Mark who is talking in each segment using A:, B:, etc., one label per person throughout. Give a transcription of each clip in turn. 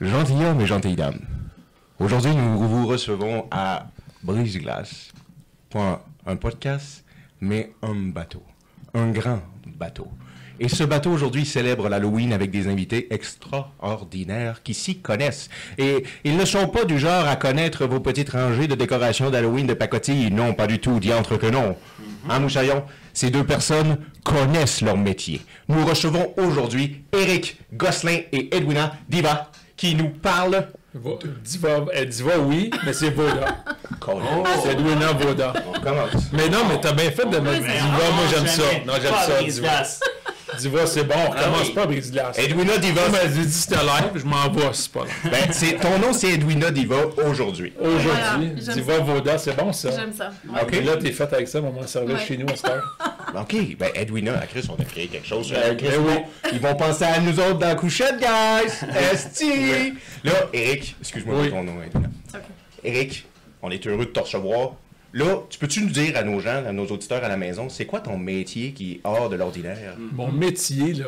A: Gentilhomme et gentille dame. Aujourd'hui, nous vous recevons à Brise-Glace pour un, un podcast, mais un bateau. Un grand bateau. Et ce bateau aujourd'hui célèbre l'Halloween avec des invités extraordinaires qui s'y connaissent. Et ils ne sont pas du genre à connaître vos petites rangées de décorations d'Halloween de pacotilles. Non, pas du tout, diantre que non. Hein, Moussaillon? Ces deux personnes connaissent leur métier. Nous recevons aujourd'hui Eric Gosselin et Edwina Diva qui nous parlent.
B: Va- Diva, elle dit va oui, mais c'est Voda.
C: Oh.
B: C'est Edwina Voda.
A: On commence.
B: Mais non, mais t'as bien fait de me dire
C: Mais
B: Diva,
C: on
B: moi j'aime
C: commence
B: ça.
C: jamais
B: Non, j'aime
C: pas
B: ça,
C: avec
B: Diva.
C: glaces.
B: Diva, c'est bon, on commence
C: oui.
B: pas à briser de glace.
A: Edwina Diva.
B: Comme elle dit, c'était live, je m'en vais, c'est pas grave.
A: Ben, c'est- ton nom, c'est Edwina Diva aujourd'hui.
C: Voilà,
B: Aujourd'hui,
C: j'aime
B: Diva Voda, c'est bon ça.
C: J'aime ça. Ouais.
A: Ok.
B: Et là, t'es faite avec ça, mon moment service
C: Ouais.
B: chez nous, on se fait.
A: OK. Ben, Edwina, à Chris, on a créé quelque chose.
B: Ben,
A: Chris,
B: ben oui.
A: bon, Ils vont penser à nous autres dans la couchette, guys. Esti. Là, Eric, excuse-moi
B: Oui.
A: pour ton nom, Edwina.
C: Ok.
A: Eric, on est heureux de te recevoir. Là, tu peux-tu nous dire à nos gens, à nos auditeurs à la maison, c'est quoi ton métier qui est hors de l'ordinaire?
B: Mon métier, là,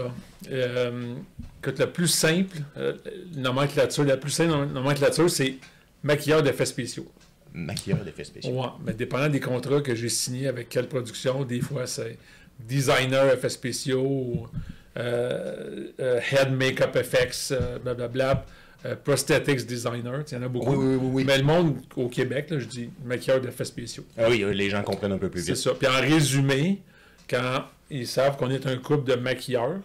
B: euh, écoute, le plus simple, euh, nomenclature, la plus simple nomenclature, c'est maquilleur d'effets spéciaux.
A: Maquilleur d'effets spéciaux.
B: Ouais, mais dépendant des contrats que j'ai signés avec quelle production, des fois c'est designer effets spéciaux, ou, euh, euh, head makeup effects, euh, blablabla, euh, prosthetics designer, tu sais, il y en a beaucoup.
A: Oui, oui, oui, oui.
B: Mais le monde au Québec, là, je dis maquilleur d'effets spéciaux.
A: Ah oui, euh, les gens comprennent un peu plus
B: C'est
A: vite.
B: ça. Puis en résumé, quand ils savent qu'on est un couple de maquilleurs,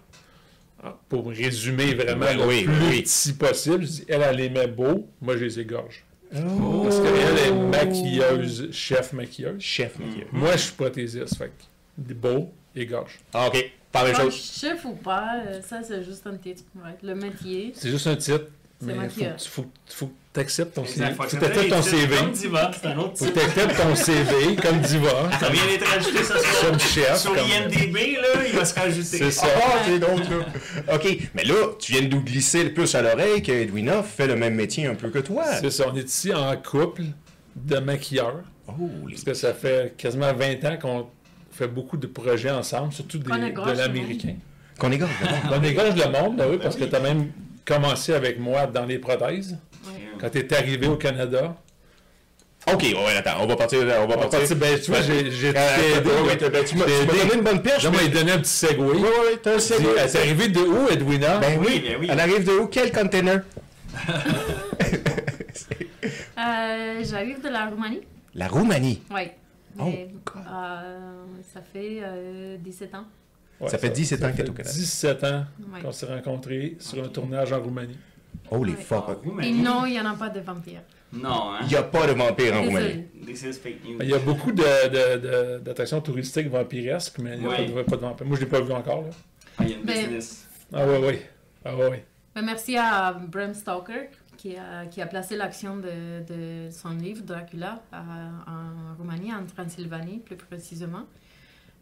B: hein, pour résumer vraiment
A: Ouais,
B: le
A: oui,
B: plus
A: oui.
B: petit possible, je dis, elle, elle les met beaux, moi je les égorge.
A: Oh!
B: Parce qu'elle est maquilleuse, chef maquilleuse.
A: Chef maquilleur.
B: Moi, je suis prothésiste, fait que beau et gorge.
A: Ah, OK. Pas la même
C: Donc,
A: chose.
C: chef ou pas, euh, ça c'est juste un titre. ouais. Le métier.
B: C'est juste un titre,
C: C'est
B: mais faut,
C: maquilleur.
B: que tu- faut, faut que tu acceptes ton CV.
C: Exact,
B: Faut
C: faut
B: que tu
C: accepter
B: acceptes ton
C: les titres
B: CV.
C: comme
B: Faut
C: Diva, c'est un autre
B: que tu acceptes ton CV comme diva,
C: Ça vient d'être ajouté ça
B: comme chef.
C: sur
B: comme-
C: IMDB, là, il va se
B: C'est
C: rajouter.
B: ça.
A: Ah, t'es donc là. OK. Mais là, tu viens de nous glisser le plus à l'oreille que Edwina fait le même métier un peu que toi.
B: C'est ça. On est ici en couple de maquilleurs.
A: Holy.
B: Parce que ça fait quasiment 20 ans qu'on fait beaucoup de projets ensemble, surtout des-
C: Qu'on égorge
B: de l'américain.
A: Qu'on égorge d'abord.
B: On égorge le monde, là, oui, parce que tu as même commencé avec moi dans les prothèses. Quand tu es arrivé au Canada,
A: OK, ouais, attends, on va partir. On va
B: On va
A: partir.
B: partir- ben, tu vois, j'ai j'ai
A: Euh,
B: t'ai aidé,
A: ouais,
B: là.
A: ouais, t'as- ben, tu m'as
B: T'ai
A: tu m'as
B: aidé.
A: donné une bonne perche.
B: Non, mais
A: mais-
B: il donnait un petit segway.
A: Ouais, ouais, t'as un
B: Dis,
A: segway.
B: Elle est arrivée de où, Edwina?
A: Ben oui,
C: ben oui.
A: elle arrive de où? Quel container?
D: Euh, J'arrive de la Roumanie.
A: La Roumanie.
D: Oui.
A: Oh,
D: ça fait euh, 17 ans.
B: Ouais,
A: ça fait 17 ans que t'es au Canada.
B: 17 ans
D: Ouais.
B: qu'on s'est rencontrés sur un tournage en Roumanie.
A: Holy
D: Ouais.
C: Ah,
A: fuck.
D: Et non, il n'y en a pas de vampires.
C: Non, hein.
A: Il n'y a pas de vampire en Roumanie.
D: Désolée.
C: This is fake news.
B: Il y a beaucoup de- de- de- d'attractions touristiques vampiresques, mais il n'y a
C: Ouais.
B: pas de- pas de vampires. Moi, je ne l'ai pas vu encore. Là.
C: Ah, il y a une
D: Ben-
C: business.
B: Ah ouais, oui. Ah ouais, ouais.
D: Mais merci à Bram Stoker qui a, qui a placé l'action de, de son livre Dracula à- en Roumanie, en Transylvanie plus précisément.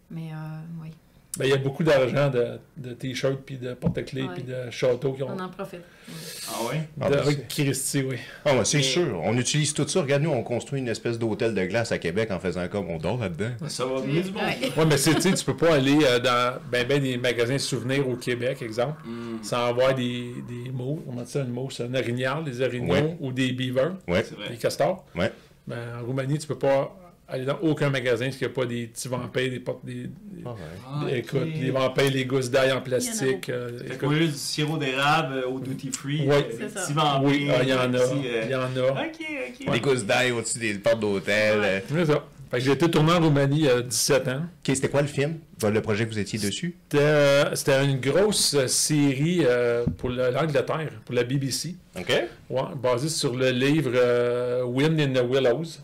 D: Mais euh, oui,
B: Ben, il y a beaucoup d'argent de, de t-shirts, puis de porte-clés,
D: Ouais.
B: puis de châteaux qui ont...
D: on en profite. Oui.
C: Ah ouais?
A: Ah,
B: de-
A: ben,
B: avec Christie, oui.
A: Ah, ouais, c'est
C: Mais-
A: sûr. On utilise tout ça. Regarde, nous, on construit une espèce d'hôtel de glace à Québec en faisant comme on dort là-dedans.
C: Ça va venir du bon.
D: Ouais.
B: Oui, mais c'est- tu sais, tu peux pas aller euh, dans ben, ben des magasins souvenirs au Québec, exemple,
C: Hmm,
B: sans avoir des, des mots, comment dit ça, un mot, c'est un orignal, des orignaux
A: Ouais.
B: ou des beavers,
A: Ouais.
C: C'est
B: des
C: vrai.
B: castors.
A: Ouais.
B: Ben, en Roumanie, tu peux pas aller dans aucun magasin parce qu'il n'y a pas des petits vampires, des portes, des, des-
A: Ah, ouais.
C: Ah,
B: écoute,
C: ok.
B: les vampires, les gousses d'ail en plastique. euh,
C: Fait qu'au
B: écoute,
C: lieu du sirop d'érable euh, au duty free,
B: Ouais.
C: euh,
D: C'est ça.
C: petit vampire,
B: oui, ah, il y en a,
C: petit, euh,
B: il y en a.
C: Ok, ok.
A: Des gousses d'ail au-dessus des portes d'hôtel. euh.
B: C'est ça. Fait que j'ai été tourné en Roumanie il y a 17 ans.
A: OK, c'était quoi le film? Le projet que vous étiez dessus?
B: C'était euh, c'était une grosse euh, série euh, pour le- l'Angleterre, pour la BBC.
A: OK.
B: Ouais, basé sur le livre euh, Wind in the Willows.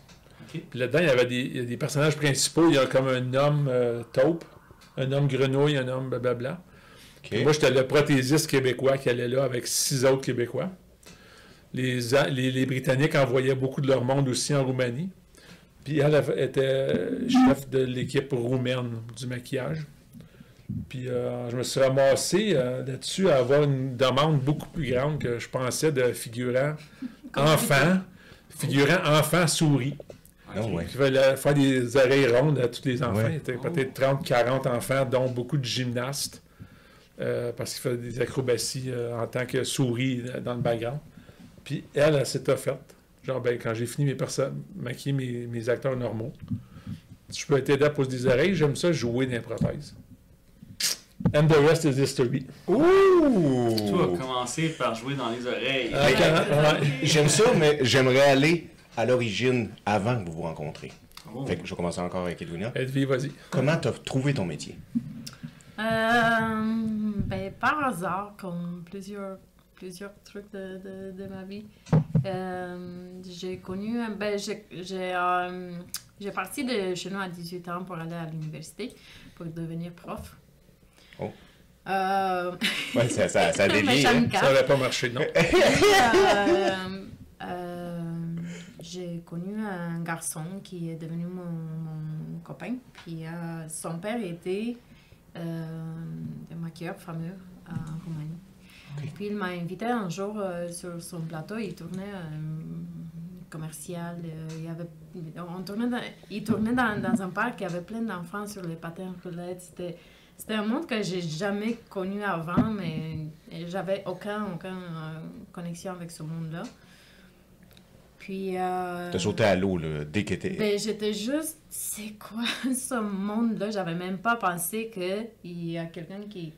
C: Ok.
B: Puis là-dedans, il y avait des, il y a des personnages principaux. Il y a comme un homme euh, taupe, un homme grenouille, un homme blablabla.
A: OK.
B: Puis Moi, j'étais le prothésiste québécois qui allait là avec six autres Québécois. Les, A- les, les Britanniques envoyaient beaucoup de leur monde aussi en Roumanie. Puis elle elle était chef de l'équipe roumaine du maquillage. Puis euh, je me suis ramassé euh, là-dessus à avoir une demande beaucoup plus grande que je pensais de figurant enfant, figurant enfant souris.
A: Non, Ah ouais.
B: Ils veulent euh, faire des oreilles rondes à tous les enfants.
A: Ouais.
B: Il y était peut-être
D: Oh.
B: 30, 40 enfants, dont beaucoup de gymnastes, euh, parce qu'ils faisaient des acrobaties euh, en tant que souris euh, dans le background. Puis elle, elle s'est offerte. Genre, ben, quand j'ai fini mes personnes, maquiller mes, mes acteurs normaux, je peux être aidé à poser des oreilles, j'aime ça jouer des prothèses. And the rest is history.
C: Tout a
A: Ouh!
C: commencé par jouer dans les oreilles.
A: Ben,
B: Ouais, quand- ouais.
A: J'aime ça, mais j'aimerais aller à l'origine avant que vous vous rencontriez.
C: Oh.
A: Fait que je vais commencer encore avec Edwina.
B: Edwige, vas-y.
A: Comment t'as trouvé ton métier?
D: Euh, ben, par hasard, comme plusieurs, plusieurs trucs de, de, de ma vie, euh, j'ai connu. un- Ben, j'ai j'ai, euh, j'ai parti de chez nous à 18 ans pour aller à l'université, pour devenir prof.
A: Oh.
D: Euh,
A: Ouais, ça, ça, ça
D: mais
A: dévie.
D: ça me
A: hein?
D: cache.
B: Ça n'aurait pas marché, non.
D: Euh, euh, j'ai connu un garçon qui est devenu mon, mon copain. Puis euh, son père était euh, un maquilleur fameux en Roumanie. Puis il m'a invité un jour euh, sur son plateau. Il tournait un commercial. euh, il, y avait, on tournait dans- il tournait dans, dans un parc. Il y avait plein d'enfants sur les patins roulettes. C'était c'était un monde que j'ai jamais connu avant, mais j'avais aucun, aucun euh, connexion avec ce monde-là. Puis. euh,
A: T'as sauté à l'eau, là, dès que t'es...
D: ben, j'étais juste, c'est quoi ce monde-là? J'avais même pas pensé qu'il y a quelqu'un qui,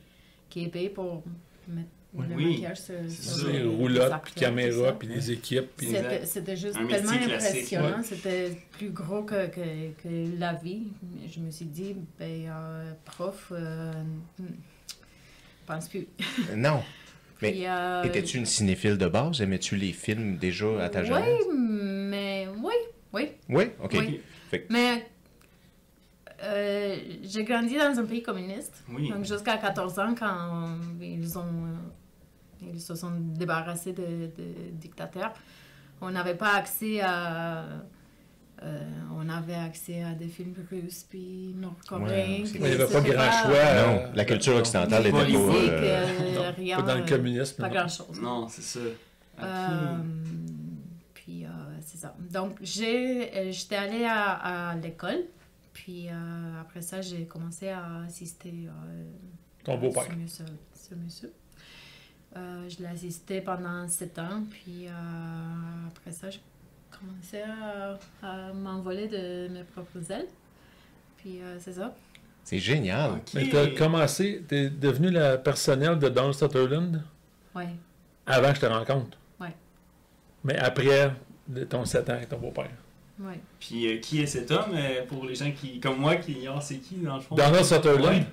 D: qui est payé pour mettre le
C: Oui,
D: maquillage sur,
C: c'est
D: sur
C: ça.
B: Des
D: les
B: roulottes,
D: acteurs,
B: puis
D: tout ça.
B: caméras, puis des équipes. puis-
C: Exact.
D: C'était c'était juste
C: Un
D: tellement
C: métier classique.
D: impressionnant, c'était plus gros que, que, que la vie. Je me suis dit, ben, euh, prof, euh, hmm, pense plus.
A: Non. Mais
D: Puis, euh,
A: Étais-tu une cinéphile de base? Aimais-tu les films déjà à ta jeunesse?
D: Oui, mais oui, oui.
A: Oui? OK.
D: Oui. Mais euh, j'ai grandi dans un pays communiste.
C: Oui.
D: Donc jusqu'à 14 ans, quand ils ont euh, ils se sont débarrassés de, de dictateurs, on n'avait pas accès à euh, on avait accès à des films russes puis
A: Ouais,
D: nord-coréens.
A: c'est-
D: puis
B: Il n'y avait pas
D: c'était
B: grand
D: pas-
B: choix.
A: Non,
B: euh,
A: la culture occidentale était
C: Pas
A: pas...
D: Politique,
A: euh,
D: euh,
B: non,
D: rien,
B: pas dans le
D: euh,
B: communisme.
D: Pas
B: non.
D: grand chose.
C: Non, c'est ça.
D: Euh,
C: Ah,
D: puis euh, c'est ça. Donc j'ai, euh, j'étais allée à, à l'école, puis euh, après ça j'ai commencé à assister euh,
B: Ton beau-père.
D: ce monsieur. ce monsieur. Euh, je l'ai assisté pendant sept ans, puis euh, après ça j'ai commencé à, à m'envoler de mes propres ailes. Puis euh, c'est ça.
A: C'est génial.
C: ok.
B: Mais t'as commencé, t'es devenu la personnelle de Don Sutherland
D: Ouais.
B: avant que je te rencontre.
D: Ouais.
B: Mais après de ton 7 ans avec ton beau-père.
D: Ouais.
C: Puis euh, qui est cet homme euh, pour les gens qui, comme moi qui ignorent c'est qui dans le fond
B: Donald Sutherland.
C: Ouais.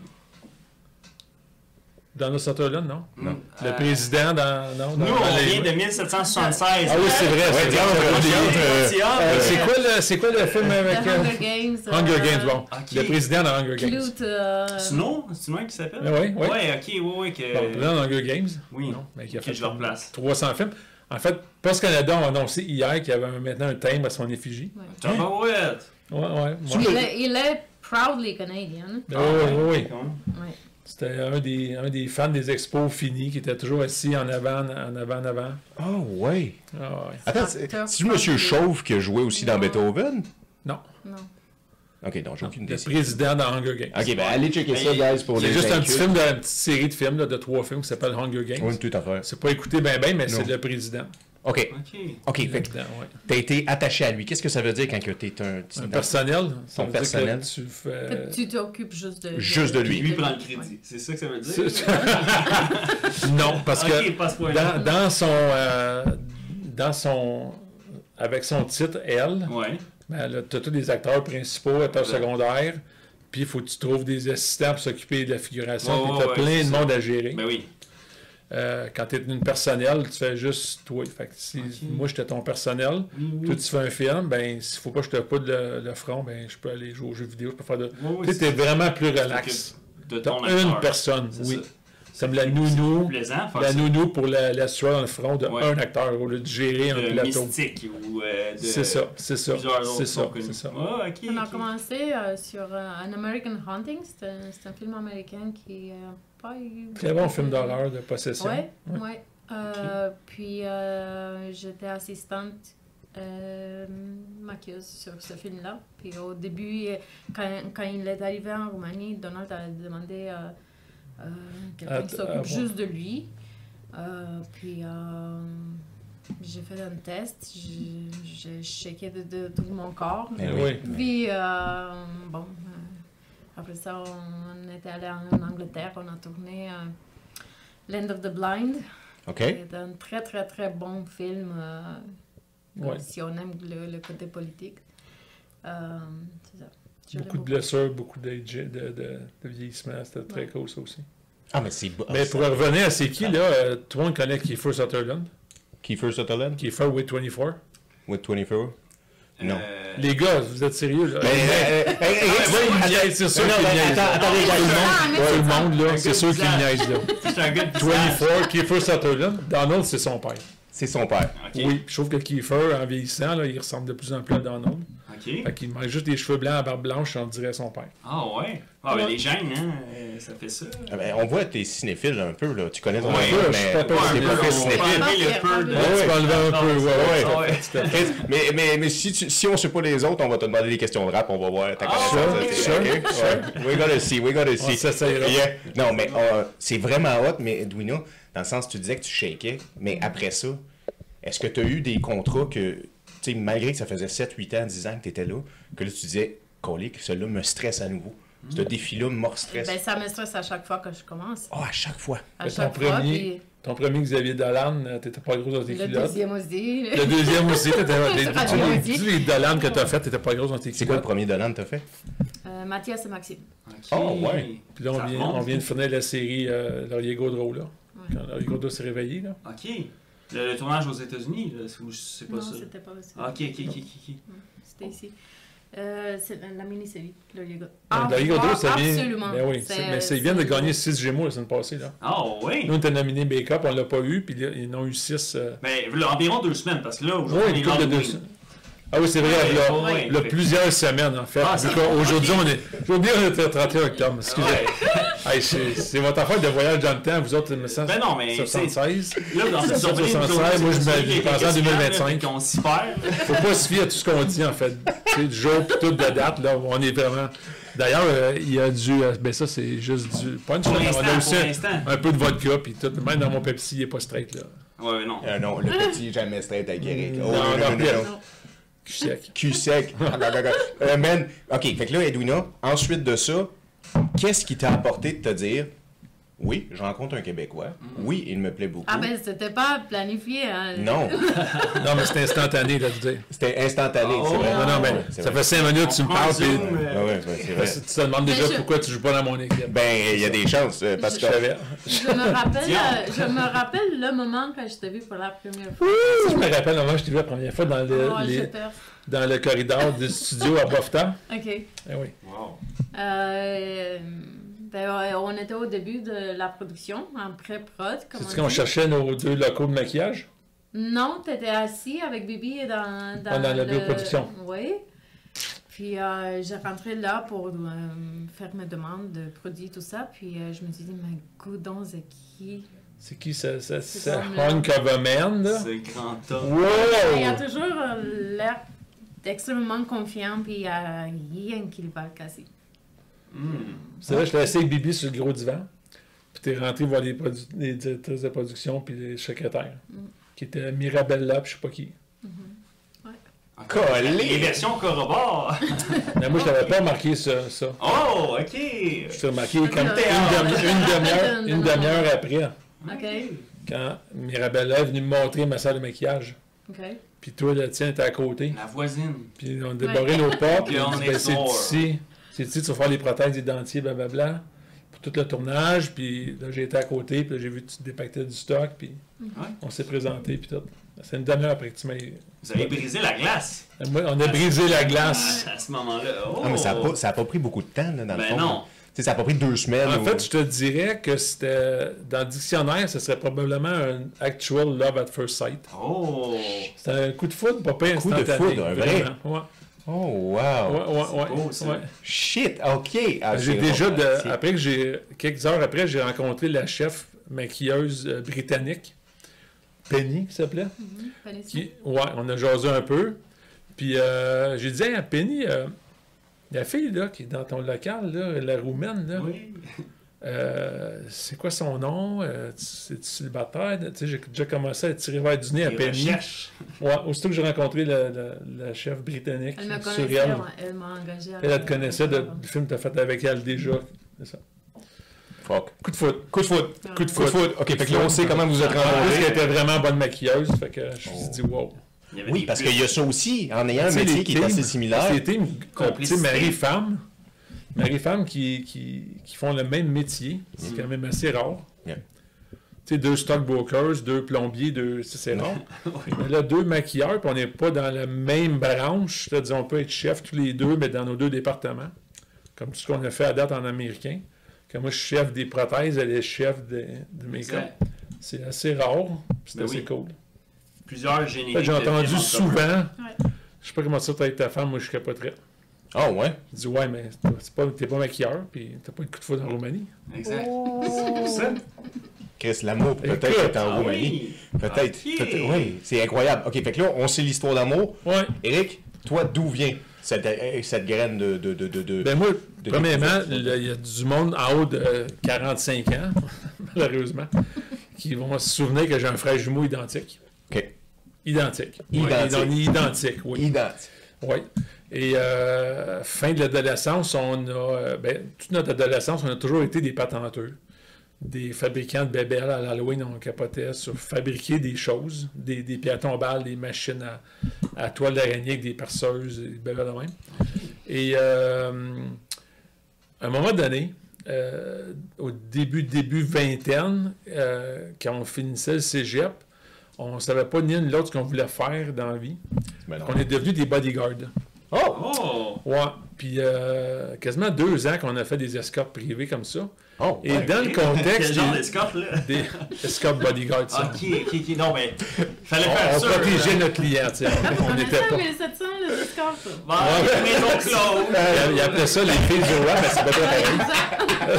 B: Donald Sutherland, non?
C: Hmm,
A: Non.
B: Le
C: euh,
B: président dans. Non, dans-
C: Nous,
B: dans
C: on
B: les-
C: vient de 1776.
B: Ah oui, c'est vrai. c'est
A: Ouais,
B: vrai.
A: Donald
C: Ah, C'est
A: Sutherland, euh,
B: Euh,
C: gentil,
B: c'est quoi le- C'est quoi le film
D: The
B: avec. euh,
D: Hunger Games.
B: Hunger
D: euh,
B: Games, bon.
C: ok.
B: Le président dans Hunger Games.
D: Clute, euh,
C: hein? Snow, c'est moi qui s'appelle
B: Ah Oui, oui.
C: Ouais, ok, ouais, ouais. Que...
B: Bon, le président dans Hunger Games.
C: oui,
B: Non, mais qui a
C: que
B: fait
C: je leur place.
B: 300 films. En fait, Post Canada ont annoncé hier qu'il y avait un- maintenant un thème à son effigie.
C: Tabarouette!
B: Ouais, ouais. ouais.
D: Il est, il est proudly canadien.
B: Ah, oui, oui, oui.
D: Ouais.
B: C'était un des, un des fans des expos finis qui était toujours assis en avant, en avant, en avant.
A: Ah ouais.
B: Ah, ouais.
A: Attends,
D: C'est
A: c'est
D: un
A: c'est-tu Monsieur
D: acteur
A: Chauve qui a joué aussi dans
D: Non.
A: Beethoven?
B: Non,
D: Non.
A: OK, donc j'ai
B: non,
A: aucune
B: le
A: idée.
B: président dans Hunger Games.
A: OK, ben allez checker ça,
C: Mais
A: guys, pour
B: C'est
A: les
B: juste un
A: incultes.
B: petit film, de- une petite série de films, là, de trois films qui s'appelle Hunger Games.
A: Oui, tout à fait.
B: C'est pas écouté ben ben, mais
A: Non.
B: c'est le président.
A: OK,
C: Ok.
A: OK, fait que
B: Là-dedans, ouais.
A: t'as été attaché à lui. Qu'est-ce que ça veut dire quand que t'es un... petit-
B: Un personnel. ça
A: Son
B: veut dire que
A: personnel.
B: Tu
D: Que
B: fais...
D: tu t'occupes juste de
A: Juste de
C: Puis
A: lui.
C: lui prend le crédit. C'est ça que ça veut dire?
B: non, parce que...
C: Ok, passe pour
B: dans, dans son euh, dans son avec son titre elle
C: Ouais.
B: ben, là, t'as tous les acteurs principaux acteurs
C: Exact.
B: secondaires puis il faut que tu trouves des assistants pour s'occuper de la figuration
C: Ouais,
B: puis
C: ouais,
B: t'as
C: ouais,
B: plein
C: c'est
B: de
C: ça.
B: monde à gérer
C: Ben oui.
B: Euh, quand t'es une personnelle tu fais juste toi fait que si
C: Ok.
B: moi j'étais ton personnel
C: Oui, oui.
B: toi tu fais un film ben s'il faut pas que je te poudre le, le front ben je peux aller jouer aux jeux vidéo je peux faire de
C: Oui, oui,
B: tu
C: c'est-
B: sais, t'es vraiment plus
C: c'est
B: relax
C: de
B: t'as
C: ton
B: une
C: acteur.
B: personne
C: C'est
B: oui
C: ça.
B: comme la nounou
C: Plaisant, faire
B: la
C: ça.
B: nounou pour la, la sueur dans le front de
C: Ouais.
B: un acteur au lieu de gérer un
C: de
B: plateau.
C: mystique ou euh, de
B: C'est ça, c'est ça,
C: plusieurs autres
B: c'est ça,
C: noms connus.
B: c'est ça.
C: Ah, ok.
D: On a
C: ok.
D: commencé euh, sur euh, An American Haunting. C'est un, c'est un film américain qui n'a pas eu.
B: Très bon film d'horreur de possession.
D: Ouais, ouais. Euh, Puis euh, j'étais assistante euh, maquilleuse sur ce film-là. Puis au début, euh, quand, quand il est arrivé en Roumanie, Donald a demandé euh, euh, quelqu'un
B: Ah,
D: qui
B: t- ah,
D: s'occupe
B: bon.
D: juste de lui. Euh, puis euh, J'ai fait un test, j'ai- j'ai shaké de, de tout mon corps.
A: Mais
B: Oui.
D: Puis, euh, bon, euh, après ça, on était allé en Angleterre, on a tourné euh, Land of the Blind.
A: OK?
D: C'est un très, très, très bon film euh, comme
B: Ouais.
D: si on aime le, le côté politique. Euh, c'est ça. Je l'aime
B: Beaucoup de blessures, beaucoup d'age- de, de- de vieillissement. C'était très
D: Ouais.
B: cool, ça aussi.
A: Ah, mais c'est beau.
B: Mais pour revenir à c'est qui, là, euh, tout le monde connaît Kiefer Sutherland.
A: Kiefer Sutherland
B: Kiefer Way 24.
A: with 24. Non. Ben, euh,
C: Euh,
B: Les gars, vous êtes sérieux, là? euh,
A: Mais
B: c'est
A: Non, mais attends, attendez,
B: tout le
D: Ah,
B: monde,
D: mais
B: ouais,
D: c'est
B: le
D: ça.
B: monde, là,
C: Un
B: c'est
C: gars
B: sûr qu'il
C: bizarre.
B: niaise, là.
C: C'est un gars de
B: 24, Kiefer Sutherland, Donald, c'est son père.
A: c'est son père.
C: Oui.
B: Oui, je trouve que Kiefer, en vieillissant, là, il ressemble de plus en plus à Donald.
C: OK.
B: Fait qu'il manque juste des cheveux blancs à barbe blanche, on dirait son père.
C: Ah ouais. Ah, ben
D: Ouais.
C: les gènes, hein, euh, ça fait ça.
A: Ah, ben, on voit que t'es cinéphile un peu, là. Tu connais ton
C: Ouais,
A: mec,
B: ouais, je suis
A: mais
B: pas
A: t'es
B: peur,
A: pas
B: mais non,
A: très
C: on
A: cinéphile.
C: parlait le peu de...
D: Ouais,
B: tu vas enlever un
C: Ah,
B: peu, ouais, ouais.
C: Ah, ouais.
A: Chris, Mais, mais, mais si, tu, si on sait pas les autres, on va te demander des questions de rap, on va voir ta
C: Ah,
A: connaissance.
C: sure,
A: Sure, We gotta see, we gotta see.
B: s'essayera.
A: Yeah. Non, mais euh, c'est vraiment hot, mais Edwina, dans le sens, tu disais que tu shakais, mais après ça, est-ce que tu as eu des contrats que, tu sais, malgré que ça faisait 7, 8 ans, 10 ans que tu étais là, que là, tu disais, colique, celui-là me stresse à nouveau. Ce défi-là me stresse.
D: Ben, ça me stresse à chaque fois que je commence.
A: Oh, à chaque fois.
D: À
B: Mais Ben, ton
D: chaque fois.
B: premier,
D: Puis
B: ton premier Xavier Dolan, euh, t'étais pas gros dans tes
D: le
B: culottes.
D: deuxième aussi.
B: Le deuxième aussi, t'étais. les-
D: C'est pas bien
B: tous les-
D: dit.
B: Tous les Dolan que t'as fait, t'étais pas gros dans tes
A: C'est quoi le
B: culottes.
A: premier Dolan que t'as fait?
D: Euh, Mathias et Maxime.
C: OK.
A: Oh, ouais.
B: Ah, Puis là, on
C: Ça
B: vient,
C: remonte.
B: on vient de finir la série euh, Laurier Gaudreau, là.
D: Ouais.
B: Quand Laurier Gaudreau s'est réveillé, là.
C: OK. Le, le tournage aux États-Unis, là, c'est- ou je sais pas
D: Non,
C: ça.
D: c'était pas aussi.
C: Ah, OK, OK, OK, OK. ok.
D: C'était ici. Euh, c'est la la mini-série, le Lego.
B: Donc, Laurier Gaudreau, ça vient.
D: Ah, Absolument.
B: Ben oui, c'est- mais c'est- ils viennent de gagner 6 Gémeaux la semaine passée, là.
C: Ah ouais.
B: Nous, on était nominés Bake Up, on l'a pas eu, puis là, ils en ont eu 6.
C: Ben, voilà, environ deux semaines, parce que là,
B: Oui,
C: aujourd'hui,
B: une couple de deux.
C: l'Halloween.
B: Ah oui, c'est vrai,
C: Ouais,
B: il y a-
C: ouais,
B: il y a
C: fait-
B: plusieurs semaines, en fait.
C: Ah,
B: Vu
C: c'est-
B: qu'aujourd'hui, on est. Aujourd'hui, on est le 31 octobre, excusez.
C: Ouais.
B: Hey, c'est c'est votre affaire de voyage dans le temps, vous autres, me
C: Ben non, mais c'est-
B: 1976.
C: Là, dans cette
B: Ça,
C: journée,
B: ça, ça,
C: nous autres,
B: ça, moi, je
C: c'est
B: me-
C: sûr qu'il y a
B: je pensais en
C: quelques semaines, là,
B: 2025.
C: fait qu'on s'y perd.
B: Faut pas se fier à tout ce qu'on dit, en fait. Tu sais, du jour pis tout de date, là, on est vraiment. D'ailleurs, euh, il y a du. euh, ben ça, c'est juste du punch.
C: Pour
B: là, mais on a
C: l'instant,
B: aussi
C: pour l'instant.
B: un peu de vodka pis tout. Même dans mon Pepsi, il est pas straight, là.
C: Ouais, mais non.
A: Euh, non, le petit jamais straight à guérir.
B: Non,
A: Oh, non, non,
B: non,
A: non, non.
B: non. Je suis sec.
A: Cul sec. Euh, man, OK, fait que là, Edwina, ensuite de ça, qu'est-ce qui t'a apporté de te dire Oui, je rencontre un Québécois.
B: Mm.
A: Oui, il me plaît beaucoup.
D: Ah ben, c'était pas planifié. Hein.
A: Non,
B: Non, mais c'est instantané, là, tu dis.
A: c'était instantané.
C: Oh,
A: c'est vrai.
B: Non, non, mais
A: C'est
B: ça
A: vrai.
B: fait 5 minutes, tu me
C: On
B: parles, pis.
C: zoom, euh,
A: Ah ouais, ben, c'est vrai.
B: Parce que Tu te demandes
D: Mais
B: déjà
D: je-
B: pourquoi tu joues pas dans mon équipe.
A: Ben, il y a des chances, euh, parce que.
B: Je savais.
D: Je me rappelle,
C: Dion.
D: euh, je me rappelle le moment quand je t'ai vu pour la première fois.
B: Je me rappelle, moi, je t'ai vu la première fois dans le,
D: Oh,
B: les-
D: j'ai peur.
B: dans le corridor du studio à Boftan.
D: Ok.
B: Eh oui.
C: Wow.
D: Euh, ben, ouais, on était au début de la production, en pré-prod. comme
B: C'est-tu
D: on
B: qu'on
D: dit.
B: cherchait nos deux locaux de maquillage?
D: Non, t'étais assis avec Bibi dans, dans,
B: Ah, dans la
D: le-
B: bioproduction.
D: Oui. Puis euh, j'ai rentré là pour euh, faire mes demandes de produits, tout ça. Puis euh, je me suis dit, mais Goudon, c'est qui
B: C'est qui ça? ça,
D: C'est
B: ça
D: comme le-
B: Hunk of a Man, là?
C: C'est grand homme.
D: Il y a
B: Wow!
D: toujours euh, l'air extrêmement confiant, puis euh, il n'y a rien qui lui parle quasi.
C: Hmm.
B: C'est vrai, je t'ai assis avec Bibi sur le gros divan. Puis t'es rentré voir les, produ- les directrices de production puis les secrétaires.
D: Mm.
B: Qui étaient Mirabella puis je sais pas qui.
C: Encore
A: Collé.
C: Les versions corroborent.
B: Mais moi, je t'avais pas remarqué ça. ça.
C: Oh, OK. Une
B: Je t'ai remarqué comme une
D: Ah,
B: demi- une demi-heure
D: non,
B: une
D: non, non.
B: demi-heure après.
D: OK.
B: quand Mirabella est venue me montrer ma salle de maquillage.
D: OK.
B: Puis toi, le tien, t'es à côté.
C: La voisine.
B: Puis on a débarré nos portes. Puis
C: Puis
B: on
C: on
B: dit, ben,
C: est
B: c'est
C: dehors.
B: ici. C'est ici, tu vas faire les prothèses des dentiers, blablabla. Pour tout le tournage. Puis là, j'ai été à côté. Puis là, j'ai vu que tu dépactais du stock. Puis
C: Ouais.
B: on s'est présenté. Puis tout. C'est une demi-heure après que tu m'as.
C: Vous avez brisé la glace.
B: On a brisé la glace.
C: À, à ce moment-là. Oh.
A: Ah, mais ça a pas, ça a pas pris beaucoup de temps, là, dans le fond.
C: Ben non.
A: Tu sais, ça a pas pris deux semaines.
B: En
A: ou-
B: fait, je te dirais que c'était. Dans le dictionnaire, ce serait probablement un actual love at first sight.
C: Oh.
B: C'était un coup de foudre, pas pire
A: Coup de
B: instantané.
A: foudre, un vrai.
B: vraiment. Ouais.
A: Oh, wow.
B: Ouais, ouais,
C: beau,
B: ouais,
C: ça.
B: ouais.
A: Shit, OK. Ah,
B: J'ai
A: c'est
B: déjà,
A: bon.
B: de-
A: C'est-
B: après que j'ai, quelques heures après, j'ai rencontré la chef maquilleuse euh, britannique, Penny, qui s'appelait.
D: Connais-tu?
B: Qui, ouais, on a jasé un peu. Puis euh, j'ai dit Hey, à Penny, euh, la fille là, qui est dans ton local, là, la roumaine, là,
C: Oui.
B: euh, c'est quoi son nom? Euh, C'est célibataire? Tu sais, j'ai déjà commencé à tirer vers du nez à
C: Des
B: Penny.
C: recherches.
B: Ouais, aussitôt que j'ai rencontré la, la- la chef britannique,
E: Elle me
B: sur
E: connaissait,
B: elle,
E: ouais, elle m'a engagée.
B: elle, elle te connaissait de- du film que tu as fait avec elle déjà. C'est ça.
F: Fuck.
B: Coup de foot.
A: Coup de foot.
B: Coup de
A: Coup de
B: foot.
A: foot. OK, fait que là, on sait comment vous êtes
B: En plus,
A: rencontrés.
B: elle était vraiment bonne maquilleuse. Fait que je me suis dit, wow.
C: Il y avait
A: Oui,
C: des
A: parce
C: pubs.
A: qu'il y a ça aussi, en ayant un
B: Tu sais,
A: métier
B: les
A: qui est
B: teams,
A: assez similaire.
B: C'est des teams, euh, tu sais,
C: Complicité.
B: mari-femme. Mari-femme qui, qui, qui font le même métier. C'est quand même assez rare.
A: Yeah.
B: Tu sais, deux stockbrokers, deux plombiers, deux. ça, C'est rare. Mais là, deux maquilleurs, puis on n'est pas dans la même branche. C'est-à-dire, on peut être chef tous les deux, mais dans nos deux départements. Comme tout ce qu'on a fait à date en américain. Quand moi, je suis chef des prothèses, elle est chef de, de make-up.
C: Exact.
B: C'est assez rare, puis c'est
C: Ben
B: assez
C: oui.
B: cool.
C: Plusieurs
B: Fait
C: génériques.
B: que J'ai
C: de films
B: entendu
C: en commun.
B: souvent. Je sais pas comment ça, t'as avec ta femme, moi, je capoterais.
A: Ah ouais?
B: Je dis, ouais, mais t'as- c'est pas- t'es pas, maquilleur, puis t'as pas eu de coup de foudre en Roumanie.
C: Exact. C'est pour ça.
A: Chris, l'amour peut-être
B: Écoute,
A: est en
C: Ah
A: Roumanie.
C: oui.
A: Peut-être.
C: Ok.
A: peut-être, Oui, c'est incroyable. OK, fait que là, on sait l'histoire d'amour.
B: Ouais.
A: Eric, toi, d'où vient cette, euh, cette graine de... de, de, de, de-
B: Ben, moi,
A: De-
B: premièrement, là, il y a du monde en haut de euh, 45 ans, malheureusement, qui vont se souvenir que j'ai un frère jumeau identique.
A: OK.
B: Identique.
A: Identique.
B: Ouais, identique, oui.
A: Identique.
B: Oui. Et euh, fin de l'adolescence, on a. euh, ben, toute notre adolescence, on a toujours été des patenteux. Des fabricants de bébelles à l'Halloween, on capotait sur fabriquer des choses, des, des piétons balles, des machines à, à toile d'araignée avec des perceuses, des bébelles de même. Et euh, à un moment donné, euh, au début, début vingtaine, euh, quand on finissait le cégep, on ne savait pas ni l'un ni l'autre ce qu'on voulait faire dans la vie.
A: Ben non.
B: On est devenus des bodyguards.
A: Oh!
C: Oh!
B: Ouais. Puis euh, quasiment deux ans qu'on a fait des escortes privées comme ça.
A: Oh!
B: Et dans le
C: Quel
B: contexte
C: genre
B: des,
C: d'escorte, là?
B: des escortes bodyguards, ça.
C: Ok, ok, ok. Non, mais. Fallait
B: On,
C: faire
B: on
C: ça.
B: protégeait notre client, tu sais. On- On
E: connaissait
B: n'était
E: en
B: pas.
E: 1700, le Discord. ça.
C: Bon, maison close.
B: Euh, Il appelait ça les filles du roi, mais c'est pas très pareil.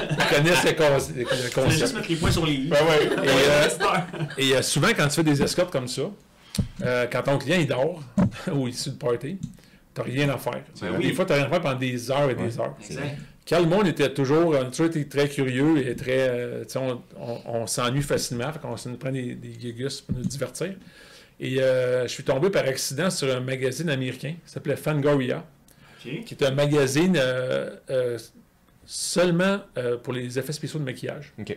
B: Ils connaissent le con- le
C: Je voulais juste
B: concept.
C: mettre les points sur les i.
A: Ben ouais.
B: Et, euh, Et euh, souvent, quand tu fais des escortes comme ça, euh, quand ton client il dort ou il est sur le party, t'as rien à faire.
C: Ben
B: Des
C: oui.
B: fois, t'as rien à faire pendant des heures et des heures.
C: Exact.
B: Quand le monde était toujours, on a toujours été très curieux et très. euh, tu sais, on on- on s'ennuie facilement, fait qu'on se nous prend des, des gugus pour nous divertir. Et euh, je suis tombé par accident sur un magazine américain qui s'appelait Fangoria,
C: Ok.
B: qui est un magazine euh, euh, seulement euh, pour les effets spéciaux de maquillage.
A: OK.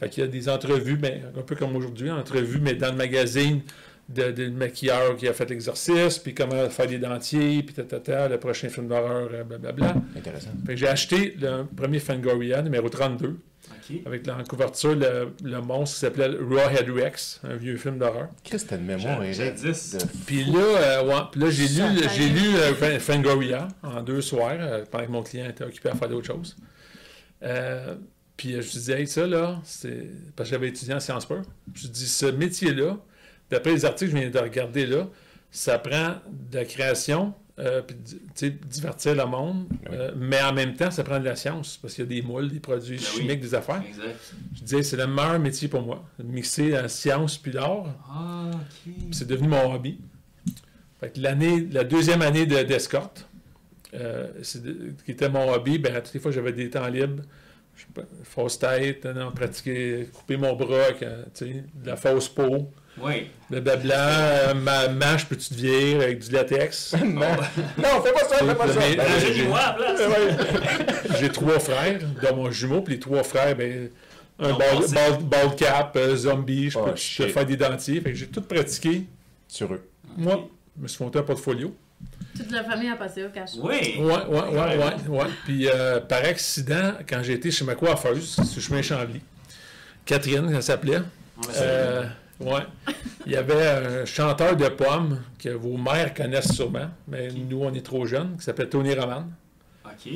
B: Fait qu'il y a des entrevues, ben, un peu comme aujourd'hui, entrevues, mais dans le magazine de, de maquilleur qui a fait l'exercice, puis comment faire des dentiers, puis tatata, le prochain film d'horreur, euh, blablabla.
A: Intéressant.
B: Fait que j'ai acheté le premier Fangoria, numéro 32,
C: Ok.
B: avec la en couverture le, le monstre qui s'appelait Rawhead Rex, un vieux film d'horreur.
A: Chris, t'as une mémoire,
C: J'a-
A: Eric.
C: jadis.
A: de-
B: Puis là, euh, ouais, puis là j'ai lu,
E: Ça
B: le-
E: fait-
B: j'ai lu euh, Fan- Fangoria en deux soirs, euh, pendant que mon client était occupé à faire d'autres choses. Euh, puis euh, je me disais, hey, ça là, c'est parce que j'avais étudié en Sciences Po. Je me dis, ce métier-là, d'après les articles que je viens de regarder là, ça prend de la création, euh, puis di- tu sais, divertir le monde, euh, mais en même temps, ça prend de la science, parce qu'il y a des moules, des produits
C: Ben oui.
B: chimiques, des affaires.
C: Exact.
B: Je disais, c'est le meilleur métier pour moi, mixer la science puis l'art.
C: Ah, ok.
B: Puis c'est devenu mon hobby. Fait que l'année, la deuxième année de- d'escorte, euh, c'est de- qui était mon hobby, ben, toutes les fois que j'avais des temps libres, je sais pas, fausse tête, euh, non, pratiquer, couper mon bras, avec, euh, tu sais, de la fausse peau,
C: Oui.
B: blablabla, euh, ma mâche peux-tu devenir avec du latex.
A: Non,
C: Oh.
A: non, fais pas ça, fais pas ça.
B: Mais-
A: Ben,
B: j'ai-
C: Moi, à la place.
B: J'ai trois frères, dont mon jumeau, puis les trois frères, ben, un
C: Non, Ah,
B: ball,
C: pensez-
B: ball- ball cap, euh, zombie, je
A: Oh,
B: peux te
A: shit.
B: faire des dentiers. Fait que j'ai tout pratiqué.
A: Sur eux.
B: Moi, je me suis monté un portfolio.
E: Toute la famille a passé au cash.
C: Oui.
B: Ouais, Euh, ouais, ouais, ouais, ouais. Puis euh, par accident, quand j'ai été chez ma coiffeuse, sur le chemin Chambly, Catherine, elle s'appelait.
C: On la salue.
B: euh, ouais. Il y avait un chanteur de pommes que vos mères connaissent sûrement, mais nous, on est trop jeunes, qui s'appelle Tony Roman.
C: Ok.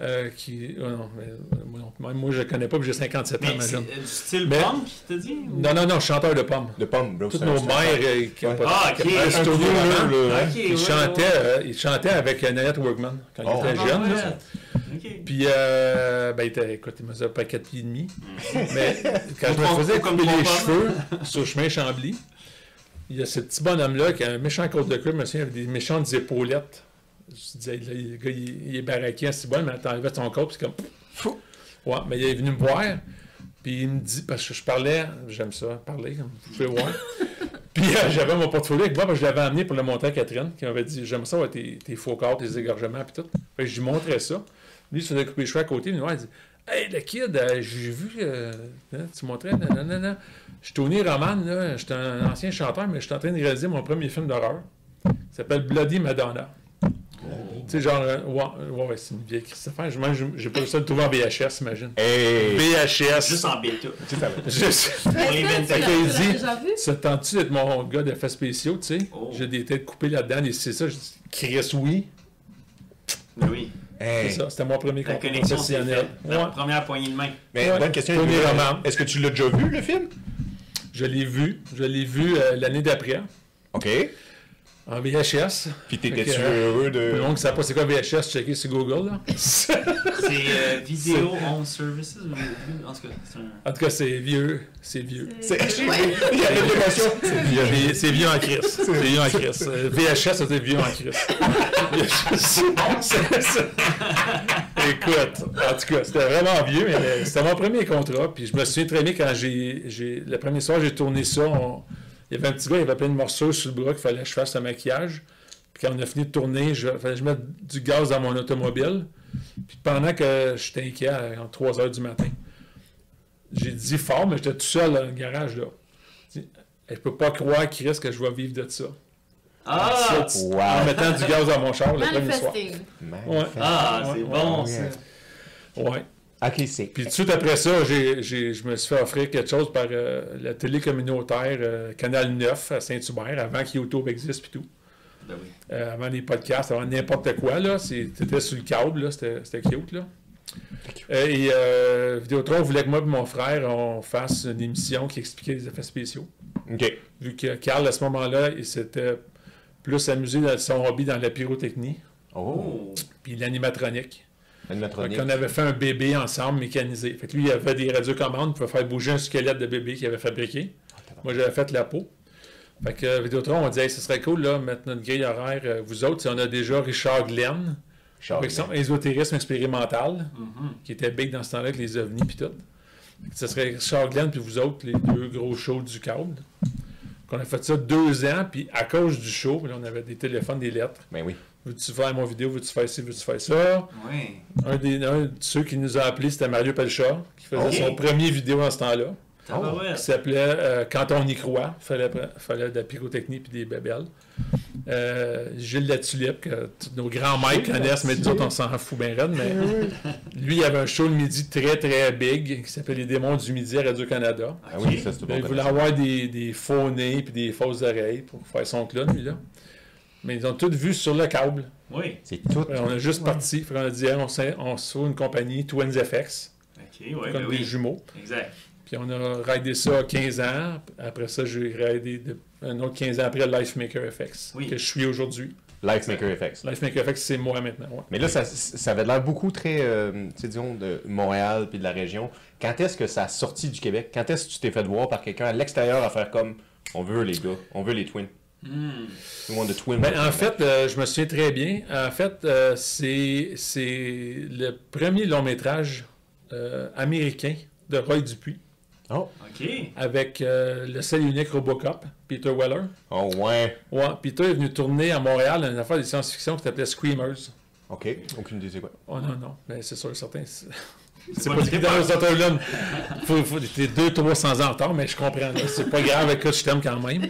B: euh, qui, oh non, mais, euh, moi, non, même moi, je le connais pas, puis j'ai 57 ans,
C: Mais
B: ma
C: c'est
B: jeune.
C: euh, du style
B: Mais-
C: punk, t'as dit? ou-
B: Non, non, non, chanteur de pommes.
A: De pommes, bro.
B: Toutes
A: c'est un-
B: nos
A: c'est un-
B: mères euh, qui ont pas-
C: Ah,
B: qui
C: ok.
B: ont pas-
C: Un
B: Tony
A: vieux
B: Roman,
A: moment, là, hein.
C: Ok,
B: Il
C: ouais,
B: chantait,
C: ouais. Ah,
B: euh, il chantait avec euh, Nanette Workman quand
A: Oh.
B: il était jeune. là.
C: Ok.
B: Puis, euh, ben, il était, écoute, il mesure pas 4 pieds et demi. Mais quand je me
C: Faut
B: faisais
C: Mm. comme
B: couper les
C: ton
B: cheveux sur le chemin Chambly, il y a ce petit bonhomme-là qui a un méchant côte de queue, monsieur, il avait des méchantes hein, épaulettes. Je me disais, là, le gars, il, il est baraqué en si bon, mais attends, il son côte, puis c'est comme. Ouais, mais il est venu me voir. Puis il me dit, parce que je parlais, j'aime ça, parler, comme vous pouvez voir. puis euh, j'avais mon portfolio avec moi, parce que je l'avais amené pour le montrer à Catherine, qui m'avait dit J'aime ça, ouais, tes, tes faux corps, tes égorgements, puis tout. Fait que je lui montrais ça. Lui, il se faisait couper les cheveux à côté, puis il dit Hey, le kid, euh, j'ai vu, euh, hein, tu montrais, nanana. Je suis Tony Roman, là, je suis un ancien chanteur, mais je suis en train de réaliser mon premier film d'horreur. Il s'appelle Bloody Madonna. Tu sais, genre, euh, ouais, ouais, ouais, c'est une vieille Christopher. Je- moi, je- J'ai pas le seul de trouver en VHS, imagine.
A: Hey!
B: VHS!
C: Juste en bêta.
B: Juste.
C: Pour les 25
B: Fait qu'il
C: ans.
D: Tu l'as
B: dit,
D: déjà vu?
B: ça te tente-tu d'être mon gars d'effets spéciaux, tu sais?
C: Oh.
B: J'ai des têtes coupées là-dedans, et c'est ça, je dis, Chris, oui.
C: Mais Ben oui,
B: C'est
F: Hey.
B: ça, c'était mon premier
C: la
B: contact
C: connexion s'est
B: professionnel.
C: faite. La
B: Ouais.
C: première poignée de main.
A: Mais
B: Ouais.
A: bonne question.
B: Tony
A: Est-ce que-
B: Roman.
A: Est-ce que tu l'as déjà vu, le film?
B: Je l'ai vu, je l'ai vu euh, l'année d'après,
A: OK.
B: en VHS.
A: Puis t'étais-tu
B: Fait que, euh,
A: heureux de...
B: Pour le monde qui ne sait pas c'est quoi VHS, checker sur Google, là.
C: C'est euh, Vidéo on Services ou en tout cas, c'est un.
B: en tout cas, c'est vieux, c'est vieux.
A: C'est-
E: Ouais.
A: Il y a l'émotion.
B: C'est- C'est vieux en crise. C'est vieux en crise. Euh, VHS, c'était vieux en crise. C'est ça. Écoute, en tout cas, c'était vraiment vieux, mais euh, c'était mon premier contrat. Puis je me souviens très bien quand j'ai. j'ai- Le premier soir, j'ai tourné ça. on- Il y avait un petit gars, il avait plein de morceaux sur le bras qu'il fallait que je fasse un maquillage. Puis quand on a fini de tourner, je fallait que je mette du gaz dans mon automobile. Puis pendant que j'étais inquiet à 3 heures du matin, j'ai dit fort, mais j'étais tout seul dans le garage là. J'ai dit, Je peux pas croire, Chris, que je vais vivre de ça.
C: Ah!
B: Ça, tu- En
A: Wow.
B: mettant du gaz dans mon char le premier soir.
E: Manifesting.
B: Ouais.
C: Ah,
B: Ouais,
C: c'est
B: ouais,
C: bon
A: ouais.
C: ça.
B: Ouais.
A: OK, c'est...
B: Puis tout de suite après ça, j'ai- j'ai- je me suis fait offrir quelque chose par euh, la télé communautaire euh, Canal 9 à Saint-Hubert, avant que YouTube existe puis tout.
C: Ben oui.
B: Euh, avant les podcasts, avant n'importe quoi, là. C'est- C'était sur le câble, là. C'était c'était cute, là. Euh, et euh, Vidéotron voulait que moi et mon frère, on fasse une émission qui expliquait les effets spéciaux.
A: OK.
B: Vu que Carl, à ce moment-là, il s'était plus amusé dans son hobby dans la pyrotechnie,
A: Oh.
C: Oh!
B: puis l'animatronique. Fait
A: Animatronique.
B: qu'on avait fait un bébé ensemble mécanisé. Fait que lui, il avait des radiocommandes, il pouvait faire bouger un squelette de bébé qu'il avait fabriqué. Moi, j'avais fait la peau. Fait que euh, Vidéotron, on disait, Hey, ce serait cool, là, mettre notre grille horaire. euh, vous autres, si on a déjà Richard Glenn,
A: Charles.
B: avec son ésotérisme expérimental, qui était big dans ce temps-là avec les ovnis puis tout. Ce serait Richard Glenn puis vous autres, les deux gros shows du câble. Qu'on a fait ça deux ans, puis à cause du show, là, on avait des téléphones, des lettres.
A: Ben oui.
B: Veux-tu faire mon vidéo, veux-tu faire ci, veux-tu faire ça?
C: Ouais.
B: Un, des, un de ceux qui nous a appelés, c'était Mario Pelcha, qui faisait
A: Ok.
B: son premier vidéo en ce temps-là.
C: Tabarouette.
B: qui s'appelait euh, Quand on y croit. Fallait, pre- fallait de la pyrotechnie puis des bébelles. Euh, Gilles Latulippe, que tous nos grands maîtres connaissent, mais nous autres, on s'en fout bien raide. Mais lui, il avait un show le midi très, très big qui s'appelait Les démons du midi à Radio-Canada.
A: Ah oui, ça, c'est tout
B: Là,
A: bon.
B: il voulait avoir des, des faux nez puis des fausses oreilles pour faire son clown, lui, là. Mais ils ont tous vu sur le câble.
C: Oui.
A: C'est tout.
B: Ouais, Euh, on est juste parti. Fait qu'on a dit, Hey, on, s'in- on se trouve une compagnie, Twins FX,
C: Ok, ouais,
B: comme
C: ben
B: des
C: oui.
B: jumeaux.
C: Exact.
B: Puis on a raidé ça 15 ans. Après ça, j'ai raidé de- un autre 15 ans après Lifemaker FX,
C: Oui.
B: que je suis aujourd'hui.
A: Lifemaker FX.
B: Lifemaker FX, c'est moi maintenant. ouais.
A: Mais là, ça, ça avait l'air beaucoup très, euh, tu sais, disons, de Montréal puis de la région. Quand est-ce que ça a sorti du Québec? Quand est-ce que tu t'es fait voir par quelqu'un à l'extérieur à faire comme on veut les gars, on veut les twins?
C: Hmm.
A: We want the twin.
B: Ben, en fait, euh, je me souviens très bien. En fait, euh, c'est c'est le premier long métrage euh, américain de Roy Dupuis
C: Ok.
B: avec euh, le seul et unique Robocop, Peter Weller.
A: Oh, ouais.
B: Ouais, Peter est venu tourner à Montréal une affaire de science-fiction qui s'appelait Screamers.
A: Ok, aucune idée, c'est quoi?
B: Oh non, non, mais c'est sûr, certain. C'est c'est
C: pas
B: pas
C: le
B: écrit dans
C: départ.
B: les autocollants. Faut, faut, t'es deux, trois cents ans en retard, mais je comprends. là. C'est pas grave, écoute, je t'aime quand même.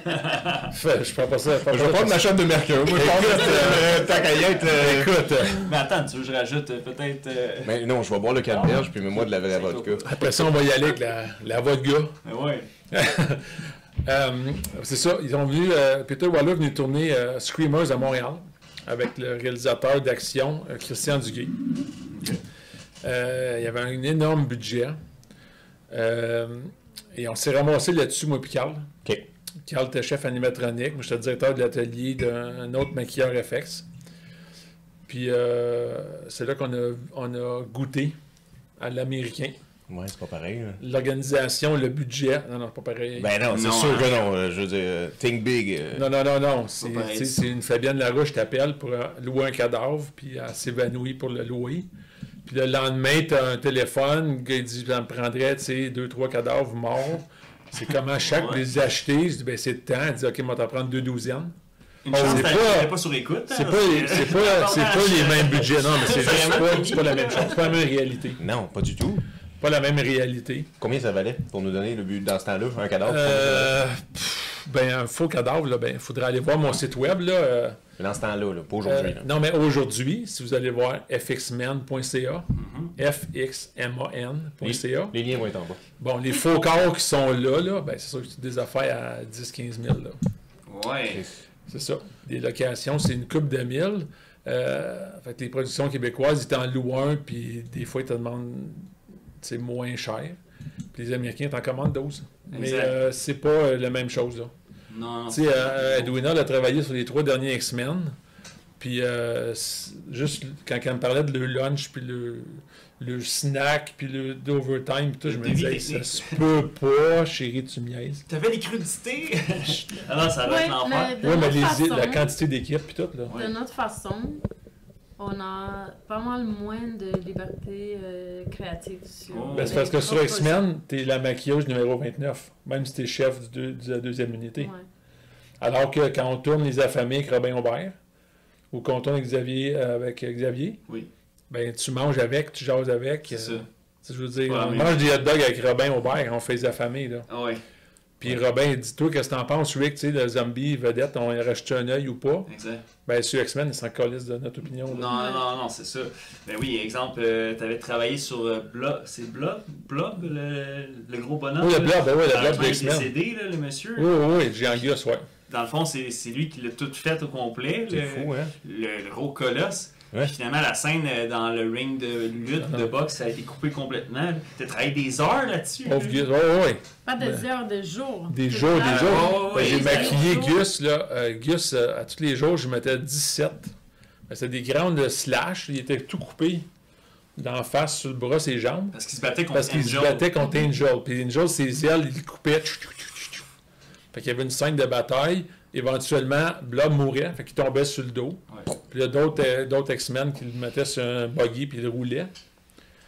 B: Fait, je prends pas ça.
A: Je vais prendre ma chambre de mercure. Moi, je pense que euh, ta caillette.
B: Écoute, euh,
C: Mais attends, tu veux que je rajoute euh, peut-être. euh,
A: Mais Ben, non, je vais boire le canneberge puis mets-moi de la vraie
C: C'est
A: vodka.
B: après ça, on va y aller avec la, la voix de gars.
C: Mais ben ouais.
B: Euh, c'est ça, ils ont venu, euh, Peter Waller est venu tourner euh, Screamers à Montréal avec le réalisateur d'action euh, Christian Duguay. Euh, il y avait un énorme budget. Euh, et on s'est ramassé là-dessus, moi et Carl.
A: OK.
B: Carl était chef animatronique, moi j'étais directeur de l'atelier d'un autre maquilleur FX. Puis euh, c'est là qu'on a, on a goûté à l'américain.
A: Ouais, c'est pas pareil. là.
B: L'organisation, le budget. Non, non, pas pareil.
A: Ben non, c'est
C: Non,
A: sûr
C: hein.
A: que non. euh, Je veux dire, euh, think big. euh,
B: Non, non, non, non. C'est
C: pareil.
B: tu sais, c'est une Fabienne Larouche t'appelle pour euh, louer un cadavre, puis elle s'évanouit pour le louer. Puis le lendemain, tu as un téléphone, le gars, il dit Ça me prendrait, tu sais, deux, trois cadavres morts. C'est comment chaque
C: Ouais.
B: les acheter. Je dis ben, c'est le temps. Il dit Ok, moi, t'en prendre deux douzièmes.
C: Une
B: Oh,
C: chance,
B: c'est
C: t'as-
B: pas-
C: t'étais pas sur écoute.
B: C'est
C: hein,
B: pas,
C: parce
B: les-
C: que-
B: c'est pas, c'est pas les mêmes budgets, non, mais c'est
C: C'est
B: juste
C: vraiment
B: pas, c'est pas la même chose. C'est pas la même réalité.
A: Non, pas du tout.
B: Pas la même réalité.
A: Combien ça valait pour nous donner le but dans ce temps-là? Un cadavre?
B: Euh, pff, ben, un faux cadavre, là, ben, faudrait aller voir mon site web, là. euh,
A: Dans ce temps-là, là, pas aujourd'hui.
B: Euh,
A: là.
B: non, mais aujourd'hui, si vous allez voir fxmen.ca,
A: Mm-hmm.
B: fxman.ca,
A: Les liens vont être en bas.
B: bon, les faux corps qui sont là, là ben, c'est sûr que c'est des affaires à 10-15 000. là.
C: Ouais.
B: C'est ça. Des locations, c'est une coupe de mille. Euh, fait que les productions québécoises, ils t'en louent un, puis des fois, ils te demandent c'est moins cher. Puis les Américains t'en commandent 12. Mais
C: Exact.
B: euh, c'est pas euh, la même chose. Là.
C: Non, non.
B: Tu sais, euh, Edwina elle a travaillé sur les trois derniers X-Men. Puis, euh, c'est- juste quand elle me parlait de le lunch, puis le, le snack, puis le d'overtime, puis tout, je me
C: Devis
B: disais, ça
C: technique.
B: se peut pas, chérie, tu me niaises.
C: T'avais des crudités? Alors, ça va
D: Ouais,
C: être l'enfer.
D: mais de
B: Oui, mais
D: notre
B: les,
D: façon,
B: la quantité d'équipe, puis tout, là.
C: Ouais.
D: De notre façon, on a pas mal moins de liberté euh, créative sur.
C: Oh.
B: Ben, c'est
D: les
B: parce que sur
D: propres-
B: X-Men, t'es la maquilleuse numéro 29, même si t'es chef du deux- de la deuxième unité.
D: Ouais.
B: Alors que quand on tourne Les Affamés avec Robin Aubert, ou qu'on tourne Xavier, euh, avec Xavier,
C: Oui.
B: ben tu manges avec, tu jases avec.
C: C'est
B: euh,
C: ça.
B: Tu sais, Je veux dire,
C: Ouais,
B: on
C: mais-
B: mange des hot dogs avec Robin Aubert, on fait les affamés, là.
C: Ah ouais,
B: Puis Robin, il dit Toi, qu'est-ce que t'en penses, Rick, tu sais, le zombie vedette, on y rachète un œil ou pas
C: exact.
B: Ben, sur X-Men, ils s'en calissent de notre opinion.
C: Non,
B: là.
C: non, non, non, c'est ça. Ben oui, exemple, euh, t'avais travaillé sur euh, Blob. C'est Blob Blob, le, le gros bonhomme.
B: Oui, le
C: là?
B: blob, ben oui, le
C: Malheureusement,
B: blob de
C: il est
B: X-Men.
C: décédé, là, le monsieur.
B: Oui, oui, oui, j'ai Angus, ouais.
C: Dans le fond, c'est c'est lui qui l'a tout fait au complet.
A: C'est
C: le-
A: fou, hein?
C: le, le gros colosse.
A: Ouais.
C: Puis finalement, la scène euh, dans le ring de lutte, de boxe, ça a été coupé complètement. T'as travaillé des heures là-dessus.
B: Pauvre
C: là.
B: Gus, ouais, ouais, ouais.
D: Pas des heures, des jours.
B: Des
D: C'est
B: jours,
D: pas-
B: des
C: Ah,
B: jours.
C: ouais,
B: Ben,
C: ouais,
B: j'ai
C: des
B: maquillé
D: jours.
B: Gus, là. Euh, Gus, euh, à tous les jours, je mettais 17. Ben, C'était des grandes slash, il était tout coupé d'en face, sur le bras, ses jambes.
C: Parce qu'il se battait contre Mhm.
B: Parce qu'il se
C: Angel.
B: battait contre Angel. Puis Angel, ses ailes, il coupait. Tchou, tchou, tchou, tchou. Fait qu'il y avait une scène de bataille. Éventuellement, Blob mourait. Fait qu'il tombait sur le dos.
C: Ouais.
B: Puis il y a d'autres euh, d'autres X-Men qui le mettaient sur un buggy puis il le roulait.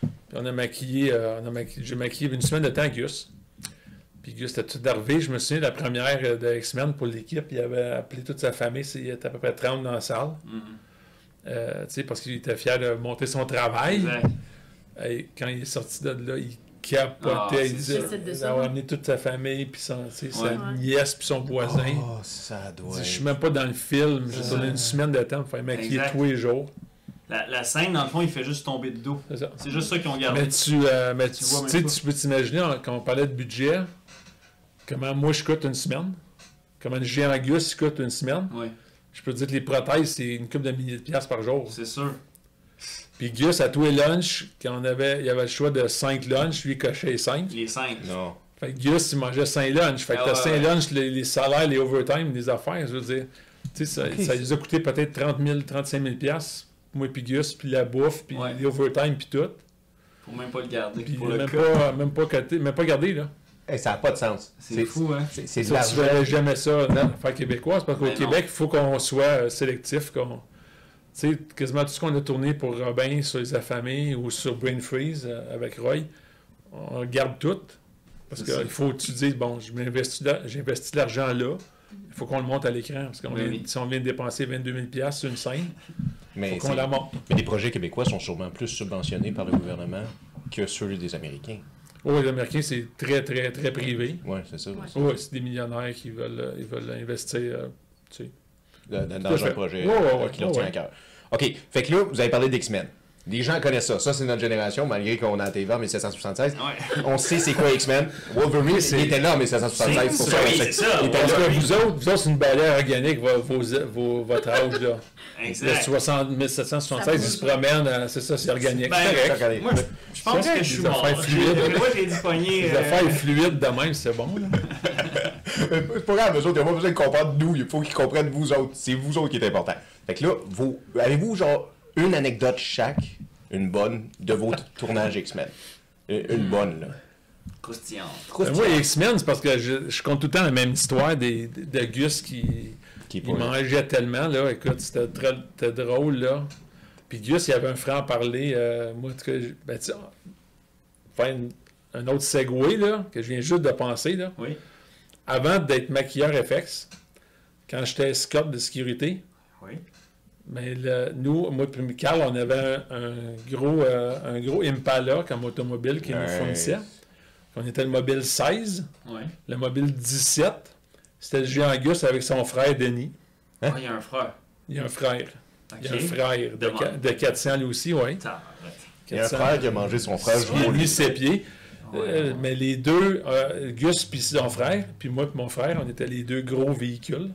B: Puis on a maquillé, euh, on a maquillé- j'ai maquillé une semaine de temps Gus. Puis Gus était tout arrivé. Je me souviens, la première euh, de X-Men pour l'équipe, il avait appelé toute sa famille. C'est- Il était à peu près 30 dans la salle.
C: Mhm.
B: Euh, tu sais, parce qu'il était fier de monter son travail.
C: Exact.
B: Hey, quand il est sorti de là, il
C: Ah,
B: capotait.
C: c'est
B: il disait
C: sûr.
D: C'est de
B: il
D: ça,
B: a
D: ouais.
B: amené toute sa famille, puis son- tu sais, sa
D: Ouais.
B: nièce, puis son voisin.
A: Oh, ça
B: Il
A: doit
B: dit, Je suis
A: être...
B: même pas dans le film. J'ai tourné une semaine de temps pour faire maquiller
C: Exact.
B: tous les jours.
C: La, la scène, dans le fond, il fait juste tomber de dos.
B: C'est ça.
C: C'est juste ça qu'ils ont gardé.
B: Mais tu, euh, mais tu,
C: Tu vois
B: tu sais,
C: même pas.
B: tu peux t'imaginer, hein, quand on parlait de budget, comment moi je coûte une semaine, comment le géant Gus coûte une semaine.
C: Ouais,
B: Je peux te dire que les prothèses, c'est une coupe de milliers de piastres par jour.
C: c'est sûr.
B: Puis Gus, à tous les lunchs, quand on avait, il avait le choix de 5 lunchs, lui il cochait 5.
C: Les cinq.
A: Non.
B: Fait que Gus, il mangeait 5 lunchs. Fait que t'as
C: Ah ouais,
B: 5
C: ouais.
B: lunchs, les, les salaires, les overtime, les affaires, je veux dire. Tu sais, ça, ça les a coûté peut-être 30 000, 35 000 piastres. Moi, puis Gus, puis la bouffe, puis
C: Ouais.
B: les overtime, puis tout.
C: Faut même pas le garder.
B: Puis
C: pour le
B: même
C: cas.
B: pas, même, pas coté- même pas gardé, là.
A: Hey, Eh, ça n'a pas de sens.
C: C'est fou, hein?
A: C'est c'est de
B: Ça, tu
A: l'argent.
B: verrais jamais ça dans l'affaire québécoise, parce qu'au
C: Ben non.
B: Québec, il faut qu'on soit euh, sélectif, qu'on... Tu sais, quasiment tout ce qu'on a tourné pour Robin sur les affamés ou sur Brain Freeze euh, avec Roy, on garde tout. Parce
C: C'est ça.
B: qu'il faut que tu dises, bon, je m'investis là- j'investis de l'argent là, il faut qu'on le monte à l'écran. Parce qu'on
C: Oui,
B: vient-
C: Ben oui. Ben,
B: si on vient de dépenser 22 000 sur une scène, il
A: Mais,
B: faut qu'on
A: c'est-
B: la monte.
A: mais les projets québécois sont sûrement plus subventionnés par le gouvernement que ceux des Américains.
B: Oh, les Américains, c'est très, très, très privé.
A: Ouais, c'est ça.
D: Ouais.
B: Oh, c'est des millionnaires qui veulent, euh, ils veulent investir. euh, tu sais.
A: Dans- Dans,
B: à
A: dans un
B: fait.
A: projet
B: Ouais, ouais,
A: euh,
B: ouais,
A: qui leur
B: ouais,
A: tient à
B: ouais.
A: cœur. OK. Fait que là, vous avez parlé d'X-Men. Les gens connaissent ça. Ça, c'est notre génération, malgré qu'on a TV en 1776.
C: Ouais.
A: On sait c'est quoi X-Men. Wolverine, il était là en 1776. Pour
C: C'est-
A: ça,
C: oui,
A: on sait.
C: c'est ça.
A: Il était
B: Parce
A: là.
B: que vous autres, vous autres, c'est une balai organique, vo- vos, vos- votre âge, là. Le
C: Exact.
B: 60, 1776, ils se promènent, euh, c'est ça, c'est organique.
C: Ben,
B: C'est correct.
A: Regardez.
C: Moi, je- je pense
B: C'est vrai,
C: que je suis
B: les
C: mort.
B: affaires fluides.
C: Moi, j'ai dit pogner.
B: Les
C: euh,
B: affaires fluides de même, c'est bon, là.
A: Euh, C'est pas grave, eux autres, ils n'ont pas besoin de comprendre nous, il faut qu'ils comprennent vous autres. C'est vous autres qui est important. Fait que là, vous, avez-vous genre une anecdote chaque, une bonne, de vos t- tournages X-Men? Euh, Une bonne, là.
C: croustillante.
B: Ben, moi, les X-Men, c'est parce que je, je compte tout le temps la même histoire des, de Gus qui,
A: Qui est
B: il
A: pas là.
B: mangeait tellement, là. Écoute, c'était très, très drôle, là. Puis Gus, il avait un franc-parler. euh, moi, en tout cas, je- ben, tu sais, faire une- un autre segway, là, que je viens juste de penser, là.
C: Oui.
B: Avant d'être maquilleur FX, quand j'étais escorte de sécurité,
C: Oui.
B: mais le- nous, moi et Carl, on avait un, un gros, euh, un gros Impala comme automobile qui nous
A: Nice.
B: fournissait. On était le mobile 16,
C: Ouais.
B: le mobile 17. C'était le géant Gus avec son frère Denis.
C: Ah, il y a un frère.
B: Il y a un frère.
C: Ok.
B: Il y a un frère de,
C: Demain.
B: qua- de 400 lui aussi, oui.
C: Tabarnak.
A: Il y a un frère qui a mangé son frère
B: Lui,
A: jumeau.
B: lui,
A: lui.
B: ses pieds.
C: Ouais.
B: Euh, mais les deux, euh, Gus puis son frère, puis moi puis mon frère, on était les deux gros véhicules.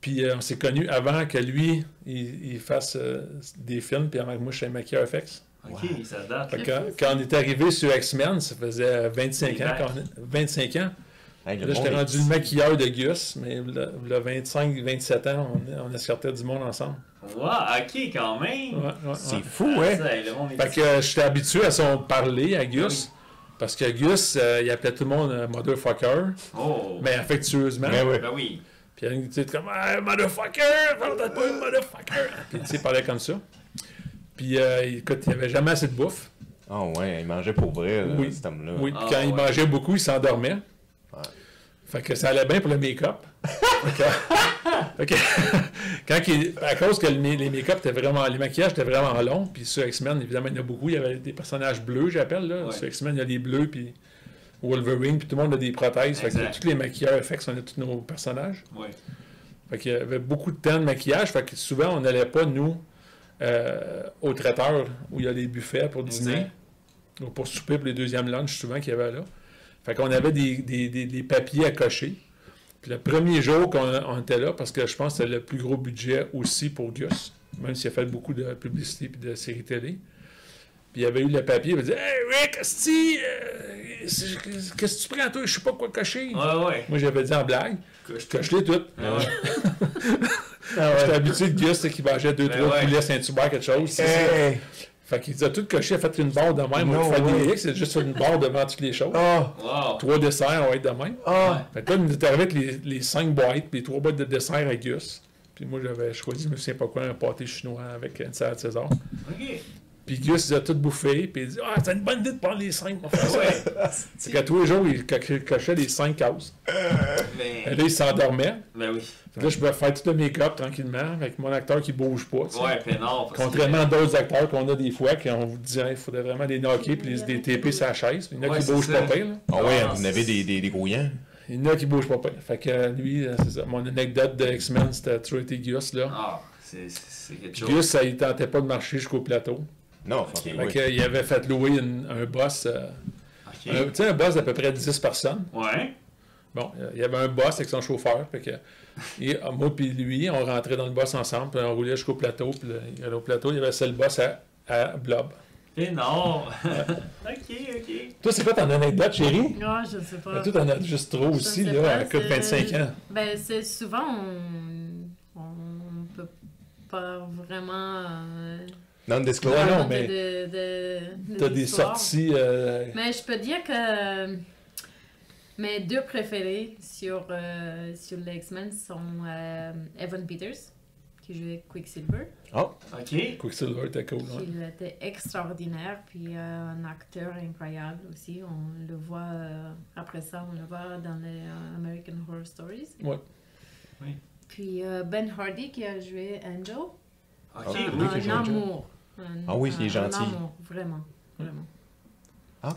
B: Puis euh, on s'est connus avant que lui, il, il fasse euh, des films, puis avant que moi, je sois maquilleur FX.
C: Ok, ça date.
B: Fait que quand, quand on est arrivé sur X-Men, ça faisait 25 ans. qu'on- 25 ans.
A: Hey, le
B: Là, j'étais
A: monde est
B: rendu le maquilleur de Gus, mais le, 25-27 ans, on, on escortait du monde ensemble.
C: Wow, ok, quand même.
B: Ouais, ouais, ouais.
A: C'est fou, hein?
C: Ça, le monde est
B: Fait que euh, j'étais habitué à son parler, à Gus. Parce que Gus, euh, il appelait tout le monde euh, motherfucker,
C: Oh.
B: mais affectueusement.
A: Mais ouais.
C: Ben oui.
B: Puis il était comme hey, motherfucker, parle de toi, motherfucker. Puis tu sais, il parlait comme ça. Puis euh, écoute, il avait jamais assez de bouffe.
A: Ah ouais, il mangeait pour vrai, là,
B: Oui.
A: cet homme-là.
B: Oui, puis
C: Ah,
B: quand il
C: ouais.
B: mangeait beaucoup, il s'endormait.
A: Ouais.
B: Fait que ça allait bien pour le make-up. Fait que- fait que- quand il- à cause que le ma- les make-up étaient vraiment. Les maquillages étaient vraiment longs. Puis sur X-Men, évidemment, il y en a beaucoup. Il y avait des personnages bleus, j'appelle. là.
C: Ouais.
B: Sur X-Men, il y a des bleus, puis Wolverine, puis tout le monde a des prothèses. Fait que
C: Exact.
B: tous les maquilleurs FX, on a tous nos personnages.
C: Ouais.
B: Fait qu'il y avait beaucoup de temps de maquillage. Fait que souvent, on n'allait pas, nous, euh, au traiteur où il y a les buffets pour dîner
C: Exact.
B: ou pour souper pour les deuxièmes lunchs souvent qu'il y avait là. Fait qu'on avait des, des- des- des papiers à cocher. Puis le premier jour qu'on on était là, parce que je pense que c'était le plus gros budget aussi pour Gus, même s'il a fait beaucoup de publicité puis de séries télé. Puis il avait eu le papier, il avait dit Hey Rick, esti, euh, c'est- qu'est-ce que tu prends toi Je sais pas quoi cocher.
C: Ouais, ouais.
B: Moi j'avais dit en blague
C: Couche-
B: Coche-les toutes.
C: Ah ouais.
A: Ah
B: J'étais habitué de Gus, c'est qu'il mangeait deux,
C: Ben
B: trois
C: ouais.
B: poulets Saint-Hubert, quelque chose.
A: Ah, Hey!
B: Fait qu'il les a tout coché, il a fait une barre de même.
A: Eh. No
B: on fait
A: way.
B: des X, c'est juste une barre devant toutes les choses.
A: Ah!
C: Wow.
B: Trois desserts, on va être de même.
A: Ah!
B: Fait que là, nous est arrivé avec les, les cinq boîtes, puis les trois boîtes de dessert à Gus. Puis moi, j'avais choisi, je me souviens pas quoi, un pâté chinois avec une salade César.
C: Ok.
B: Puis Gus, il a tout bouffé, puis il dit Ah, c'est une bonne idée de prendre les cinq, mon frère.
C: Ah Ouais.
B: C'est qu'à tous les jours, il co- cochait les cinq cases. Et
C: Ben,
B: là, il s'endormait.
C: ben oui.
B: Fait que là, je pouvais faire tout le make-up tranquillement, avec mon acteur qui bouge pas. tu sais.
C: Ouais, peinard. parce que-
B: Contrairement à d'autres acteurs qu'on a des fois, qu'on vous dit, il faudrait vraiment les knocker puis les, les taper sur la chaise. Il y en a
C: Ouais,
B: qui
C: c'est
B: bougent
C: ça.
B: pas pire. là.
A: Ah ouais,
C: Ah,
A: vous en avez des, des, des grouillants.
B: Il y en a qui bougent pas pire. Fait que euh, lui, euh, c'est ça. Mon anecdote de X-Men, c'était toujours été Gus, là.
C: Ah, c'est c'est- c'est quelque chose.
B: Gus, ça, il tentait pas de marcher jusqu'au plateau.
A: Non, ok,
B: Fait
A: oui.
B: que, euh, il avait fait louer une- un boss. euh,
C: Ok.
B: un- tu sais, un boss d'à peu près 10 personnes.
C: Ouais.
B: Bon, euh, il y avait un boss avec son chauffeur. Fait que, et, euh, moi puis lui, on rentrait dans le boss ensemble, puis on roulait jusqu'au plateau. Puis là, il allait au plateau, il y avait le boss à, à Blob.
C: Peinard. ok, ok.
B: Toi, c'est quoi ton anecdote, chérie?
D: Ah, je sais pas.
B: Mais tout en a juste trop
D: Je
B: Ben, aussi,
D: sais
B: là,
D: pas,
B: à coup de
D: c'est-
B: 25 ans.
D: Ben, c'est souvent, on, on peut pas vraiment. euh,
B: Ah
A: Non-disclosure.
B: non,
D: raconter
B: mais
D: de, de- de-
B: T'as des
D: histoires.
B: sorties. euh,
D: Mais je peux dire que euh, mes deux préférés sur, euh, sur les X-Men sont euh, Evan Peters, qui jouait Quicksilver,
C: Ok.
B: Quicksilver était cool, ouais.
D: qui était extraordinaire, puis euh, un acteur incroyable aussi. On le voit, euh, après ça, on le voit dans les euh, American Horror Stories.
B: Ouais.
C: Oui.
D: Puis euh, Ben Hardy, qui a joué Angel.
C: Ok,
A: Ah,
C: oui.
A: qui
D: un
A: joue Angel.
D: amour. Un-
A: Ah oui, il est
D: un-
A: gentil.
D: Un amour, vraiment. Vraiment.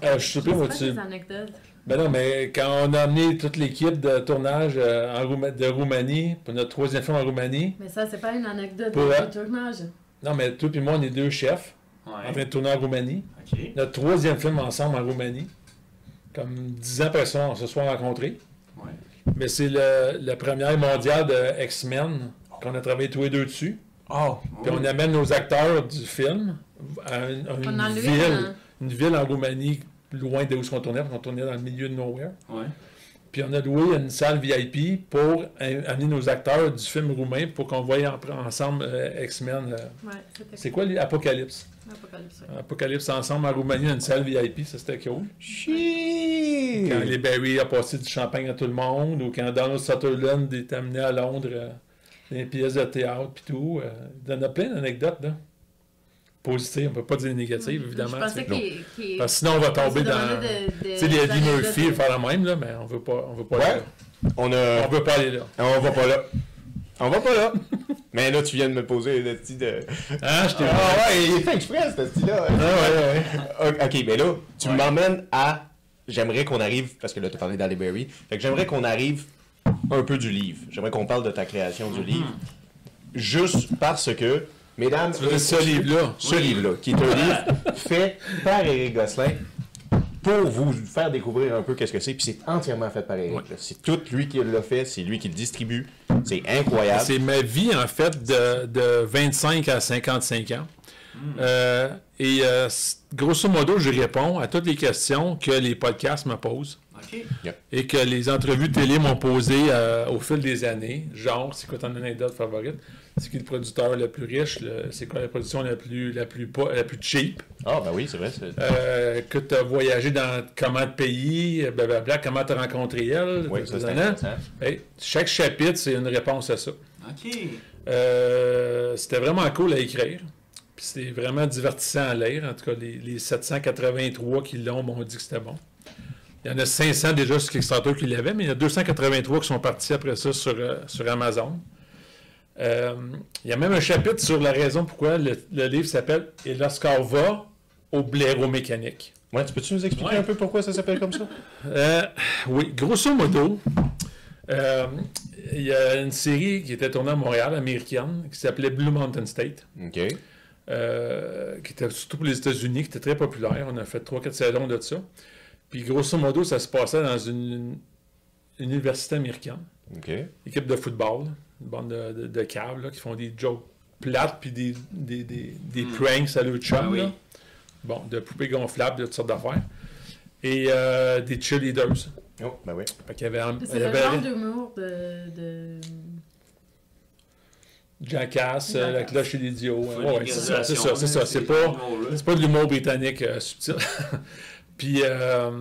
B: Euh, je sais pas, moi,
D: C'est
B: tu.
D: des anecdotes.
B: Ben non, mais quand on a amené toute l'équipe de tournage euh, en Rouma- de Roumanie, pour notre troisième film en Roumanie,
D: Mais ça, c'est pas une anecdote
B: Pour la-
D: de tournage.
B: non, mais toi et moi, on est deux chefs en train
C: Ouais.
B: de tourner en Roumanie.
C: Ok.
B: Notre troisième film ensemble en Roumanie. Comme 10 ans après ça, on se soit rencontrés.
C: Ouais.
B: Mais c'est le, le premier mondial de X-Men qu'on a travaillé tous les deux dessus.
A: Ah!
B: Puis on amène nos acteurs du film à une, à une
D: On enlève
B: ville,
D: un-
B: une ville en Roumanie, loin de où on tournait, parce qu'on tournait dans le milieu de nowhere.
C: Ouais.
B: Puis on a loué une salle VIP pour euh, amener nos acteurs du film roumain pour qu'on voie en- ensemble euh, X-Men. euh,
D: Ouais, c'était
B: c'est quoi, les- Apocalypse?
D: Apocalypse, ouais.
B: Apocalypse ensemble en Roumanie, une salle VIP, ça c'était cool.
A: Chiiiiiiiiiiiiiiiiiiiiiiiiiiiiiiiiiiiiiiiiiiiiiiiiiiiiiiiiiiiiiiiiiiild
B: Quand les Barry a passé du champagne à tout le monde, ou quand Donald Sutherland est amené à Londres, euh, des pièces de théâtre, puis tout. euh, il y en a plein d'anecdotes, là. Positives, on ne peut pas dire négatives, évidemment.
D: Je pensais
B: tu sais.
D: qu'il- qu'il-
B: Parce que sinon, on va tomber
D: qu'il
B: dans.
D: demandait de- de-
B: Tu sais, les Eddie
D: des
B: Murphy,
D: anecdotes.
B: faire la même, là, mais on veut pas, on veut pas aller
A: Ouais.
B: là.
A: On a.
B: On veut pas aller là.
A: On va pas là. On va pas là. Mais là, tu viens de me poser le petit de.
B: Hein, je t'ai
A: Ah ouais, il est fait exprès, ce petit-là.
B: Ah ouais, ouais.
A: O- Ok, mais là, tu
C: Ouais.
A: m'emmènes à. J'aimerais qu'on arrive, parce que là, tu parlé d'Halle Berry. Fait que j'aimerais qu'on arrive un peu du livre. J'aimerais qu'on parle de ta création
B: Mm-hmm.
A: du livre. Juste parce que, mesdames,
B: Tu veux dire ce livre-là?
A: ce
C: Oui.
A: livre-là, qui est un livre fait par Éric Gosselin pour vous faire découvrir un peu qu'est-ce que c'est. Puis c'est entièrement fait par Éric.
B: Ouais.
A: là. C'est tout lui qui l'a fait, c'est lui qui le distribue. C'est incroyable.
B: Ah, C'est ma vie, en fait, de, de 25 à 55 ans. Euh, et euh, s- grosso modo, je réponds à toutes les questions que les podcasts me posent
C: OK.
B: et que les entrevues télé m'ont posées euh, au fil des années. Genre, c'est quoi ton anecdote favorite? C'est qui le producteur le plus riche? Le- C'est quoi la production la plus, la plus, pas- la plus cheap?
A: Ah, ben oui, c'est vrai. c'est-
B: Euh, que tu as voyagé dans comment de pays, blablabla, comment tu as rencontré elle,
A: Oui, ça, c'est
B: blablabla.
A: intéressant.
B: Hey, chaque chapitre, c'est une réponse à ça.
C: OK.
B: Euh, c'était vraiment cool à écrire. Puis c'était vraiment divertissant à lire. En tout cas, les, les 783 qui l'ont m'ont dit que c'était bon. Il y en a 500 déjà sur Kickstarter qui l'avaient, mais il y en a 283 qui sont partis après ça sur, euh, sur Amazon. Euh, il y a même un chapitre sur la raison pourquoi le, le livre s'appelle Et lorsqu'on va au blaireau mécanique.
A: Ouais, tu peux-tu nous expliquer
B: Ouais.
A: un peu pourquoi ça s'appelle comme ça?
B: Euh, oui, grosso modo, euh, il y a une série qui était tournée à Montréal, américaine, qui s'appelait Blue Mountain State,
A: OK.
B: euh, qui était surtout pour les États-Unis, qui était très populaire. On a fait 3-4 saisons de ça. Puis grosso modo, ça se passait dans une, une université américaine,
A: OK.
B: équipe de football, une bande de, de, de caves, là, qui font des jokes plates, puis des, des, des, des pranks à leur chum,
C: Ah oui.
B: là. Bon, de poupées gonflables, de toutes sortes d'affaires. Et euh, des cheerleaders.
A: Oh, ben oui.
B: Fait qu'il y avait, un- il
D: C'est
B: y
D: le
B: avait
D: genre d'humour de. de...
B: Jackass, euh, la cloche et l'idiot. hein.
C: Faut
B: Ouais, c'est ça, c'est ça, c'est
C: né?
B: ça. C'est pas,
C: l'humour-là.
B: c'est pas de l'humour britannique euh, subtil. Puis euh,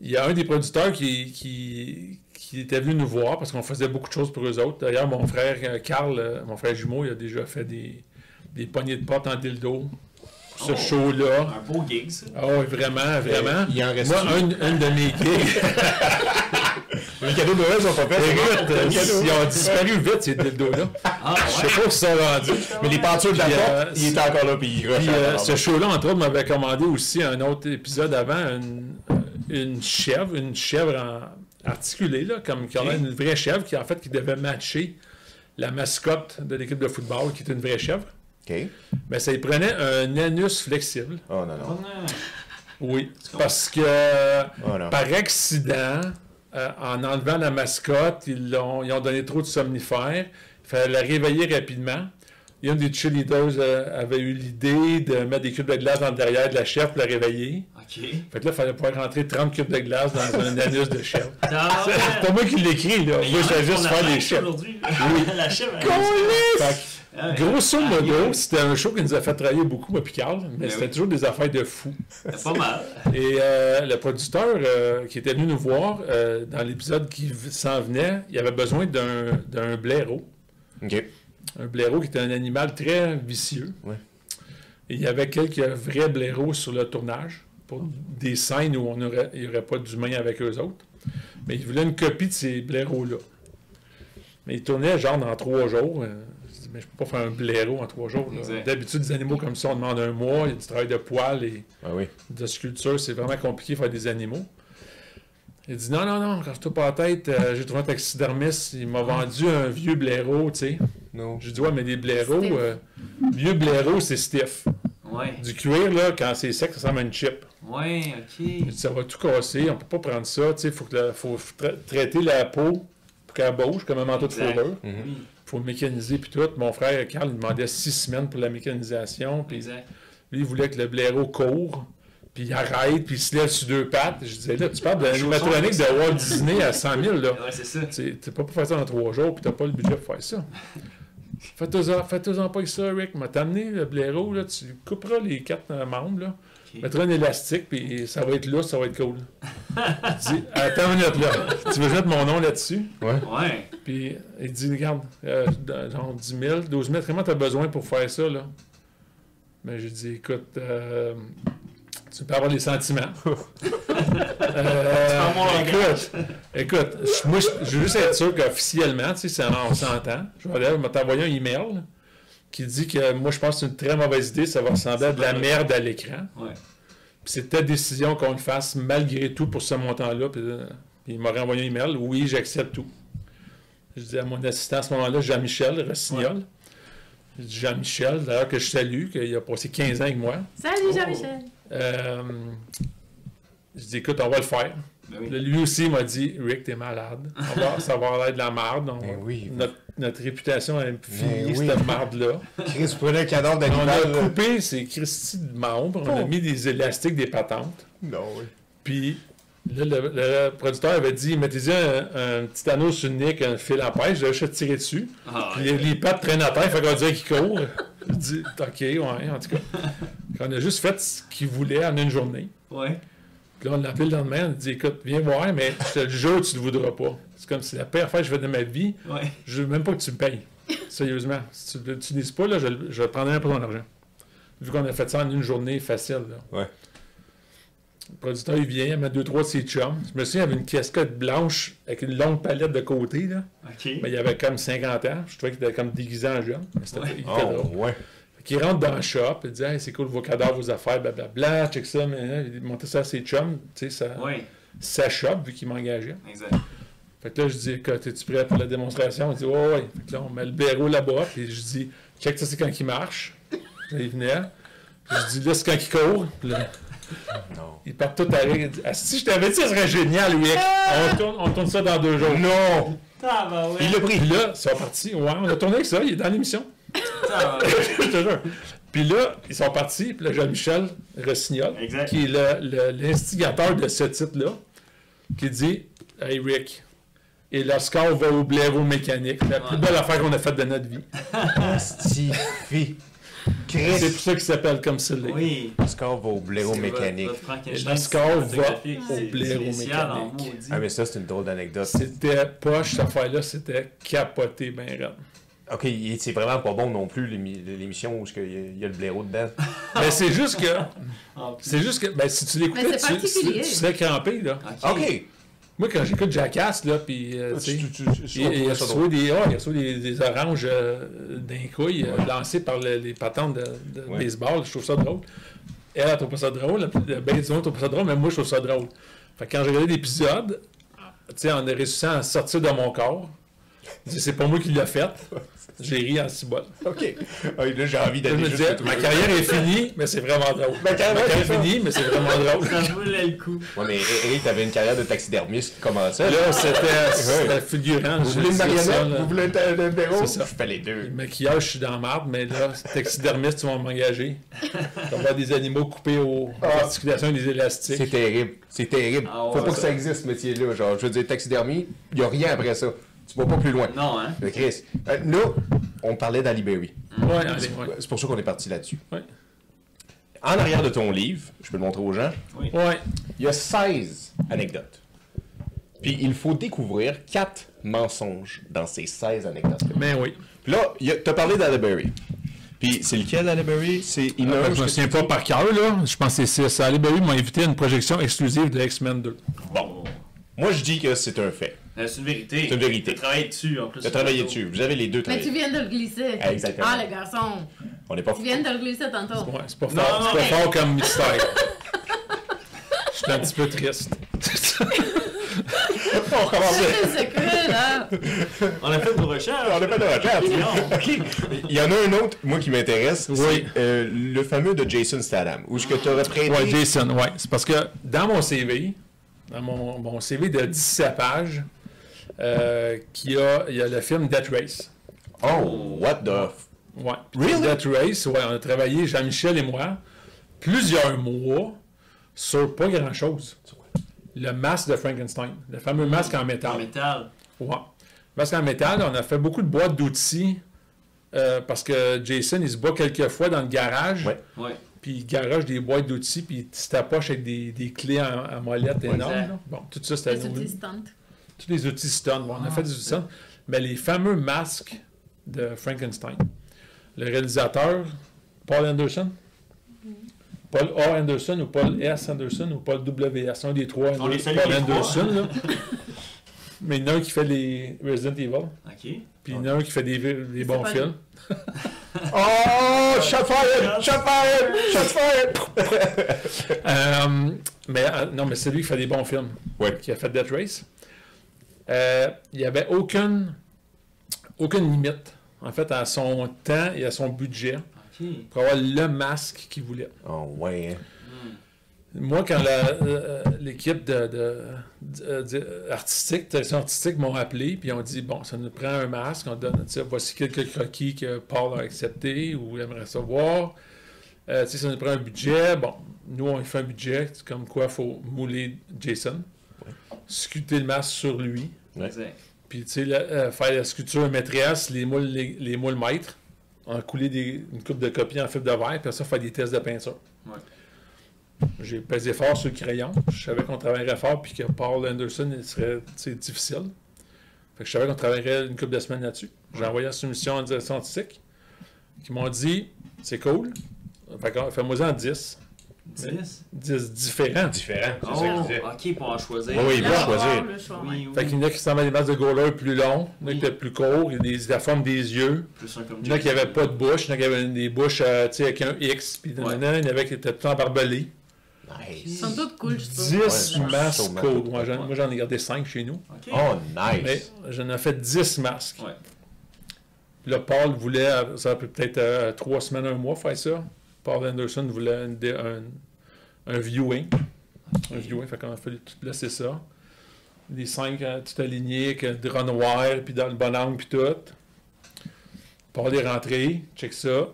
B: il y a un des producteurs qui, qui, qui était venu nous voir parce qu'on faisait beaucoup de choses pour eux autres. D'ailleurs, mon frère euh, Carl, euh, mon frère jumeau, il a déjà fait des, des poignées de porte en dildo pour ce
C: Oh.
B: show-là.
C: Un beau gig, ça.
B: Ah oui, vraiment, vraiment.
A: il en reste
B: Moi, un, un de mes gigs.
A: Les cadeaux de Noël sont pas faits.
B: Écoute, euh, ils ont disparu vite, ces dildos-là.
C: Ah,
B: Je
C: ouais.
B: sais pas où ils sont rendus.
A: Mais les peintures de la
B: Puis, euh,
A: porte, il est encore là, puis il rush
B: Puis
A: à la
B: euh,
A: barbe.
B: ce show-là, entre autres, m'avait commandé aussi un autre épisode avant, une, une chèvre, une chèvre en- articulée, là, comme qui aurait une vraie chèvre qui, en fait, qui devait matcher la mascotte de l'équipe de football, qui est une vraie chèvre.
A: OK.
B: Mais ça y prenait un anus flexible.
A: Oh non,
C: Então,
A: non.
C: né?
B: Oui. Parce que,
A: Oh non.
B: par accident, euh, en enlevant la mascotte, ils, l'ont- ils ont donné trop de somnifères. Il fallait la réveiller rapidement. Il y a une des cheerleaders euh, avait eu l'idée de mettre des cubes de glace dans le derrière de la chef pour la réveiller.
C: OK.
B: Fait que là, il fallait pouvoir rentrer 30 cubes de glace dans un anus de chef.
C: Ah, ouais.
B: C'est pas moi qui l'écris, là.
C: Mais il y
B: Moi,
C: en a
B: je vais
C: qui
B: juste
C: font
B: faire
C: la
B: des
C: chèvre
B: chefs.
C: aujourd'hui. La chèvre, elle-
B: Fait que,
C: Ah, ouais.
B: Grosso
C: Ah,
B: modo,
C: oui.
B: c'était un show qui nous a fait travailler beaucoup, moi puis Carl, mais
C: Ben
B: c'était
C: oui.
B: toujours des affaires de fous.
C: C'est pas mal.
B: Et euh, le producteur euh, qui était venu nous voir euh, dans l'épisode qui v- s'en venait, il avait besoin d'un d'un blaireau.
A: OK.
B: Un blaireau qui était un animal très vicieux.
A: Ouais.
B: Et il y avait quelques vrais blaireaux sur le tournage pour des scènes où on aurait- il n'y aurait pas d'humains avec eux autres. Mais il voulait une copie de ces blaireaux-là. Mais il tournait genre dans trois jours. euh, je dis, mais je peux pas faire un blaireau en trois jours. là.
C: Exact.
B: D'habitude, des animaux comme ça, on demande un mois, il y a du travail de poils et
A: Ah oui.
B: de sculpture, c'est vraiment compliqué de faire des animaux. Il dit non, non, non, quand je pas la tête, euh, j'ai trouvé un taxidermiste, il m'a vendu un vieux blaireau, tu sais.
A: Non.
B: Je dis ouais, mais des blaireaux,
D: Stiff.
B: euh, vieux blaireau, c'est stiff.
C: Ouais.
B: Du cuir, là, quand c'est sec, ça ressemble à une chip.
C: Ouais,
B: Il
C: OK.
B: dit ça va tout casser, on peut pas prendre ça, tu sais, faut, que la- faut tra- traiter la peau pour qu'elle bouge comme un manteau de
C: Exact.
B: fourrure.
C: Oui,
B: Faut le mécaniser puis tout. Mon frère Carl il demandait six semaines pour la mécanisation, puis
C: exact.
B: Lui, il voulait que le blaireau court, puis il arrête, puis il se lève sur deux pattes. Je disais, là, tu parles de l'animatronique de Walt Disney à 100 000, là.
C: Ouais, c'est ça.
B: C'est t'es pas pour faire ça en trois jours, puis t'as pas le budget pour faire ça. Fais-toi-en fais-toi-en pas avec ça, Rick. M'a t'amené le blaireau, là, tu couperas les quatre euh, membres, là.
C: Ok.
B: Mettras un élastique, puis ça va être là, ça va être cool. Il dit Attends une minute là, tu veux mettre mon nom là-dessus
C: Ouais.
B: Puis il dit Regarde, euh, dans- genre 10 000, 12 000, comment t'as besoin pour faire ça là Mais j'ai dit Écoute, euh, tu peux avoir des sentiments. Euh,
C: Tu prends mon
B: écoute, écoute, je- moi, je- je veux juste être sûr qu'officiellement, tu sais, ça, on s'entend. Je vais aller- je vais t'envoyer un email là, qui dit que moi, je pense que c'est une très mauvaise idée, ça va ressembler à de la merde à l'écran.
C: Ouais.
B: Puis c'est ta décision qu'on le fasse malgré tout pour ce montant-là. Puis, euh, puis il m'a renvoyé un email. Oui, j'accepte tout. Je dis à mon assistant à ce moment-là, Jean-Michel Rossignol. Je dis Jean-Michel, d'ailleurs, que je salue, qu'il a passé 15 ans avec moi.
D: Salut Jean-Michel!
B: Euh, je dis, écoute, on va le faire.
C: Ben
B: Là,
C: oui.
B: lui aussi il m'a dit, Rick, t'es malade. On va- ça va l'air de la marde. On-
A: Ben oui.
B: notre, notre réputation est
A: Ben
B: finie,
A: oui.
B: cette marde-là.
A: Chris prenait le cadavre
B: On a
A: d'animal. là.
B: coupé ces Christy de membres. On a
A: Oh.
B: mis des élastiques, des patentes.
A: Non, oui.
B: Puis là, le, le producteur avait dit mettez-y un, un petit anneau sur le nick, un fil à pêche, je vais tirer dessus.
C: Ah,
B: Puis les, les pattes traînent à terre, fait qu'on dirait qu'il court. Je dis ok, ouais, en tout cas. On a juste fait ce qu'il voulait en une journée.
C: ouais.
B: Puis là, on l'a appelé le lendemain, on lui dit écoute, viens voir, mais je te le jure, tu ne le voudras pas. C'est comme si la pire affaire que je fais de ma vie,
C: Ouais.
B: je veux même pas que tu me payes. Sérieusement, si tu ne l'utilises pas, là, je, je prendrai un peu ton argent. Vu qu'on a fait ça en une journée facile. là.
A: Ouais.
B: Le producteur, il vient, il met deux, trois de ses chums. Je me souviens, il avait une casquette blanche avec une longue palette de côté. Là.
C: Ok.
B: Mais il avait comme 50 ans. Je trouvais qu'il était comme déguisé en jeune. Mais c'était il était
A: Oh,
B: drôle.
A: ouais.
B: Fait qu'il rentre dans le shop, il dit Hey, c'est cool vos cadavres, vos affaires, blablabla, check ça. Mais, hein, il montait ça à ses chums, tu sais, ça,
C: Ouais.
B: sa shop, vu qu'il m'engageait.
C: Exact.
B: Fait que là, je dis, écoute, es-tu prêt pour la démonstration? Il dit, ouais, ouais. Fait que là, on met le bureau là-bas, puis je dis, check ça, c'est quand il marche. Là, il venait. Puis je dis, là, c'est quand il court. Puis là,
A: Non.
B: il part tout à rire. Il dit, ah, si je t'avais dit, ça serait génial, lui. On tourne, on tourne ça dans deux jours.
A: Non!
C: Ah, bah ouais.
B: Il l'a pris. Puis là, c'est parti. Ouais, on a tourné avec ça, il est dans l'émission.
C: Ah, bah ouais.
B: Je te jure. Puis là, ils sont partis. Puis là, Jean-Michel Rossignol,
C: Exact.
B: qui est le- le- l'instigateur de ce titre-là, qui dit Hey Rick, et le score va au vos mécanique. La plus
C: Ouais.
B: belle affaire qu'on a faite de notre vie.
A: Stifi.
B: C'est
A: Chris.
B: pour ça qu'il s'appelle comme ça. là.
C: Oui.
A: Oscar va au blaireau mécanique.
B: Le score va au blaireau mécanique.
C: mécanique.
A: Ah, mais ça, c'est une drôle d'anecdote.
B: C'était poche, cette affaire-là, c'était capoté, ben raide.
A: Ok, il- c'est vraiment pas bon non plus, l'émi- l'émission où est-ce qu'il y a- il y a le blaireau dedans.
C: Ah.
B: Mais c'est juste que, c'est juste que, ben si tu l'écoutais,
D: Mais c'est
B: tu, tu,
D: particulier.
B: tu serais crampé, là.
A: Ok!
B: Moi, quand j'écoute Jackass, là, puis, euh,
C: Ah,
B: tu sais,
A: Tu- tu- tu- tu-
B: Il, il
A: tu-
B: reçoit des, ah, il reçoit des, des oranges euh, d'un couille euh, lancées par le- les patentes de, de
A: Ouais.
B: baseball. Je trouve ça drôle. Elle, elle trouve pas ça drôle. Le le ben, du monde trouve pas ça drôle, mais moi, je trouve ça drôle. Fait que quand j'ai regardé l'épisode, tu sais, en réussissant à sortir de mon corps, je dis, c'est pas moi qui l'ai fait. J'ai ri en cibole.
A: Ok. Ah, Là, j'ai envie
B: Je
A: d'aller
B: me
A: juste
B: disais,
A: le
B: ma
A: trouver.
B: carrière est finie, mais c'est vraiment drôle.
A: Ma
B: Ma
A: carrière-
B: carrière, est finie, mais c'est vraiment drôle.
C: Ça voulait le coup.
A: Ouais, mais Eric, t'avais une carrière de taxidermiste qui commençait.
B: Là, c'était
A: Ouais.
B: c'était fulgurant.
A: Vous
B: je
A: voulez une
B: disais ça,
A: marionnette?
B: là.
A: Vous voulez un un blaireau?
B: C'est ça.
A: Je fais les deux.
B: Le maquillage, je suis dans la marde, mais là, c'est taxidermiste, tu vas m'engager. Tu vas avoir des animaux coupés aux aux
A: Ah.
B: articulations et des
A: C'est
B: élastiques.
A: terrible. C'est terrible.
C: Ah ouais,
A: Faut pas
C: ça.
A: que ça existe, ce métier-là. Genre, je veux dire, taxidermie, y a rien après ça. Tu vas pas plus loin.
C: Non, hein.
A: Mais Chris, euh, là, on parlait d'Aliberry.
B: Ouais,
C: Ah, ben,
B: allez, ouais.
A: C'est pour ça qu'on est parti là-dessus.
B: Ouais.
A: En arrière de ton livre, je peux le montrer aux gens,
B: Ouais.
A: il y a 16 anecdotes. Puis il faut découvrir 4 mensonges dans ces 16 anecdotes.
B: Mais ben oui.
A: Puis là, il y a- t'as parlé d'Aliberry. Puis c'est lequel, Aliberry? C'est il y en a un
B: je
A: que
B: me
A: tu-
B: souviens pas par cœur, là. Je pense que c'est 6. Allez, ben oui, m'ont invité à une projection exclusive de X-Men 2.
A: Bon. Moi, je dis que c'est un fait.
C: Euh, C'est une vérité.
A: C'est une vérité.
C: T'as travaillé dessus, en plus.
A: T'as travaillé dessus. Vous avez les deux
D: Mais tu
A: travaillés.
D: viens de le glisser.
A: Ah, exactement.
D: Ah, le garçon.
A: On n'est pas fou.
D: Tu viens de le glisser tantôt.
B: Ouais, c'est pas
C: Non,
B: fort.
C: non,
B: C'est pas
C: mais-
B: fort comme mystère. Je suis un petit peu triste.
A: On recommence.
D: C'est le secret, là.
C: On a fait nos recherches.
A: On n'a pas de
C: Non.
A: recherche. OK. Il y en a un autre, moi, qui m'intéresse.
B: Oui. Ah.
A: C'est euh, le fameux de Jason Statham. Où est-ce que tu aurais prêté...
B: Ouais, Jason, ouais. C'est parce que dans mon CV, dans mon, mon CV de 17 pages, euh, qu'il y a- il y a le film Death Race.
A: Oh, what the... f-
B: Ouais.
A: Really?
B: That Race, ouais, on a travaillé, Jean-Michel et moi, plusieurs mois sur pas grand-chose. Le masque de Frankenstein, le fameux masque en
A: Ah,
C: En
B: métal.
C: métal.
B: Ouais. Masque en métal, on a fait beaucoup de boîtes d'outils euh, parce que Jason, il se bat quelques fois dans le garage.
A: Ouais.
C: Ouais.
B: puis il garage des boîtes d'outils, puis il se tapoche avec des, des clés en, en molette énormes.
C: exact.
B: là. Bon, tout ça, c'était
D: Les
B: nos-
D: outils stunt.
B: tous les outils Stone. Bon, on a fait des outils Stone. Mais les fameux masques de Frankenstein, le réalisateur, Paul Anderson, Paul A. Anderson ou Paul S. Anderson ou Paul W. S. Un des trois.
C: On les salue,
B: Paul
C: les trois.
B: Anderson, là. Mais il y en a un qui fait les Resident Evil,
C: OK.
B: puis il y en a un qui fait des, des bons
D: pas
B: films.
A: Oh, shot fired! Shot fired! Shot fired!
B: Euh, mais euh, non, mais c'est lui qui fait des bons films.
A: Ouais.
B: Qui a fait Death Race. Euh, il n'y avait aucune, aucune limite, en fait, à son temps et à son budget
C: OK.
B: pour avoir le masque qu'il voulait.
A: Oh, ouais.
B: Moi, quand la- euh, l'équipe de, de- de- de- artistique, direction artistique m'ont appelé, puis ils ont dit Bon, ça nous prend un masque, on donne, tu sais, voici quelques croquis que Paul a acceptés ou aimerait savoir. Euh, tu sais, ça nous prend un budget. Bon, nous, on fait un budget, c'est comme quoi il faut mouler Jason, sculpter le masque sur lui,
A: Ouais.
C: Exact.
B: puis tu sais, le- euh, faire la sculpture maîtresse, les moules, les, les moules maîtres, en couler des- une coupe de copies en fibre de verre, puis ça, faire des tests de peinture.
C: Ouais.
B: J'ai pesé fort sur le crayon. Je savais qu'on travaillerait fort puis que Paul Anderson il serait tu sais, difficile. Fait que je savais qu'on travaillerait une couple de semaines là-dessus. J'ai envoyé la soumission en direction artistique qui m'ont dit c'est cool. Fait que fais-moi en 10.
C: 10.
B: 10 différents.
A: Différent, c'est
C: Oh,
A: ça que je disais.
C: OK, pour en choisir.
A: Oui, oui,
C: oui,
A: bon.
D: Le
A: choisir.
D: choix, le choix, ouais.
C: oui.
B: Fait qu'il y en a qui s'en des masques de goaler plus longs, il y en a qui
C: Oui.
B: étaient plus courts, il y a des, la forme des yeux.
C: Plus un comme
B: Il y en a qui n'avaient pas de bouche, il y en a qui avaient des bouches euh, tu sais, avec un X, puis
C: Ouais.
B: nanana, il y en avait qui étaient tout en barbelés.
D: Ils
A: Nice.
D: sont tous cool, je trouve.
B: 10
A: Ouais,
B: masques
A: sûrement.
B: courts. Moi, j'en- moi, j'en ai gardé 5 chez nous.
C: OK.
A: Oh,
B: Mais
A: nice.
B: j'en ai fait 10 masques.
C: Ouais.
B: Le Paul voulait, euh, ça peut peut-être euh, trois semaines, un mois faire ça. Paul Anderson voulait une dé- un, un viewing. Un viewing, fait qu'on a fallu tout placer ça. Les cinq euh, tout alignés, avec euh, drone wire, puis dans le bon angle, puis tout. Paul est rentré, check ça. Euh,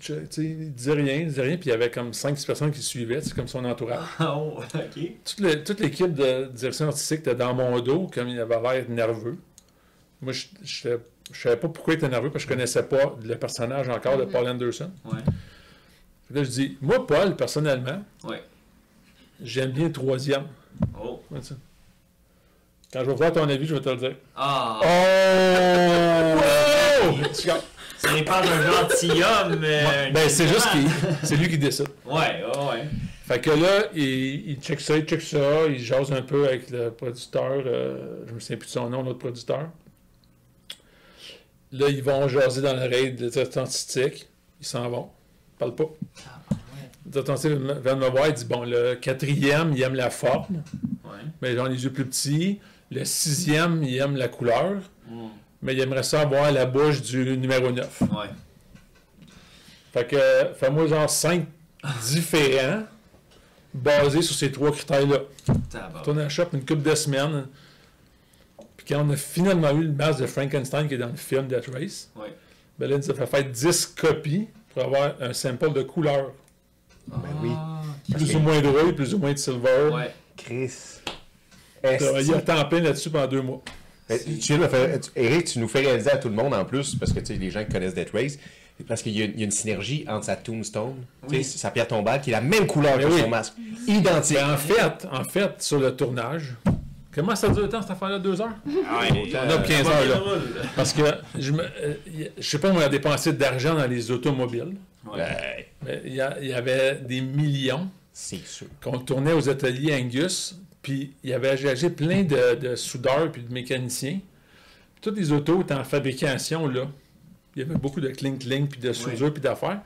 B: check, tu sais, il disait rien, il disait rien, puis il y avait comme 5-6 personnes qui le suivaient, c'est comme son entourage
C: Oh, OK.
B: toute le- toute l'équipe de direction artistique était dans mon dos, comme il avait l'air nerveux. Moi, je je je savais pas pourquoi il était nerveux, parce que je connaissais pas le personnage encore de Paul Anderson.
C: Ouais.
B: Fait que Là, je dis, moi, Paul, personnellement,
C: Ouais.
B: j'aime bien le troisième.
C: Oh.
B: Comment ça? Quand je vais voir ton avis, je vais te le dire.
C: Ah.
B: Oh!
C: Ce n'est pas un gentilhomme. euh,
B: ben, c'est juste
C: qui.
B: qu'il... C'est lui qui décide.
C: Ouais, ouais, ouais.
B: Fait que là, il, il check ça, il check ça, il jase un peu avec le producteur, euh, je me souviens plus de son nom, l'autre producteur. Là, ils vont jaser dans l'oreille de directeur artistique, ils s'en vont, ils parlent pas. Le directeur artistique vient de me voir, il dit Bon, le quatrième, il aime la forme,
C: Ouais.
B: mais genre les yeux plus petits. Le sixième, il aime la couleur,
C: Mm.
B: mais il aimerait ça avoir la bouche du numéro 9.
C: Ouais.
B: Fait que, fais-moi genre cinq différents basés sur ces trois critères-là.
C: Tabac.
B: Tourné à la shop une couple de semaines. Puis quand on a finalement eu le masque de Frankenstein qui est dans le film Death Race,
C: Ouais.
B: ben là, il nous a fait faire 10 copies pour avoir un sample de couleur.
A: Ben oui.
B: Ah. Plus ou moins drôle, plus ou moins de silver.
C: Ouais.
A: Chris.
B: Il a temps plein là-dessus pendant deux mois.
A: Mais Ben, tu viens de me faire- tu- Eric, tu nous fais réaliser à tout le monde en plus, parce que tu sais, les gens qui connaissent Death Race, parce qu'il y, a une- il y a une synergie entre sa tombstone, tu sais,
C: Oui.
A: sa pierre tombale, qui est la même couleur que
B: Mais oui.
A: son masque. Identique.
B: Ben, en fait, en fait, sur le tournage, comment ça dure le temps cette affaire-là? Deux heures?
A: Ah euh,
B: On a 15 heures là. Parce que je me, euh, y- je sais pas, on a dépensé d'argent dans les automobiles. Ben.
C: Ouais.
B: Mais il y, a- il y avait des millions.
A: Ben, C'est sûr.
B: qu'on tournait aux ateliers Angus, puis il y avait engagé plein de, de soudeurs puis de mécaniciens. Toutes les autos étaient en fabrication, là. Il y avait beaucoup de clink-clink, puis de soudure, puis d'affaires.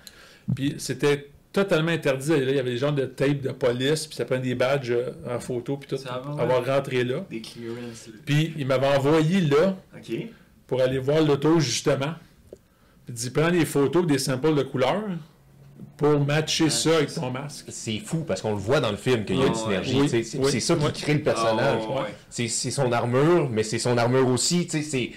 B: Puis c'était totalement interdit. d'aller là. Il y avait des gens de tape de police, puis ça prenait des badges euh, en photo, puis tout,
C: Ça va, ouais.
B: avoir rentré là.
C: Des clearances là.
B: Puis il m'avait envoyé là
C: OK.
B: pour aller voir l'auto, justement. Il dit, prends des photos, des samples de couleurs pour matcher ça avec ton masque.
A: C'est fou parce qu'on le voit dans le film qu'il y a une
C: Ah, ouais.
A: synergie.
B: Oui,
A: tu sais, C'est
B: oui,
A: c'est ça qui
B: oui.
A: crée le personnage.
C: Ah, ouais.
A: C'est c'est son armure, mais c'est son armure aussi. tu sais, C'est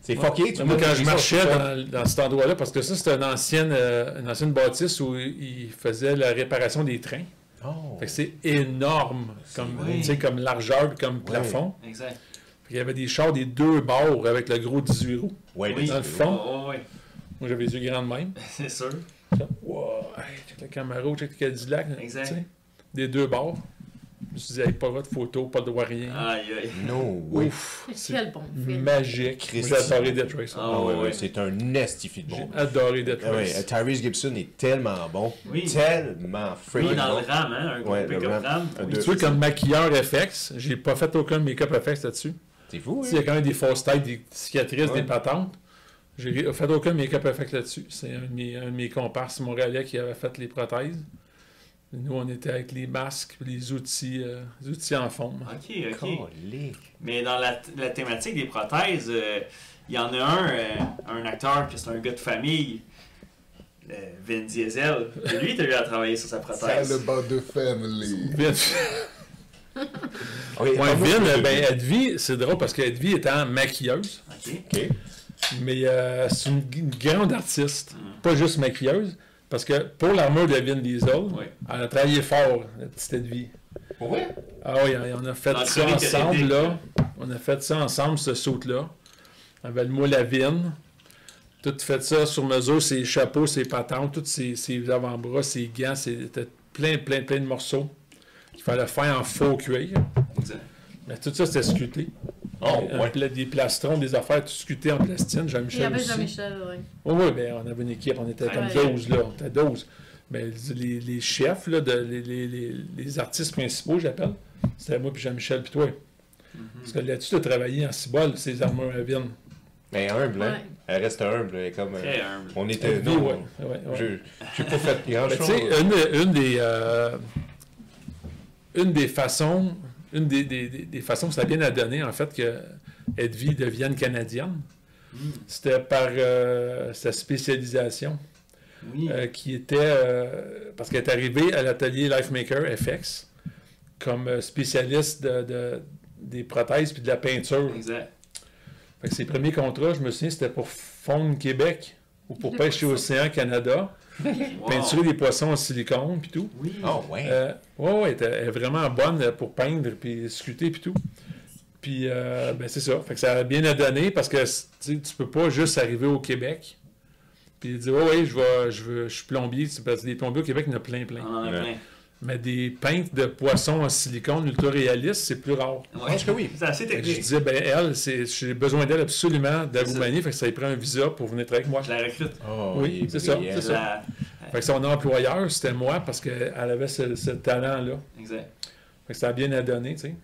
A: c'est fucké. tu
B: Moi,
A: vois,
B: quand
A: j'ai
B: je
A: ça, Ah,
B: marchais
A: ça.
B: dans, dans cet endroit-là, parce que ça, c'était une ancienne, euh, une ancienne bâtisse où ils faisaient la réparation des trains.
A: Oh.
B: Fait que c'est énorme comme,
C: vrai.
B: tu sais, comme largeur, comme plafond.
C: Exact.
B: Fait qu'il y avait des chars des deux bords avec le gros 18 roues.
A: Ouais,
C: Oui.
B: Dans le
A: c'est-
B: fond,
C: Oh, ouais.
B: Moi, j'avais les yeux grands de même.
C: C'est sûr.
B: Wow, hey, check le Camaro, check le Cadillac.
C: Exact.
B: tu sais, Des deux bords. Je me suis dit, hey, pas le droit de photo, pas le droit à rien.
C: Aïe, aïe.
A: No way.
B: Ouf, c'est
E: Quel bon film.
B: magique.
A: Christ.
B: J'ai adoré Death Race.
C: Ah,
A: Ah ouais,
C: ouais.
A: ouais, c'est un estifi de
B: J'ai
A: bon.
B: adoré Death
A: Ah ouais,
B: Race.
A: euh, Tyrese Gibson est tellement bon.
C: Oui.
A: Tellement
C: Oui,
A: freaking
C: dans
A: bon.
C: le RAM, hein, un gros
A: Ouais, le hein.
C: pick-up
A: RAM.
C: RAM.
A: Un
C: Oui.
A: deux.
B: Tu vois, comme maquilleur FX, j'ai pas fait aucun make-up FX là-dessus.
A: C'est fou,
B: Tu sais, Il y
A: hein?
B: a quand même des fausses têtes, des cicatrices,
A: Ouais.
B: des patentes. J'ai fait aucun make-up effect là-dessus. C'est un, de mes- un de mes comparses montréalais qui avait fait les prothèses. Nous, on était avec les masques, puis les outils, euh, les outils en forme.
C: Ok, ok.
A: Colique.
C: Mais dans la, la thématique des prothèses, euh, il y en a un, euh, un acteur que c'est un gars de famille, euh, Vin Diesel. Et lui, t'as eu à travailler sur sa prothèse.
G: about the family.
B: Vin,
A: Ok,
B: Ouais,
A: parle-moi
B: Vin,
A: de-
B: euh, ben, Edvi, c'est drôle parce que Edvi étant maquilleuse,
C: Ok.
A: Ok.
B: mais euh, c'est une, g- une grande artiste,
A: Mm.
B: pas juste maquilleuse, parce que pour l'armure de Vin Diesel,
C: Ouais.
B: elle a travaillé fort, la petite Edvi.
A: Pour vrai?
B: Ah oui, on a fait
C: Dans le
B: ça
C: colis
B: ensemble,
C: périodique,
B: là.
C: là.
B: On a fait ça ensemble, ce saut-là. Avec moi la vigne. Tout fait ça sur mesure, ses chapeaux, ses patentes, tous ses, ses avant-bras, ses gants, c'était plein, plein, plein de morceaux qu'il fallait faire en faux cuir.
C: Exact.
B: Mais tout ça, c'était scuté.
A: Oh,
B: Un
A: ouais.
B: pla- Des plastrons, des affaires, tout scuté en plastine.
E: Il y
B: Jean-Michel
E: avait
B: aussi.
E: Jean-Michel, oui.
B: Oui, oui, ben, on avait une équipe, on était comme
E: Ouais.
B: 12, là, on était 12. Mais les, les chefs, là, de, les, les- les- les artistes principaux, j'appelle, c'était moi puis Jean-Michel puis toi.
A: Mhm.
B: Parce que là-dessus, tu as travaillé en cibole, ces armures à vine.
A: Mais humble, hein?
E: Ouais.
A: Elle reste humble. elle est comme, euh,
C: Très humble.
A: on était...
B: Oui,
A: Non,
B: ouais, ouais, ouais.
A: je j'ai pas fait
B: Mais tu
A: grand-chose.
B: sais, une, une des... euh, une des façons... Une des, des- des- des façons que ça a bien à donner, en fait, que Edvi devienne canadienne,
A: Mhm.
B: c'était par euh, sa spécialisation.
C: Oui.
B: euh, qui était, euh, parce qu'elle est arrivée à l'atelier LifeMaker FX comme euh, spécialiste de, de- des prothèses puis de la peinture.
C: Exact.
B: Fait que ses premiers contrats, je me souviens, c'était pour Faune Québec ou pour
E: Des
B: Pêche et
E: poissons.
B: Océan Canada,
C: Wow.
B: peinturer des poissons en silicone puis tout.
C: Oui.
A: Oh, ouais.
B: Euh, ouais, ouais, elle était- elle est vraiment bonne euh, pour peindre puis sculpter puis tout. Puis, euh, ben c'est ça. Fait que ça a bien à donner parce que tu sais, tu peux pas juste arriver au Québec puis dire, ouais, ouais, je, vais, je, veux- je suis plombier. C'est Parce que des plombiers au Québec, il y en a plein, plein.
C: On en a plein.
B: Mais des peintes de poissons en silicone ultra réalistes, c'est plus rare.
C: Ouais.
A: pense que oui.
C: C'est assez
B: Fait que je
C: technique.
B: disais, ben elle, c'est- j'ai besoin d'elle absolument de la
C: C'est ça.
B: Roumanie, fait que ça lui prend un visa pour venir travailler avec moi.
C: Je la recrute.
A: Oh,
B: oui,
A: il est
B: c'est ça,
A: brillant.
B: c'est
C: Je
B: ça.
C: la-
B: Fait que son employeur, c'était moi parce qu'elle avait ce, ce talent-là.
C: Exact.
B: Fait que ça a bien à donner, tu sais.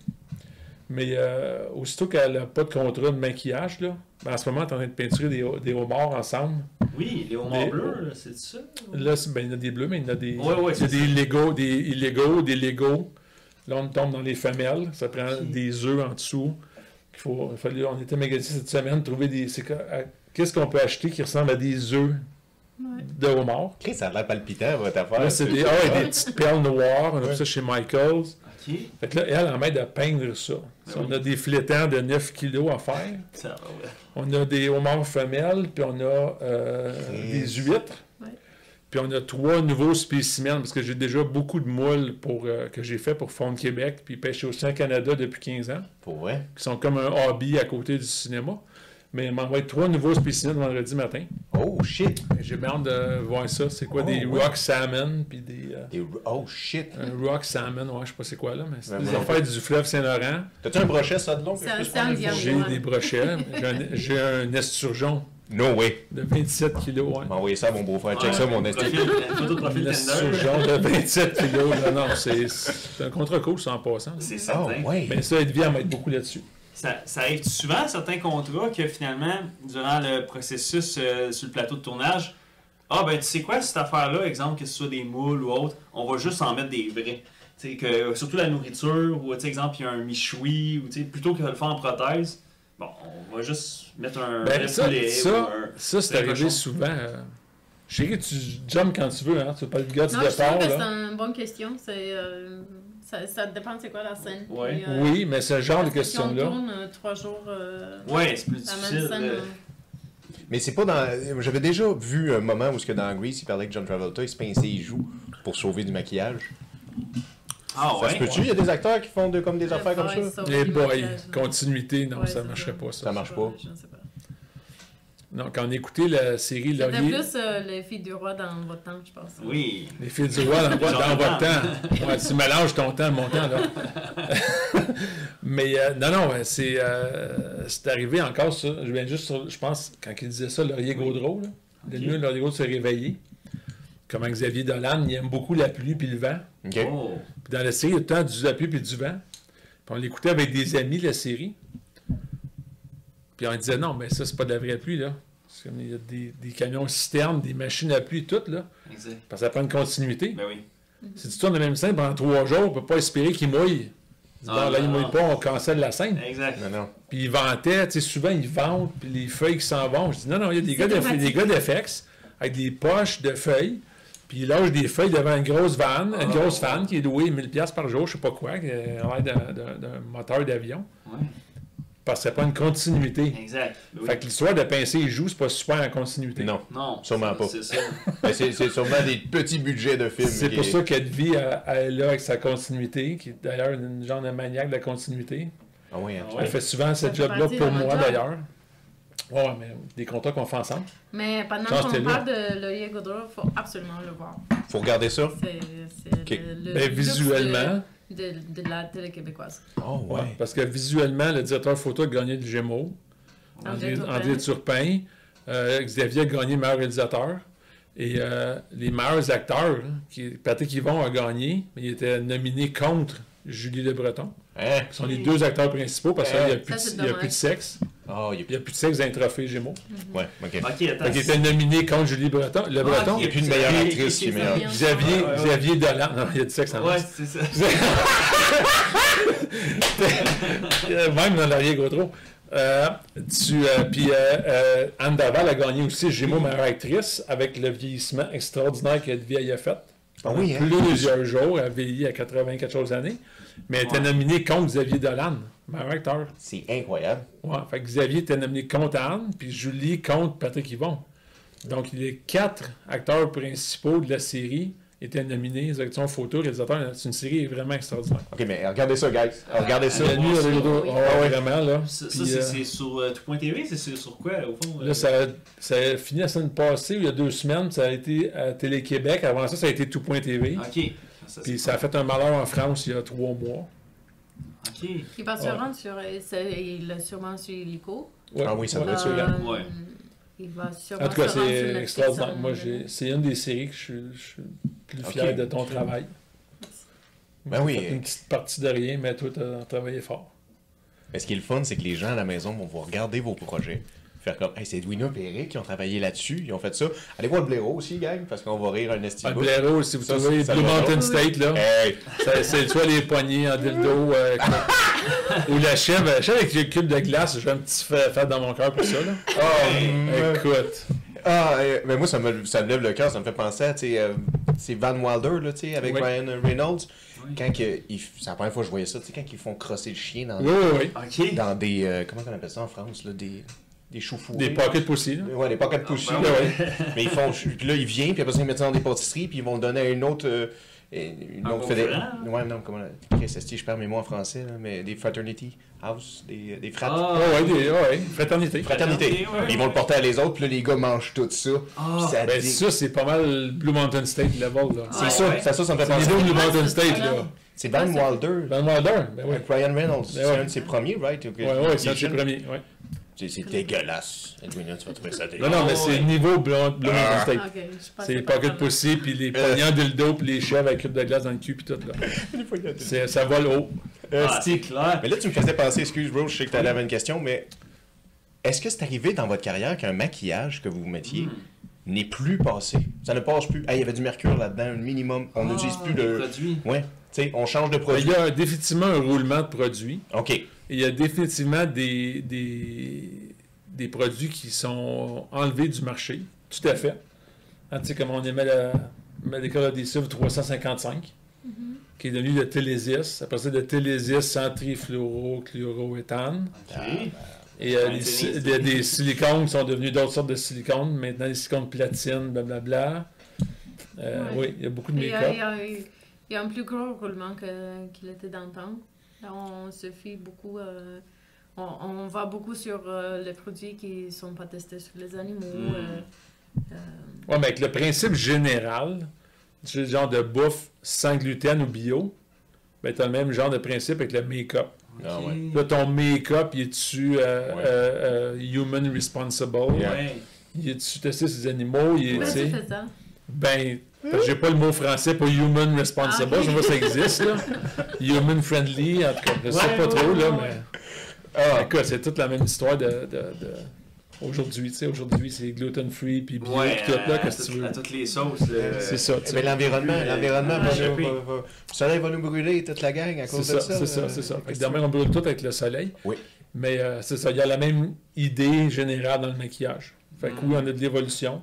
B: Mais euh, aussitôt qu'elle n'a pas de contrat de maquillage, là, ben, en ce moment, elle est en train de peinturer des, des homards ensemble.
C: Mm. Oui, les homards
B: Les-
C: bleus, là, c'est ça?
B: Là, c'est- ben, il y en a des bleus, mais il y en a des,
C: Ouais, ouais,
B: il y a
C: c'est
B: des légaux, des illégaux, des légaux. Là, on tombe dans les femelles. Ça prend des œufs en dessous. qu'il Faut, il fallait- on était magasin cette semaine, trouver des. c'est que- à- Qu'est-ce qu'on peut acheter qui ressemble à des œufs de homard?
A: Chris, ça a l'air palpitant, votre affaire.
B: Là, c'est des, ah ouais, des petites perles noires. On a vu ça chez Michaels.
C: Ok.
B: Fait que là, elle, elle m'aide à peindre ça.
A: Ben
B: Si on a des flétans de 9 kilos à faire.
C: Ça va, ouais.
B: On a des homards femelles, puis on a euh, des huîtres.
E: Ouais.
B: Puis on a trois nouveaux spécimens, parce que j'ai déjà beaucoup de moules pour, euh, que j'ai fait pour Faune Québec, puis Pêche au sein Canada depuis 15 ans,
A: Pour vrai?
B: qui sont comme un hobby à côté du cinéma. Mais elle m'envoie trois nouveaux spécimens vendredi matin.
A: Oh, shit.
B: J'ai bien hâte de voir ça. C'est quoi
A: Oh,
B: des
A: ouais.
B: rock salmon, puis des. euh,
A: Des- Oh, shit.
B: un rock salmon, ouais, je sais pas c'est quoi là, mais c'est
A: Ouais,
B: des
A: Ben, moi non
B: affaires du fleuve Saint-Laurent.
A: T'as-tu un brochet, ça, de long?
E: C'est un stand
B: J'ai des brochets, j'ai un- j'ai un esturgeon
A: No way.
B: de 27 kilos. ouais.
A: M'a envoyé ça à mon beau-frère. Check ça, mon esti.
C: profil, euh, photo de profil
B: Le
C: Tinder.
B: surgeon de 27 kilos, là, non, c'est c'est un contre-coup, ça, en passant.
C: C'est
A: Oh,
C: certain.
A: ouais.
B: Mais ça, Edvi, elle m'aide beaucoup là-dessus.
C: Ça, ça arrive souvent, certains contrats, que finalement, durant le processus euh, sur le plateau de tournage, ah ben tu sais quoi, cette affaire-là, exemple que ce soit des moules ou autre, on va juste en mettre des vrais. Tu sais, que, surtout la nourriture, ou tu sais, exemple, il y a un michoui, ou tu sais, plutôt que de le faire en prothèse, bon, on va juste mettre un
B: Ben,
C: vrai
B: ça,
C: poulet
B: ça,
C: ou un-
B: ça c'est
C: un
B: arrivé
C: cochon.
B: souvent. euh, Chérie, tu jumps quand tu veux, hein? Tu veux pas le gars du
E: Non, je
B: départ,
E: trouve que c'est
B: là.
E: une bonne question. C'est, euh, ça, ça dépend c'est quoi la scène.
C: Ouais.
E: Puis, euh,
B: Oui, mais ce genre de
E: parce que si on
B: question-là.
E: tourne euh, trois jours euh,
C: Ouais, c'est plus
E: la même
C: difficile.
E: scène.
C: euh,
E: euh,
A: Mais c'est pas dans. J'avais déjà vu un moment où, ce que dans Grease, il parlait que John Travolta, il se pinçait les joues pour sauver du maquillage.
C: Ah
A: Ça se
C: ouais?
A: peut-tu? Il y a des acteurs qui font de- comme des
E: le
A: affaires comme
E: travail
A: ça?
E: sur
B: Eh
E: du
B: boy,
E: maquillage, là.
B: continuité, non,
E: Ouais,
B: ça
E: c'est
B: marcherait
E: ça.
B: pas,
A: Ça
B: ça.
A: marche pas.
E: Je ne sais pas.
B: Non, quand on écoutait la série
D: C'était
B: Laurier,
D: plus euh, les filles du roi dans votre temps, je pense.
C: Oui.
B: les filles du roi dans,
C: Genre
B: dans
C: le
B: votre temps. Ouais, tu mélanges ton temps, mon temps, là. Mais euh, non, non, ouais, c'est euh, c'est arrivé encore ça. Je viens juste sur- je pense, quand il disait ça, Laurier Gaudreau, là, de
C: Ok.
B: nuit, Laurier Gaudreau s'est réveillé. Comment Xavier Dolan, il aime beaucoup la pluie puis le vent.
A: OK?
C: Oh.
B: Puis dans la série, il y a tout le temps du appui puis du vent. Puis on l'écoutait avec des amis, la série. Puis on disait, non, mais ça, c'est pas de la vraie pluie, là. C'est comme, il y a des, des camions citernes, des machines à pluie, tout, là.
C: Exact.
B: Parce que ça prend une continuité.
C: Ben oui.
B: Si tu tournes le même scène pendant trois jours, on peut pas espérer qu'il mouille. Non,
C: Ah,
B: là, il
C: non,
B: mouille
C: non.
B: pas, on cancelle la scène.
C: Exact.
A: Non, non.
B: Puis ils vantaient, tu sais, souvent ils vantent, puis les feuilles qui s'en vont. Je dis non, non, il y a des gars, de,
D: dramatique.
B: des gars d'FX avec des poches de feuilles, puis ils lâchent des feuilles devant une grosse vanne, une
C: Ah,
B: grosse
C: ouais.
B: fan qui est louée 1000$ par jour, je sais pas quoi, qui a l'air d'un, d'un- d'un moteur d'avion,
C: Ouais.
B: parce que c'est pas une continuité.
C: Exact. Ben oui.
B: Fait que l'histoire de pincer et joue, c'est pas super en continuité.
A: Non.
C: Non.
A: Sûrement
C: c'est-
A: pas.
C: C'est ça.
A: Ben, c'est c'est sûrement des petits budgets de films.
B: C'est
A: qui-
B: pour ça qu'elle vit à, à elle là avec sa continuité, qui est d'ailleurs une genre de maniaque de la continuité.
A: Ah ouais, hein,
C: Ah
A: tu
C: ouais.
B: Elle fait souvent cette
D: fait
B: job-là
D: partie
B: pour
D: de notre
B: moi
D: job.
B: d'ailleurs. Ouais, mais des contrats qu'on fait ensemble.
D: Mais pendant
B: Quand j'étais
D: qu'on
B: là.
D: parle de Laurier Gaudreau, faut absolument le voir.
A: vois. Faut regarder ça.
D: C'est c'est
A: Ok.
D: le, le
B: Ben,
D: Euh, luxe euh,
B: visuellement.
D: de, de- de la télé québécoise.
A: Oh
B: Ouais, Parce que visuellement, le directeur photo a gagné le Gémeaux. André,
D: André Turpin.
B: André Turpin. Euh, Xavier a gagné meilleur réalisateur. Et euh, les meilleurs acteurs, hein, qui, Patrick Yvon a gagné, mais il était nominé contre Julie Le Breton.
A: Hein?
B: Ce sont les deux acteurs principaux parce qu'il n'y a, plus de-
D: c'est
B: il y a
D: dommage.
B: plus de sexe.
A: Oh, il y a
B: Il n'y a plus de sexe dans les trophées Gémeaux.
A: plus. Ouais, ok.
C: Ok,
D: Ah.
C: attends.
B: Donc, il était nominé contre Julie Breton. Le Breton.
A: Il y a plus de meilleure
C: Et-
A: actrice
C: et-
A: qui est meilleure.
D: et-
B: Xavier,
C: Ouais, ouais, ouais.
B: Xavier Dolan. Non, il y a du sexe en
C: Ouais,
B: plus.
C: c'est ça.
B: Euh, Même dans l'arrière Gautreau. Euh, tu, euh, puis euh, euh, Anne Daval a gagné aussi Gémeaux meilleure actrice avec le vieillissement extraordinaire qu'elle vieille a fait.
A: Ah oui, hein?
B: Plusieurs jours, elle a vieilli à 80 quelque chose d'années. Mais elle était
C: Ouais.
B: nominée contre Xavier Dolan, meilleur acteur.
A: C'est incroyable.
B: Ouais, fait que Xavier était nominé contre Anne, puis Julie contre Patrick Yvon. Donc, les quatre acteurs principaux de la série étaient nominés. Les actions photo, réalisateurs, c'est une série vraiment extraordinaire.
A: Ok, mais regardez ça, guys. Regardez ça.
C: Ah,
B: La nuit,
C: oui.
B: elle est- oh, ouais, vraiment, là.
C: Ça, ça,
B: Puis,
C: c'est
B: euh,
C: c'est sur euh, tout.tv, c'est sur, sur quoi, au fond? euh,
B: Là, ça, ça a fini la semaine passée, il y a deux semaines, ça a été à Télé-Québec. Avant ça, ça a été Tout.tv.
C: Ok. Ça, c'est-
B: Puis ça a fait un malheur en France il y a trois mois.
C: Ok.
D: Il va se
B: Ouais.
D: rendre sur. c'est- Il a sûrement sur Illico. Euh,
B: Ouais,
A: Ah oui, ça
B: ouais.
A: doit être sûr, hein.
C: Ouais.
D: Il va sûrement
B: En tout cas,
D: se rendre sur euh,
B: c'est
D: Netflix hein. à
B: extraordinaire.
D: un
B: Moi,
D: moment donné.
B: j'ai- c'est une des séries que je suis, je suis plus fier
A: Ok.
B: de ton travail.
A: Ben
B: T'as
A: oui.
B: fait Une petite partie de rien, mais toi, t'as travaillé fort.
A: Mais ce qui est le fun, c'est que les gens à la maison vont vous regarder vos projets. Faire comme, hey, c'est Edwina et Eric qui ont travaillé là-dessus, ils ont fait ça. Allez voir le blaireau aussi, gang, parce qu'on va rire un
B: Un
A: estime.
B: Ah, blaireau, si vous
A: Ça,
B: trouvez
A: ça Eh.
B: Blue
A: doit
B: Mountain
D: être-
B: State, là,
A: Hey!
B: ça- c'est soit les poignées en dildo euh, ou la chèvre. La chèvre avec le cube de glace, j'ai un petit fa- fat dans mon cœur pour ça, là.
A: Oh, euh,
B: Écoute.
A: ah, euh, ben moi, ça me, ça me lève le cœur, ça me fait penser à, tu sais, euh, c'est Van Wilder, là, tu sais, avec
B: Oui.
A: Ryan Reynolds.
C: Oui.
A: Quand que, ils f- c'est la première fois que je voyais ça, tu sais, quand ils font crosser le chien dans,
B: Oui, oui, oui.
C: Ok.
A: dans des, euh, comment on appelle ça en France, là, des, des choux fourrés.
B: Des pocket pussy, là.
A: Ouais, des pocket pussy.
C: ben
A: là,
B: Ah, oui.
A: ouais. Mais ils font. Puis là, il vient, puis après ça, ils mettent ça dans des pâtisseries, puis ils vont le donner à une autre. euh, une
C: Un
A: autre
C: bon
A: fédé-
B: hein?
C: plan.
A: Ouais, non, comment. Qu'est-ce que je perds mes mots en français, là, mais des fraternity house, des, des frats.
C: Ah,
B: Ah ouais, des, ah ouais, fraternité.
A: Fraternité.
C: Fraternité, ouais.
A: Ils vont le porter à les autres, puis là, les gars mangent tout ça.
C: Ah.
A: puis ça
B: Ben
A: dit-
B: ça, c'est pas mal Blue Mountain State level, là.
A: C'est
C: Ah,
A: ça,
C: ouais.
A: ça, ça, ça me fait
B: C'est
A: penser.
B: niveau Blue Mountain
D: Ah,
B: State,
D: c'est
B: là.
D: ça.
A: C'est Van
D: Ah,
A: Wilder.
B: Van Wilder, ben oui.
A: avec Ryan Reynolds, c'est
B: ouais.
A: un de ses premiers, right?
B: Ouais, ouais, c'est un de ses premiers, ouais.
A: C'est- C'est dégueulasse. Edwina, tu vas trouver ça
B: Non,
A: dégueulasse.
B: non, mais
C: ouais.
B: c'est niveau Blue, Blue Mountain State. Euh.
D: Ah, ok, je pensais
B: C'est les
D: pas
B: pocket
D: vraiment.
B: pussy, puis les poignants dildo, puis les chèvres avec cube de glace dans le cul, puis tout, là. C'est- ça vole haut.
A: Euh,
C: Ah, c'est clair.
A: Mais là, tu me faisais penser, excuse bro, je sais que tu avais une question, mais est-ce que c'est arrivé dans votre carrière qu'un maquillage que vous vous mettiez
B: Hmm.
A: n'est plus passé Ça ne passe plus. Ah, il y avait du mercure là-dedans, un minimum. On
B: Ah,
A: n'utilise plus
C: de
A: le.
C: produit.
A: Ouais, tu sais, on change de
B: Il
A: produit.
B: y a définitivement un roulement de produits.
A: Ok.
B: Et Ah, il y a définitivement des, des, des produits qui sont enlevés du marché. Tout à fait. Hein, tu sais, comme on aimait la Medical Adhesive 355, qui est devenu le Télésis. Après ça, le Télésis sans trifluorochloroéthane.
C: Ok.
B: Et euh,
C: Ouais,
B: les
C: c'est
B: si- des,
C: bien,
B: des silicones qui sont devenus d'autres sortes de silicones. Maintenant, les silicones platine, blablabla. Euh,
D: Ouais.
B: Oui, il y a beaucoup de
D: Il y, a, il, y
B: make-up.
D: a, eu- il y a un plus gros roulement que- qu'il était dans le temps. Là, on se fie beaucoup euh,
E: on, on va beaucoup sur euh, les produits qui ne sont pas testés sur les animaux.
B: Hmm.
C: Mm.
E: euh, euh,
B: Ouais, mais avec le principe général, du genre de bouffe sans gluten ou bio, ben, t'as le même genre de principe avec le make-up.
A: Ah
C: Ok.
A: ouais.
B: Là, ton make-up, il est-tu euh,
A: Ouais.
B: euh, euh, human responsible?
A: Yeah.
C: Ouais.
B: Il est-tu testé sur des animaux? Il est,
E: pourquoi
B: tu sais,
E: tu fais ça?
B: ben, parce que j'ai pas le mot français pour human responsible.
E: Ah, ok.
B: Je sais pas si ça existe, là. Human friendly, en tout cas. Je sais
C: Ouais,
B: pas
C: ouais,
B: trop,
C: ouais,
B: là,
C: ouais.
B: mais. Ah, écoute, c'est toute la même histoire de. de, de... Aujourd'hui, tu sais, aujourd'hui, c'est gluten-free, puis bio,
C: Ouais,
B: puis tout, là,
C: à
B: qu'est-ce que
C: toutes-
B: tu veux?
C: À toutes les sauces. euh, là.
B: C'est ça, tu sais.
A: euh, Mais l'environnement,
C: Ouais.
B: ah,
A: l'environnement, va,
C: Ouais.
A: nous- va- va- le soleil va nous brûler, toute la gang, à
B: C'est
A: cause
B: ça,
A: de ça.
B: c'est ça,
A: euh,
B: c'est ça. Fait que
A: qu'est-ce que
B: demain, on brûle tout avec le soleil.
A: Oui.
B: Mais euh, c'est ça, il y a la même idée générale dans le maquillage. Fait que
C: Mm.
B: oui, on a de l'évolution.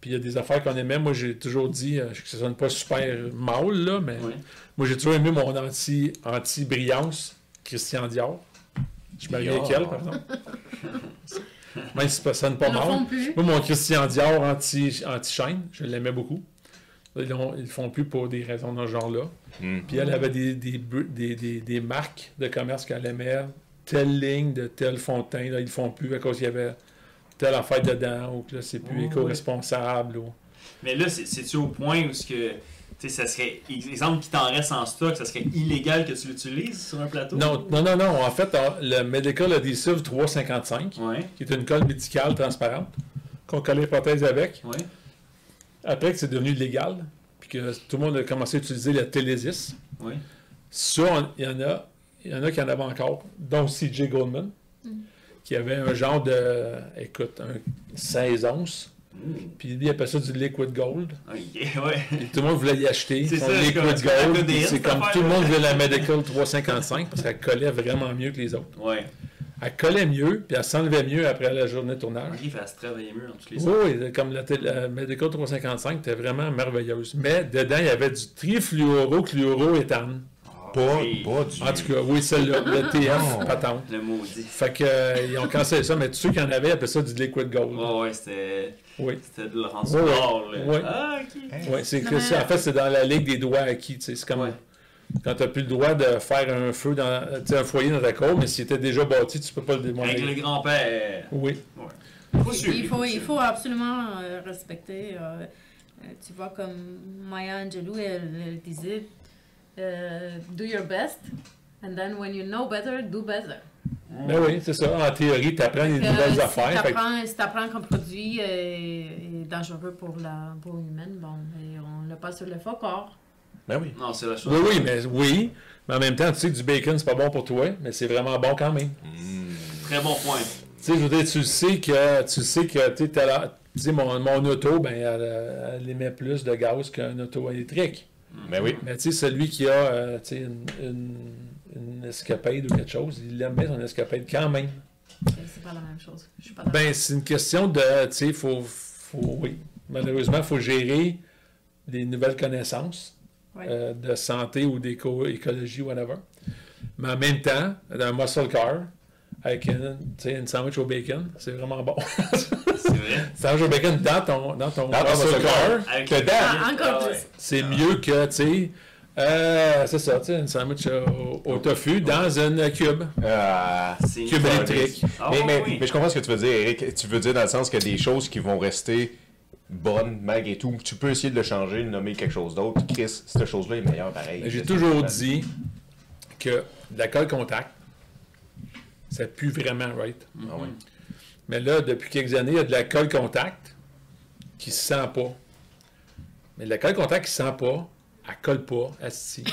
B: Puis il y a des affaires qu'on aimait. Moi, j'ai toujours dit, euh, que ça sonne pas super mal, là, mais
C: Ouais.
B: moi, j'ai toujours aimé mon anti- anti-brillance, Christian Dior. Je suis marié
A: Dior.
B: avec elle, pardon. Même si ça sonne pas
E: Ils n'en
B: mal.
E: font plus.
B: Moi, mon Christian Dior anti- anti-chaîne, je l'aimais beaucoup. Ils l'ont- ils le font plus pour des raisons de ce genre-là.
A: Mm.
B: Puis elle avait des, des, bu- des, des- des marques de commerce qu'elle aimait. Telle ligne de telle fontaine, là, ils le font plus à cause qu'il y avait telle affaire dedans ou que là, c'est plus
C: Ouais,
B: éco-responsable. ou-
C: Mais là, c'est- c'est-tu au point où ce que. Tu sais, ça serait. Exemple qui t'en reste en stock, ça serait illégal que tu l'utilises sur un plateau?
B: Non, non, non, non. En fait, euh, le Medical Adhesive 355,
C: Ouais,
B: qui est une colle médicale transparente, qu'on collait les prothèses avec,
C: ouais.
B: après que c'est devenu légal, puis que tout le monde a commencé à utiliser la télésis,
C: Ouais.
B: Ça, on- il y en a, il y en a qui en avaient encore, dont C.J. Goldman, qui avait un genre de, écoute, un 16 onces,
C: Mm.
B: puis il appelait ça du liquid gold.
C: Ok, ouais.
B: Et tout le monde voulait y acheter,
C: C'est
B: son
C: ça, c'est
B: liquid
C: comme- c'est comme
B: gold,
C: la
B: puis c'est
C: cette
B: comme tout le
C: affaire-là.
B: monde voulait la Medical 355, parce qu'elle collait vraiment mieux que les autres.
C: Ouais.
B: Elle collait mieux, puis elle s'enlevait mieux après la journée de tournage.
C: Ok, il à se travailler mieux en tous les
B: Oui,
C: sens.
B: oui, comme la, télé- la Medical 355 était vraiment merveilleuse. Mais dedans, il y avait du trifluorochloroéthane.
C: Ah,
A: Pas,
C: c'est-
A: pas du...
B: En tout cas, oui, celle-là, le TF
A: Non.
B: patente.
C: Le maudit.
B: Fait que euh, ils ont cancellé ça, mais tous ceux qui en avaient appelaient ça du liquid gold.
C: Ouais, ouais, c'était.
B: Oui.
C: C'était de Laurence
B: Ouais, ouais.
C: Dor, là.
B: Ouais. Hein?
C: Ah, ok.
A: Hein?
B: Ouais, c'est que
E: Non,
B: ça-
E: mais-
B: en fait, c'est dans la ligue des doigts acquis. tu sais, C'est comme
C: Ouais.
B: quand t'as plus le droit de faire un feu dans tu sais, un foyer dans ta cour, mais s'il était déjà bâti, tu peux pas le
C: Avec le
B: démolir.
C: grand-père.
B: Oui.
C: Faut suivre,
E: Il faut, il
C: suivre.
E: faut absolument euh, respecter. euh, euh, tu vois, comme Maya Angelou, elle, elle disait euh, Do your best, and then when you know better, do better.
B: Ben oui, c'est ça. En théorie, tu apprends des
E: Que
B: nouvelles
E: Euh, si
B: affaires. fait que-
E: t'apprends- Si tu apprends qu'un produit est, est dangereux pour la peau humaine, bon, ben, on le passe sur le faux corps.
A: Ben oui.
C: Non, c'est la chose.
B: Oui, oui, mais oui. Mais en même temps, tu sais que du bacon, c'est pas bon pour toi, mais c'est vraiment bon quand même.
C: Très bon point.
B: Tu sais, je veux dire, tu sais que tu sais que tu sais, t'as la- tu sais, mon, mon auto, ben, elle, euh, elle émet plus de gaz qu'un auto électrique.
A: Ben oui.
B: Mais tu sais, celui qui a euh, tu sais, une, une- une escapade ou quelque chose, il met son escapade quand même.
E: C'est c'est pas la même chose. Je suis pas d'accord.
B: Ben, c'est une question de, tu sais, faut, faut, oui, malheureusement, il faut gérer des nouvelles connaissances
E: Ouais.
B: euh, de santé ou d'éco-écologie, whatever. Mais en même temps, un muscle car avec une, tu sais, une sandwich au bacon, c'est vraiment bon.
C: C'est vrai.
B: sandwich au bacon dans ton, dans ton
A: Dans ton muscle car.
C: Avec
A: Dedans.
E: Ah, encore
C: Ah,
E: plus.
C: ouais.
B: c'est mieux que, tu sais, euh, c'est ça, tu sais, une sandwich au, au tofu dans une cube.
A: Ah,
C: C'est
B: Cube électrique.
C: Ah,
A: mais, mais,
C: oui.
A: mais je comprends ce que tu veux dire, Eric. Tu veux dire dans le sens que des choses qui vont rester bonnes malgré tout, tu peux essayer de le changer, de nommer quelque chose d'autre. Chris, cette chose-là est meilleure pareil.
B: Mais J'ai toujours dit que de la colle contact, ça pue vraiment, right?
A: Ah ouais.
B: Mais là, depuis quelques années, il y a de la colle contact qui se sent pas. Mais de la colle contact qui se sent pas, elle colle pas, asti.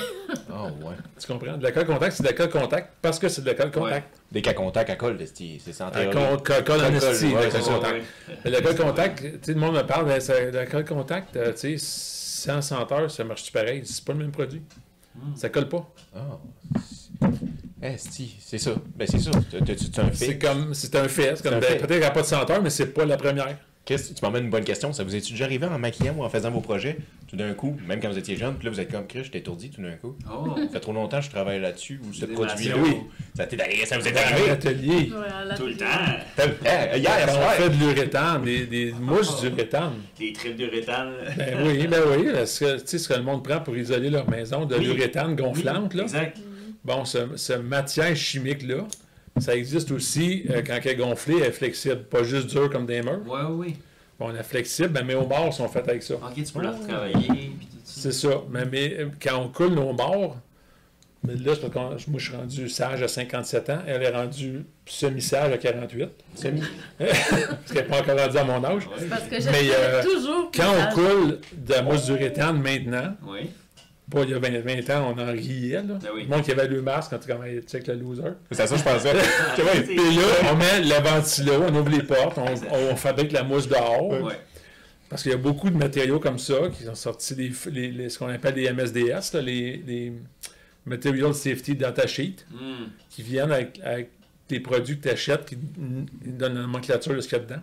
A: Ah ouais.
B: tu comprends? De la colle contact, c'est de la colle contact parce que c'est de la colle contact.
A: Des cas contacts à colle, c'est c'est sans
B: La
A: théorie.
B: colle- colle- colle en
A: Colle,
B: asti,
A: ouais,
B: la colle
A: c'est ça.
B: contact.
C: Ouais.
B: Mais La colle contact, tu sais, le monde me parle, mais ça- la colle contact, euh, tu sais, sans senteur, ça marche-tu pareil? C'est pas le même produit.
A: Hmm.
B: Ça colle pas.
A: Ah. Eh, si, c'est ça. Ben, c'est ça. Tu- tu- tu- tu as un
B: C'est
A: fait.
B: comme, c'est un fait. c'est comme
A: C'est un
B: ben,
A: fait.
B: peut-être qu'elle n'a pas de senteur, mais c'est pas la première.
A: Chris, tu m'emmènes une bonne question. Ça vous est-tu déjà arrivé en maquillant ou en faisant vos projets, tout d'un coup, même quand vous étiez jeune, puis là, vous êtes comme Chris, j'étais étourdi tout d'un coup.
C: Oh.
A: Ça fait trop longtemps que je travaille là-dessus, ou ce
C: Des
A: produit-là.
C: masseaux.
A: ou- Ça t'est arrivé, ça vous est
B: Dans
A: arrivé.
B: l'atelier,
E: Voilà.
C: Tout le temps.
A: Hey, Eh, Hier,
B: quand on
A: soir.
B: fait de l'uréthane, des, des mouches d'uréthane.
C: Les tripes d'uréthane.
A: Ah.
B: Ben oui, ben oui. parce que, Tu sais, ce que le monde prend pour isoler leur maison, de
C: Oui.
B: l'uréthane gonflante, là.
C: Exact.
B: Bon, ce, ce matière chimique-là, Ça existe aussi euh, quand elle est gonflée, elle est flexible, pas juste dure comme des murs.
C: Ouais, oui.
B: On est flexible, ben, mais mes homards sont faits avec ça.
C: Ok, tu peux la retravailler. Puis tout ça.
B: C'est ça. Mais, mais, euh, quand on coule nos morts, mais là, c'est parce qu'on- moi, je suis rendu sage à 57 ans. Elle est rendue semi-sage à 48.
A: Semi.
B: Parce qu'elle n'est pas encore rendue à mon âge.
C: Ouais.
D: Parce que
B: Mais,
D: j'espère
B: euh,
D: toujours.
B: Quand on coule de la mousse d'urétane maintenant,
C: Oui.
B: pas il y a 20, 20 ans, on en riait. Là.
C: Ah oui.
B: Le monde qui avait le masque quand tu travaillais ben, check le loser.
A: C'est à ça que je pensais. Tu vois,
B: Et là, on met le ventilo, on ouvre les portes, on, on fabrique la mousse dehors.
C: Ouais.
B: Parce qu'il y a beaucoup de matériaux comme ça qui sont sortis, des, f- les, les- ce qu'on appelle des MSDS, là, les, les Material Safety Data Sheet.
C: Hmm.
B: qui viennent avec, avec des produits que tu achètes qui n- donnent la nomenclature de ce qu'il y a dedans.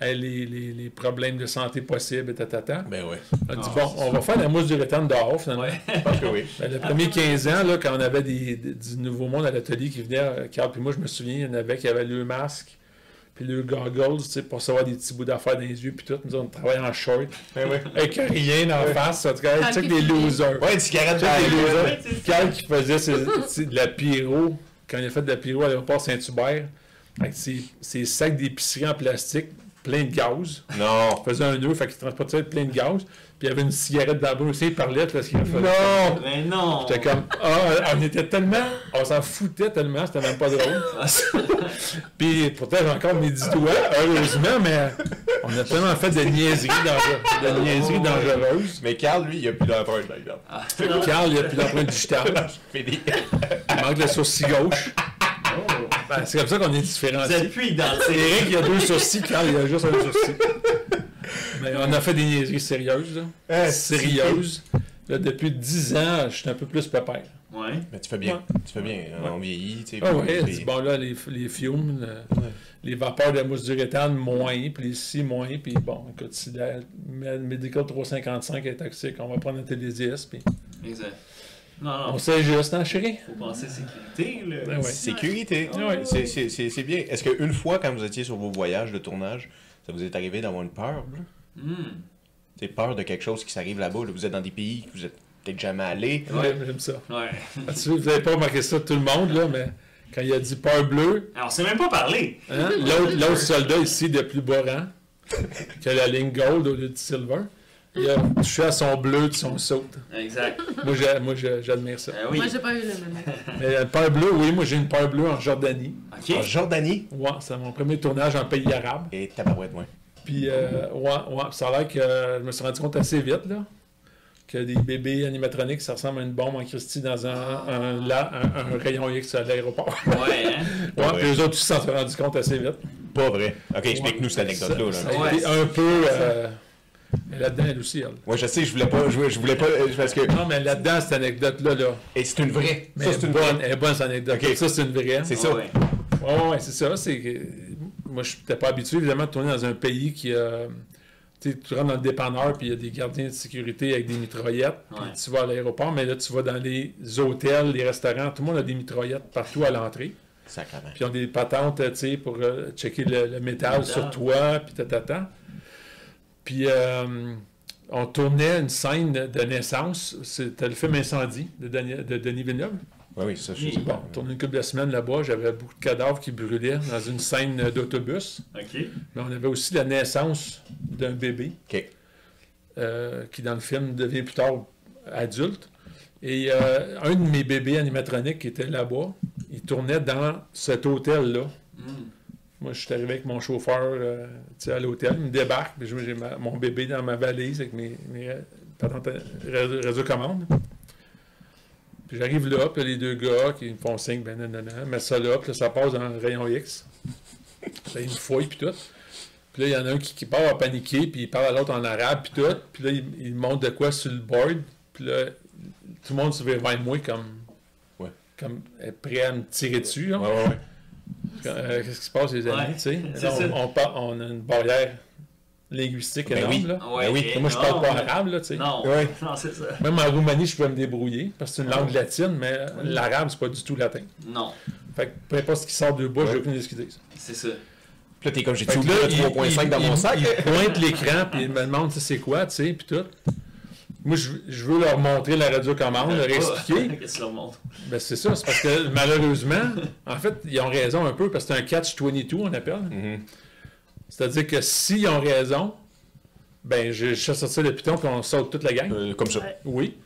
B: Hey, les, les- les problèmes de santé possibles, et tatata.
A: Ben oui.
B: On a dit,
C: Ah,
B: bon, on va faire la mousse d'urétane dehors, finalement.
C: Ouais.
A: Je pense que oui.
B: Ben, le premier 15 ans, là, quand on avait des, des- du Nouveau Monde à l'atelier qui venait, euh, Carl puis moi, je me souviens, il y en avait qui avaient le masque, puis le goggles, tu sais, pour savoir des petits bouts d'affaires dans les yeux, puis tout. Nous, on travaillait en short,
A: Ben oui.
B: avec rien en face. En tout cas, hey,
D: Carl
B: check
D: qui
B: des
D: fumait.
B: losers.
A: Ouais, une cigarette dans
B: Check
A: les
B: des
A: yeux.
B: losers. Carl qui faisait ses- ses- de la pyro, quand il a fait de la pyro à l'aéroport Saint-Hubert, avec ses, ses sacs d'épicerie en plastique plein de gaz.
A: Non.
B: Il faisait un nœud, fait qu'il transportait plein de gaz. Puis il y avait une cigarette dans la bouche aussi, il parlait parce qu'il a fait.
A: Non.
C: Ben non.
B: J'étais comme, ah, on était tellement, on s'en foutait tellement, c'était même pas drôle.
C: Ah, c'est-
B: Puis pourtant, j'ai encore mes dix doigts, heureusement, mais on a tellement fait de niaiseries, dangereuses- de niaiseries dangereuses.
A: Mais Carl, lui, il a plus d'empreinte, par exemple.
C: Ah, non.
B: Carl, il a plus d'empreinte digitale.
A: Fini.
B: Il manque le sourcil gauche.
C: Oh.
B: Ben, c'est comme ça qu'on est
C: Vous
B: différenciés.
C: êtes plus identique.
B: Eric, il y a deux sourcils, Carl, il y a juste un sourcil. Mais on a fait des niaiseries sérieuses, là.
A: Eh,
B: Sérieuses. Là, depuis 10 ans, je suis un peu plus pépère.
C: Ouais.
A: Mais tu fais bien. Tu fais bien. hein, On vieillit, tu sais.
B: Ah
A: puis
B: ouais,
A: c'est-
B: dis, bon là, les, les fumes, le-
A: Ouais.
B: les vapeurs de mousse d'urétane, moins, puis ici, moins, puis bon, écoute, si la Med- Medical 355 est toxique, on va prendre un Télésys, puis
C: Exact. Non,
B: on
C: non.
B: s'ajuste, hein, chérie?
C: Faut penser sécurité, là.
B: Ben ouais.
A: Sécurité.
B: Ah ouais.
A: C'est- C'est c'est- c'est bien. Est-ce qu'une fois, quand vous étiez sur vos voyages de tournage, ça vous est arrivé d'avoir une peur, là?
C: Hmm.
A: T'sais, peur de quelque chose qui s'arrive là-bas. là. Vous êtes dans des pays que vous êtes peut-être jamais allé.
C: Ouais.
B: J'aime- J'aime ça.
C: Ouais.
B: Ah, tu sais, vous n'avez pas remarqué ça, tout le monde, là, mais quand il a dit peur bleue,
C: Alors, on s'est même pas parlé.
B: hein, l'autre l'autre soldat ici de plus bas rang, qui a la ligne gold au lieu de silver, il a touché à son bleu de son saute.
C: Exact.
B: Moi, j'ai- moi, j'ai- j'admire ça.
C: Ben oui.
D: Moi, j'ai pas eu le même.
B: Mais la peur bleue, oui, moi, j'ai une peur bleue en Jordanie.
A: En
C: Ok.
A: Jordanie.
B: Ouais, c'est mon premier tournage en pays arabe.
A: Et tabarouette, ouais.
B: Puis, euh, ouais, ouais, ça a l'air que euh, je me suis rendu compte assez vite, là, que des bébés animatroniques, ça ressemble à une bombe en Christie dans un, un, la- un- un rayon X à l'aéroport.
C: Ouais, hein.
B: ouais,
A: Ouais.
B: puis eux autres, ils s'en sont rendus compte assez vite.
A: Pas vrai. Ok, explique-nous cette anecdote-là.
B: Ça,
A: Là.
B: ça a
C: Ouais.
B: été un peu. euh, mais là-dedans, elle aussi, elle.
A: Ouais, je sais, je voulais pas. Je, je voulais pas. euh, Parce que.
B: Non, mais là-dedans, cette anecdote-là, là.
A: Et c'est une vraie.
B: Mais
A: ça,
B: elle
A: c'est
B: est
A: une
B: bonne,
A: vraie.
B: elle est bonne, cette anecdote.
A: Ok.
B: Ça, c'est une vraie.
A: C'est ça.
C: Ouais.
B: Ouais, ouais, c'est ça. C'est que moi, je n'étais pas habitué, évidemment, de tourner dans un pays qui a. Tu sais, tu rentres dans le dépanneur, puis il y a des gardiens de sécurité avec des mitraillettes, puis
C: Ouais.
B: tu vas à l'aéroport, mais là, tu vas dans les hôtels, les restaurants, tout le monde a des mitraillettes partout à l'entrée.
A: Sacrement.
B: Puis ils ont des patentes, euh, tu sais, pour euh, checker le, le métal
C: Métal.
B: sur toi, puis tatata. Puis euh, on tournait une scène de naissance, c'était le film Incendie de, Dani- de Denis Villeneuve.
A: Ouais, oui, ça, je
C: Oui.
A: sais
B: Bon,
A: pas.
B: on tournait une couple de semaines là-bas, j'avais beaucoup de cadavres qui brûlaient dans une scène euh, d'autobus.
C: Ok.
B: Mais on avait aussi la naissance d'un bébé
A: Ok.
B: euh, qui, dans le film, devient plus tard adulte. Et euh, un de mes bébés animatroniques qui était là-bas, il tournait dans cet hôtel-là.
C: Hmm.
B: Moi, je suis arrivé avec mon chauffeur euh, tu sais, à l'hôtel. Il me débarque. Puis j'ai j'ai ma- mon bébé dans ma valise avec mes, mes ra- patentes à- ra- radio-commande. Puis j'arrive là, puis les deux gars qui me font signe, ben nanana, mets ça là, puis là, ça passe dans le rayon X. Là, ils me fouillent, puis tout. Puis là, il y en a un qui, qui part à paniquer, puis il parle à l'autre en arabe, puis tout. Puis là, il, il monte de quoi sur le board. Puis là, tout le monde se vient vers moi comme...
A: Ouais.
B: Comme euh, prêt à me tirer dessus. hein. là.
A: Ouais, ouais, ouais.
B: Euh, Qu'est-ce qui se passe, les amis?
C: Ouais,
B: tu sais?
C: c'est
B: Là,
C: ça.
B: on, on par- on a une barrière linguistique
A: Ben
B: énorme.
A: oui.
B: là.
C: Ouais.
A: Ben oui,
C: eh,
B: Moi, je
C: non.
B: parle pas arabe, là, tu sais.
C: Non. Ah
A: Ouais.
C: Non, c'est ça.
B: Même en Roumanie, je peux me débrouiller parce que c'est une langue latine, mais euh, l'arabe, c'est pas du tout latin.
C: Non.
B: Fait que peu importe ce qui sort de bouche,
A: Ouais.
B: j'ai aucune idée de ce qu'ils disent.
C: C'est ça.
A: Puis là, t'es comme, j'ai
B: Fait
A: tout
B: que
A: oublié
B: là,
A: le 3.5 dans
B: il-
A: mon
B: il-
A: sac.
B: Il pointe l'écran, puis il me demande c'est quoi, tu sais, puis tout. Moi, je, je veux leur montrer la radiocommande, leur expliquer.
C: Ah, Qu'est-ce que tu leur montres?
B: Ben, c'est ça, c'est parce que malheureusement, en fait, ils ont raison un peu, parce que c'est un catch-22, on appelle. C'est-à-dire que s'ils ont raison, ben, je, je sorti ça le piton, puis on saute toute la gang.
A: Euh, comme ça.
B: Oui.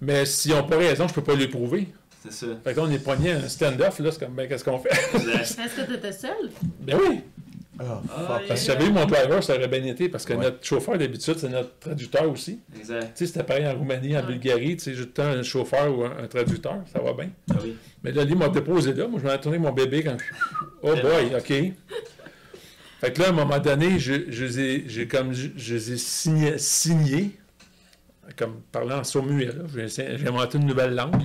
B: Mais s'ils n'ont pas raison, je peux pas les prouver.
C: C'est ça.
B: Fait que là, on est pogné à un stand-off, là, c'est comme, ben, qu'est-ce qu'on fait?
C: Exact.
D: Est-ce que t'étais seule?
B: ben oui!
C: Ah,
B: Parce que si j'avais eu mon driver, ça aurait bien été, parce que notre chauffeur d'habitude, c'est notre traducteur aussi.
C: Exact.
B: Tu sais, c'était pareil en Roumanie, en Bulgarie, tu sais, j'ai tout le temps un chauffeur ou un, un traducteur, ça va bien.
C: Ah oui.
B: Mais là, lui m'a déposé là. Moi, je m'en tourné mon bébé quand je... Oh boy, OK. Fait que là, à un moment donné, je, je les ai, j'ai comme, je, je les ai signé, signés, comme parlant en saumuet, là. J'ai essayé- J'ai inventé une nouvelle langue,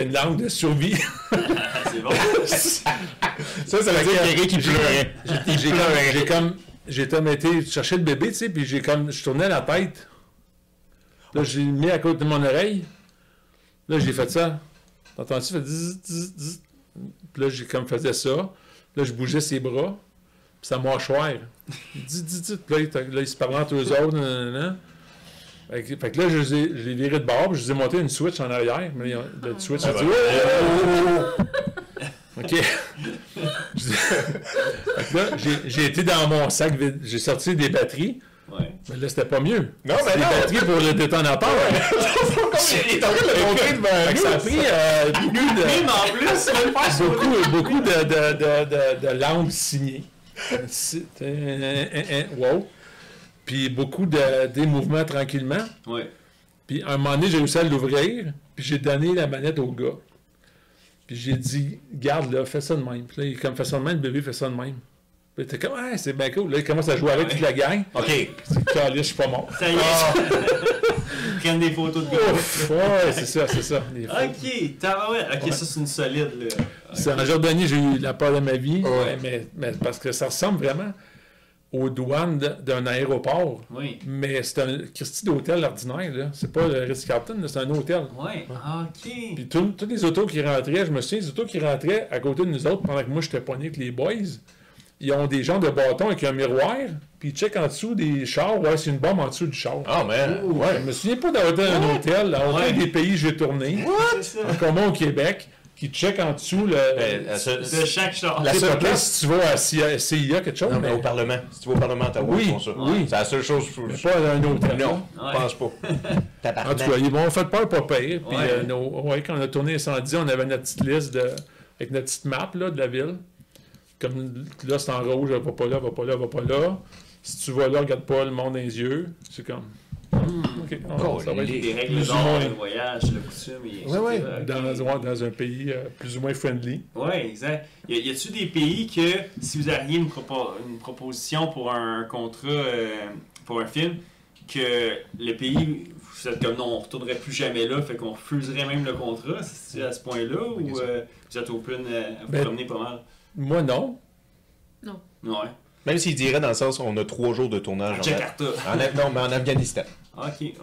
B: une langue de survie.
C: Ah, c'est bon.
A: Ça, ça veut dire qu'il y a qui pleurait.
B: J'ai- j'ai comme, j'ai comme, j'ai comme été chercher le bébé, tu sais, puis j'ai comme, je tournais la tête. Là, j'ai mis à côté de mon oreille. Là, j'ai fait ça. T'entends-tu? Ça fait zzz, zzz, zzz. Puis là, j'ai comme faisait ça. Là, je bougeais ses bras. Puis sa mâchoire. Zzz, zzz, zzz. Puis là, ils te- là, ils se parlaient entre eux autres. nan, nan, nan. Fait que, fait que là, je les, ai, je les virais de bord, puis je les ai monté une switch en arrière. Mais ils ont- le switch, a dit,
A: Ah,
B: Oh! OK. Fait que là, j'ai- j'ai été dans mon sac vide. J'ai sorti des batteries.
C: Ouais.
B: Mais là, c'était pas mieux.
A: Non,
B: Des
A: mais non!
B: batteries pour le détonateur.
A: Il est en train de le montrer
B: Fait que ça a
A: devant
B: pris euh, beaucoup de,
C: Mais en plus, ça va le faire sur
B: beaucoup, beaucoup de, de, de, de, de lampes signées. C'était un- un- un- wow. Puis beaucoup de, des mouvements tranquillement.
C: nous. Ouais.
B: Puis à un moment donné, j'ai réussi à l'ouvrir, puis j'ai donné la manette au gars. Puis j'ai dit, garde là, fais ça de même. Puis là, il est comme, fais ça de même, le bébé, fais ça de même. Puis t'es comme, ah, c'est bien cool. Là, il commence à jouer avec toute la gang.
A: nous. OK.
B: C'est calé, je suis pas mort.
C: Ça y est. Prennent des photos de gars.
B: Ouf, ouais, c'est ça, c'est ça. Les fous.
C: Ok, tabarouette. Ok, ça c'est une solide là.
B: C'est en Jordanie, j'ai eu la peur de ma vie,
A: Ouais.
B: mais, mais parce que ça ressemble vraiment aux douanes de- d'un aéroport.
C: Oui.
B: Mais c'est un Christie d'hôtel ordinaire, là. C'est pas le Ritz Carlton, c'est un hôtel.
C: Ouais. Ok.
B: Puis tout- toutes les autos qui rentraient, je me souviens, les autos qui rentraient à côté de nous autres pendant que moi j'étais poigné avec les boys, ils ont des gens de bâton avec un miroir, puis ils checkent en dessous des chars, ouais, c'est une bombe en dessous du char.
A: Oh, man. Ouais.
B: Je me souviens pas d'avoir été à un hôtel, dans aucun
C: Ouais.
B: des pays que j'ai tourné.
C: What? C'est ça.
B: Comme au Québec, qui check en dessous le.
A: Ben, la seule-
C: De chaque char.
A: La
B: Tu sais,
A: seule
B: peut-être
A: place.
B: si tu vas à CIA, CIA, quelque chose,
A: Non, mais
B: mais,
A: au Parlement. Si tu vas au Parlement, t'as
B: Oui,
A: ça.
B: oui.
A: C'est la seule chose que
B: mais
A: je
B: pas à un hôtel.
A: Non, je
C: Ouais.
A: pense pas.
B: En tout cas, ils m'ont fait peur, pas pire. Puis,
C: Ouais.
B: euh, nos- ouais, quand on a tourné Incendie, on avait notre petite liste de, avec notre petite map là, de la ville. Comme là, c'est en rouge, va pas là, va pas là, va pas là. Si tu vas là, regarde pas le monde dans les yeux. C'est comme.
C: Hmm.
B: OK, on- ça va être
C: Des règles
B: plus ou
C: d'or,
B: moins
C: le voyage, le coutume. et
A: Ouais, ouais.
C: etc.
B: dans, ouais, dans un pays euh, plus ou moins friendly.
C: Ouais, exact. Y a- y a-tu des pays que, si vous aviez une, propo- une proposition pour un contrat, euh, pour un film, que le pays, vous êtes comme non, on retournerait plus jamais là, fait qu'on refuserait même le contrat, c'est à ce point-là, ou euh, vous êtes open euh, à vous
B: Ben-
C: promener pas mal?
B: Moi, non.
C: Ouais.
A: Même s'il dirait dans le sens on a trois jours de tournage en, Af-
C: Jakarta.
A: en Af- Non, mais en Afghanistan.
C: Ok, ouais.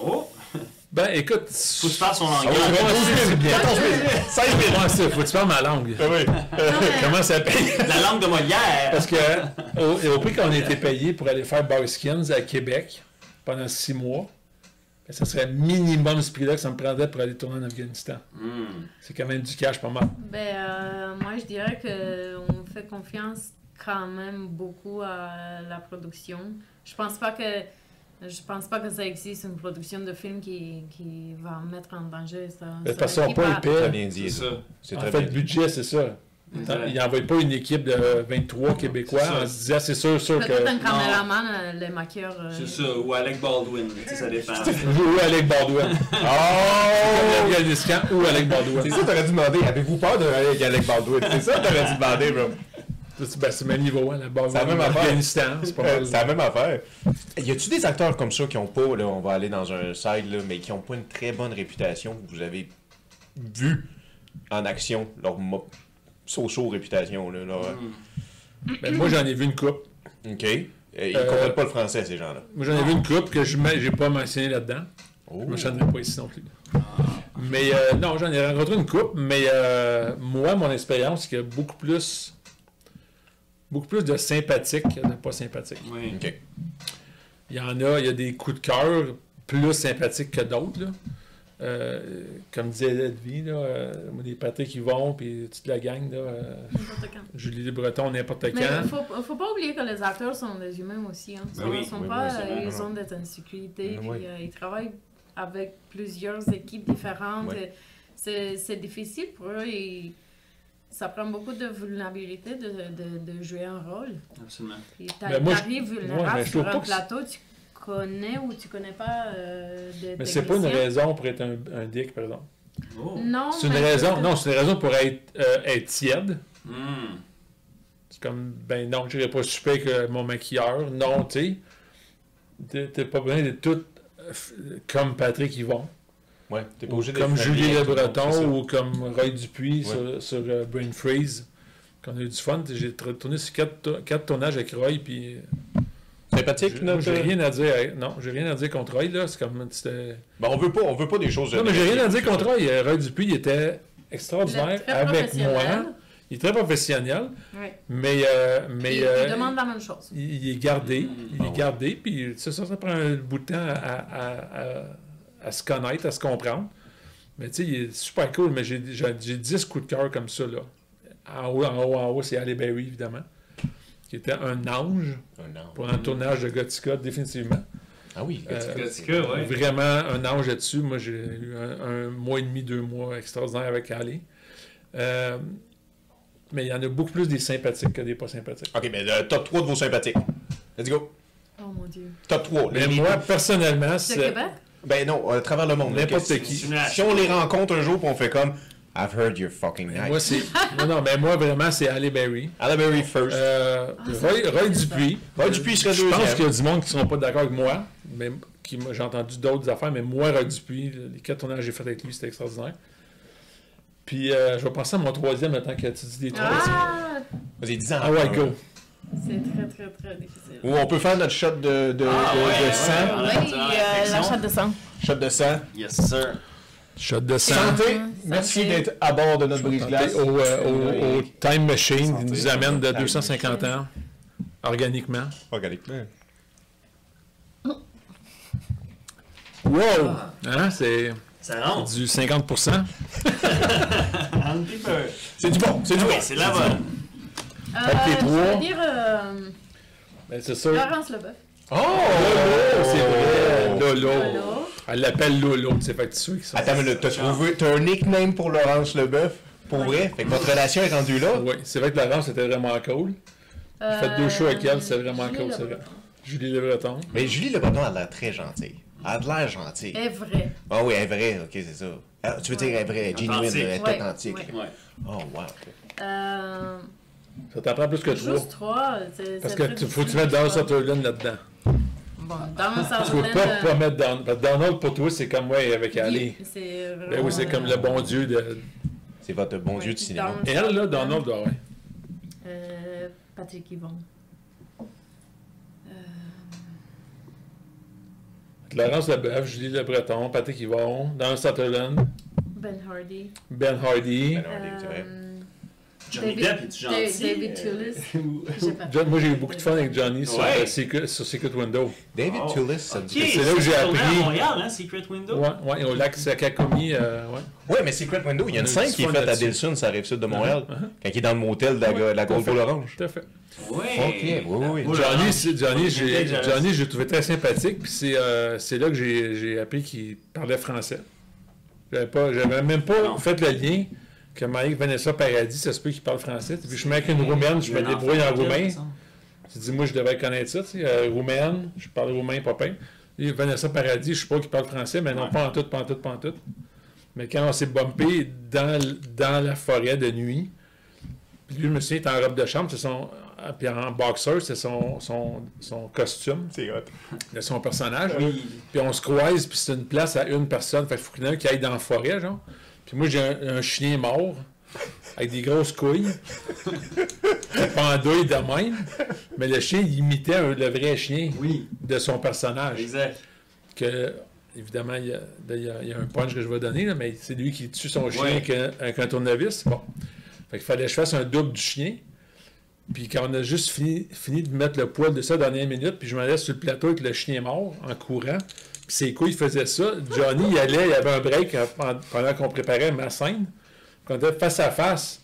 C: Oh!
B: Ben, écoute.
C: Faut se faire son
A: Ah oui,
C: langage.
A: 12 000, 14 000, 16 000.
B: Ouais, c'est- faut que tu parles ma langue.
A: Ah oui.
D: Non, mais
B: Comment ça paye?
C: La langue de Molière!
B: Parce que au, au prix qu'on a été payé pour aller faire Boyskins à Québec pendant six mois, ben, ça serait minimum ce prix-là que ça me prendrait pour aller tourner en Afghanistan.
C: Hmm.
B: C'est quand même du cash pas mal.
D: ben, euh, moi, je dirais qu'on fait confiance quand même beaucoup à la production. Je pense pas que je pense pas que ça existe une production de film qui, qui va mettre en danger ça.
B: De toute façon, pas le
A: Très
B: paye.
A: bien
C: C'est
A: dit. ça.
C: ça.
A: C'est
B: En
A: très
B: fait, le
A: bien dit.
B: budget, c'est ça.
C: Exact.
B: Il n'envoie pas une équipe de 23
C: C'est
B: Québécois
C: ça.
B: en se disant, c'est sûr, sûr que.
D: Peut-être un caméraman, euh, le maquilleur. euh,
C: C'est ça, ou Alec Baldwin, tu sais, ça dépend.
B: Ou Alec Baldwin.
A: Oh!
B: Afghanistan ou Alec
A: C'est
B: Baldwin.
A: ça, t'aurais dû demander. Avez-vous peur de avec Alec Baldwin? C'est ça, t'aurais dû demander, bro.
B: C'est- ben, c'est même niveau, hein, la
A: C'est la
B: Baldwin.
A: même affaire.
B: Afghanistan, c'est pas
A: Euh,
B: mal.
A: C'est la même affaire. Y a-tu des acteurs comme ça qui ont pas, là, on va aller dans un side, là, mais qui ont pas une très bonne réputation que vous avez vu en action, leur mo- so-so réputation, là, leur-
B: Mm. Ben, moi, j'en ai vu une coupe.
A: OK. Et ils
B: Euh,
A: comprennent pas le français, ces gens-là.
B: Moi, j'en ai vu une coupe que je n'ai pas mentionné là-dedans.
A: Oh.
B: Je ne chanterai pas ici non plus. Mais euh, non, j'en ai rencontré une coupe, mais euh, moi, mon expérience, c'est qu'il y a beaucoup plus, beaucoup plus de sympathiques que de pas sympathiques.
C: Oui.
A: OK.
B: Il y en a, il y a des coups de cœur plus sympathiques que d'autres. là. Euh, comme disait Edwy, là, euh, des Patrick Yvon, puis toute la gang, là, euh,
D: n'importe quand.
B: Julie Le Breton, n'importe
D: Mais
B: quand.
D: faut, faut pas oublier que les acteurs sont des humains aussi. Hein. Ils
C: Ben oui,
D: sont
F: oui,
D: pas,
F: oui, c'est
D: euh,
F: vrai,
D: ils
F: non.
D: ont des insécurités,
F: Ben
D: puis,
F: oui.
D: euh, ils travaillent avec plusieurs équipes différentes.
F: Ouais.
D: C'est c'est difficile pour eux et ça prend beaucoup de vulnérabilité de, de, de jouer un rôle.
C: Absolument.
D: Puis
B: Ben
D: t'a-
B: moi, je-
D: t'arrives
B: ouais,
D: vulnérable
B: mais je trouve
D: sur
B: pas
D: un
B: que c'est-
D: plateau, tu connais ou tu connais pas euh, des
B: Mais c'est pas une
D: techniciens.
B: raison pour être un, un dick, par exemple.
C: Oh.
D: Non,
B: C'est une
D: mais-
B: raison, non, c'est une raison pour être, euh, être tiède.
C: Hmm.
B: C'est comme, ben non, je pas super que mon maquilleur. Non, tu sais. T'es- T'es pas besoin de tout euh, f- comme Patrick Yvon.
A: Ouais, t'es pas
B: Ou
A: obligé d'être
B: comme
A: familier
B: Julie Le
A: avec tout le monde, c'est ça.
B: Breton ou comme Roy
A: Ouais.
B: Dupuis sur, sur, euh, Brain Freeze. Qu'on a eu du fun. J'ai tra- tourné sur quatre, to- quatre tournages avec Roy. Puis,
A: Sympathique,
B: j'ai-
A: notre-
B: j'ai rien à dire. à- Non, j'ai rien à dire contre Roy. là. C'est comme. c'était-
A: Ben, on veut pas, on veut pas des choses.
B: Non, mais j'ai rien à dire
A: négatives,
B: contre
A: tout
B: Roy. Euh, Roy Dupuis, il était extraordinaire
D: Très
B: avec
D: professionnel.
B: moi. Il est très professionnel.
D: Ouais.
B: Mais. euh, mais
D: Ils- ils
B: euh,
D: demandent la même chose.
B: il, il est gardé, il
A: Ah
B: est
A: ouais.
B: gardé, puis ça, ça, ça prend un bout de temps à, à- à- à se connaître, à se comprendre. Mais tu sais, il est super cool, mais j'ai j'ai- j'ai 10 coups de cœur comme ça, là. En haut, en haut, en haut, c'est Halle Berry, évidemment, qui était un ange
A: ça. Un an.
B: pour un tournage de Gothica, définitivement.
A: Oh, Ah oui,
B: Euh,
C: Gothica, ouais.
B: Vraiment un ange là-dessus. Moi, j'ai eu un, un mois et demi, deux mois extraordinaire avec Halle. Euh, mais il y en a beaucoup plus des sympathiques que des pas sympathiques.
A: Ok, ben le top 3 de vos sympathiques. Let's go.
D: Oh mon dieu.
A: Top 3.
B: Mais moi, personnellement,
D: De
B: c'est...
D: Québec?
A: Ben non, à travers le monde.
B: N'importe
A: Donc,
B: qui.
A: Si, si on les rencontre un jour, puis on fait comme I've heard you're fucking nice.
B: Moi, c'est. non, non, mais moi, vraiment, c'est Halle Berry.
A: Halle Berry first.
B: Euh,
C: Ah,
B: Roy, Roy Dupuis.
A: Roy Dupuis serait
B: Je
A: deuxième.
B: pense qu'il y a du monde qui ne seront pas d'accord avec moi. Mais qui, moi, j'ai entendu d'autres affaires, mais moi, Roy Dupuis, les quatre tournages que j'ai fait avec lui, c'était extraordinaire. Puis, euh, je vais penser à mon troisième maintenant que tu dis des trois.
D: Ah,
A: Vas-y, dis-en.
B: Ah ouais, go.
D: c'est très très très difficile.
A: Ou on peut faire notre shot de, de, de- de
C: Ah ouais,
A: sang.
C: ouais. Ah,
D: Oui,
C: c'est dans la
D: euh,
C: réflexion.
D: la chatte de sang.
A: Shot de sang.
C: Yes, sir.
B: Shot de sang.
A: Santé.
D: Mmh, Santé.
A: Merci d'être à bord de notre brise-glace.
B: Au, euh, au- au Time Machine qui
A: Santé.
B: nous amène de
A: Time
B: 250 ans organiquement.
A: Organiquement.
B: Wow! Hein, c'est
C: Ça rentre.
B: du 50%.
C: Un petit peu.
A: C'est du bon, c'est du bon.
C: Oui, c'est la bonne.
D: Euh,
B: les
D: je
B: trois.
D: veux dire euh,
B: Ben, c'est sûr.
D: Laurence Leboeuf.
A: Oh!
B: c'est vrai. Lolo.
D: Lolo.
B: Elle l'appelle Lolo, c'est fait que c'est sûr qu'ils sont.
A: Attends, mais t'as
B: Ah.
A: trouvé. T'as un nickname pour Laurence Leboeuf? Pour vrai? Fait que votre relation est rendue là?
B: Oui, c'est vrai que Laurence c'était vraiment cool. J'ai fait deux shows avec elle, c'est vraiment
D: Julie
B: cool, c'est vrai.
D: Lebreton.
B: Julie Le Breton.
A: Mais Julie Le Breton a l'air très gentille. Elle a de l'air gentille.
D: Elle est vraie.
A: Ah oui, elle est vraie, ok, c'est ça. Ah, tu veux dire elle est vraie, elle est genuine,
C: Authentique.
A: elle est
D: Ouais,
A: authentique.
D: ouais.
C: Ouais.
A: Oh wow.
D: Euh,
B: Ça t'en prend plus que trois.
D: juste trois. c'est-
B: Parce
D: c'est
B: que
D: très
B: tu- faut que tu
D: difficile.
B: mettes Donald Sutherland là-dedans.
D: Bon, Donald
B: Tu peux
D: Sutherland.
B: pas, pas
D: euh,
B: mettre Donald. Parce que Donald pour toi c'est comme ouais avec Ali.
D: il- C'est
B: Ben oui, c'est
D: vraiment, euh,
B: comme le bon Dieu de.
A: C'est votre bon
D: Ouais,
A: Dieu de cinéma.
D: Donald
B: Elle là, Donald
D: Sutherland,
B: doit ouais.
D: euh, Patrick Yvon. Euh,
B: Laurence Leboeuf, Julie Le Breton, Patrick Yvon, Donald Sutherland,
D: Ben Hardy.
B: Ben Hardy.
A: Ben Hardy, c'est vrai.
D: euh,
C: Johnny
D: David-
C: Depp, est-tu
D: Da-
C: gentil?
D: David
C: Euh,
D: Tullis.
C: ou-
D: J'ai pas-
B: John- moi j'ai eu beaucoup de fun avec Johnny sur,
C: Ouais.
B: euh, Secret, sur Secret Window.
A: David
C: Oh.
A: Tullis, ça me
C: Ok,
A: dit.
B: c'est là où j'ai
C: tourné
B: appris-
C: à Montréal, hein, Secret Window.
B: Ouais, ouais, au lac Sakakumi, euh, ouais.
A: Ouais, mais Secret Window, il y a une
B: On a
A: scène
B: du
A: qui est
B: fun
A: faite à
B: là-dessus.
A: Delson, ça arrive sud de Montréal,
B: Uh-huh, uh-huh.
A: quand il est dans le motel de la,
B: Ouais,
A: de la
B: tout à
A: Gold
B: fait.
A: Bowl Orange.
B: Tout à fait.
A: Ok, oui,
C: Ouais.
A: oui, oui.
C: Oh,
B: Johnny,
C: Laurent.
B: c'est- Johnny, j'ai-
C: Johnny.
B: Johnny, je l'ai trouvé très sympathique, puis c'est euh, c'est là que j'ai j'ai appris qu'il parlait français. J'avais pas- J'avais même pas
C: Non.
B: fait le lien que Mike Vanessa Paradis, ça se peut qu'il parle français. Puis je suis avec une roumaine, je me
C: Il y a un
B: débrouille en
C: enfant,
B: roumain.
C: il me semble.
B: Tu dis, moi, je devrais connaître ça, tu sais, euh, roumaine, je parle roumain, popin. Et Vanessa Paradis, je sais pas qu'il parle français, mais non,
C: Ouais.
B: pas en tout, pas en tout, pas en tout. Mais quand on s'est bumpé dans, l- dans la forêt de nuit, puis lui, je me souviens, il était en robe de chambre, c'est son, euh, puis en boxeur, c'est son, son, son costume
A: C'est hot.
B: de son personnage.
C: Oui.
B: Puis on se croise, puis c'est une place à une personne. Fait qu'il faut qu'il y en ait un qui aille dans la forêt, genre. Puis moi, j'ai un, un chien mort, avec des grosses couilles, pendouille de même. Mais le chien, il imitait un- le vrai chien
C: Oui,
B: de son personnage.
C: exact.
B: Que, évidemment, il y, a, il y a- il y a un punch que je vais donner, là, mais c'est lui qui tue son chien
C: Ouais.
B: avec, un, avec un tournevis. Bon. Fait qu'il fallait que je fasse un double du chien. Puis quand on a juste fini, fini de mettre le poil de ça dans dernière minute, puis je m'allais sur le plateau avec le chien mort en courant. Puis ses couilles faisaient ça. Johnny y allait, il y avait un break euh, pen- pendant qu'on préparait ma scène. Quand on était face à face,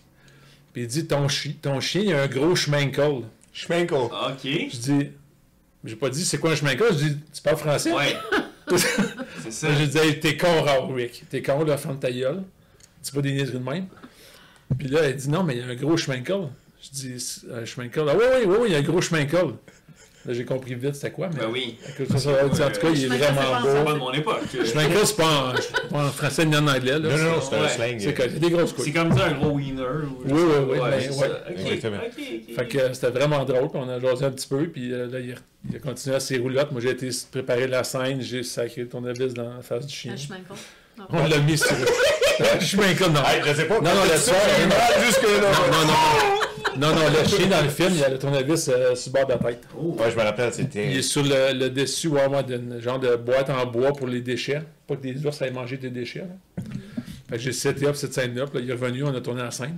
B: puis il dit Ton, chi- ton chien, il a un gros schmenkel.
A: Schmenko.
C: Ok.
B: Je dis J'ai pas dit c'est quoi un schmenkel, je dis Tu parles français
C: Ouais. C'est ça.
B: Là, je disais, t'es con, Rick. T'es con, là, ferme ta gueule. Dis pas des niaiseries de même. Puis là, elle dit, non, mais il y a un gros schmenkel. Je dis, un schmenkel. Ah oui, oui, oui, oui, il y a un gros schmenkel. Là, j'ai compris vite c'était quoi, mais.
C: Ben oui.
B: À cause de ça, ça, en tout cas, il est
D: Schmenkel, c'est
B: vraiment
D: pas
C: C'est
D: en
B: beau.
C: pas de mon époque.
B: Schmenkel, c'est pas, en- c'est pas en français ni en anglais, là.
A: Non, non, non, c'est un
C: Ouais.
A: slang.
B: C'est quoi, c'est des grosses
C: C'est
B: couilles.
C: comme dire un gros winner. Ou je
B: Oui,
C: sais
B: oui, oui,
C: pas.
B: ben,
C: c'est
B: ouais.
C: ça. Ok,
A: Exactement.
C: ok, ok.
B: Fait que euh, c'était vraiment drôle, puis on a jasé un petit peu, puis euh, là, il a, il a continué à ses roulottes. Moi, j'ai été préparer la scène, j'ai sacré ton abysse dans la face du chien.
D: Un chemin con.
B: On l'a mis sur le chemin comme dans
A: Hey, je sais pas.
B: Non, non, le soir,
A: J'ai
B: non.
A: mal jusque-là.
B: Non, non, non. Non, non, le chien dans le film, il a le tournevis euh, sur le bord de la tête.
C: Oh.
A: Ouais, je me rappelle,
B: Il
A: c'était.
B: est sur le, le dessus, ouais, ouais, d'une genre de boîte en bois pour les déchets. Pas que des ours aillent manger des déchets. là. Fait que j'ai seté up cette scène-là, puis là, il est revenu, on a tourné la scène.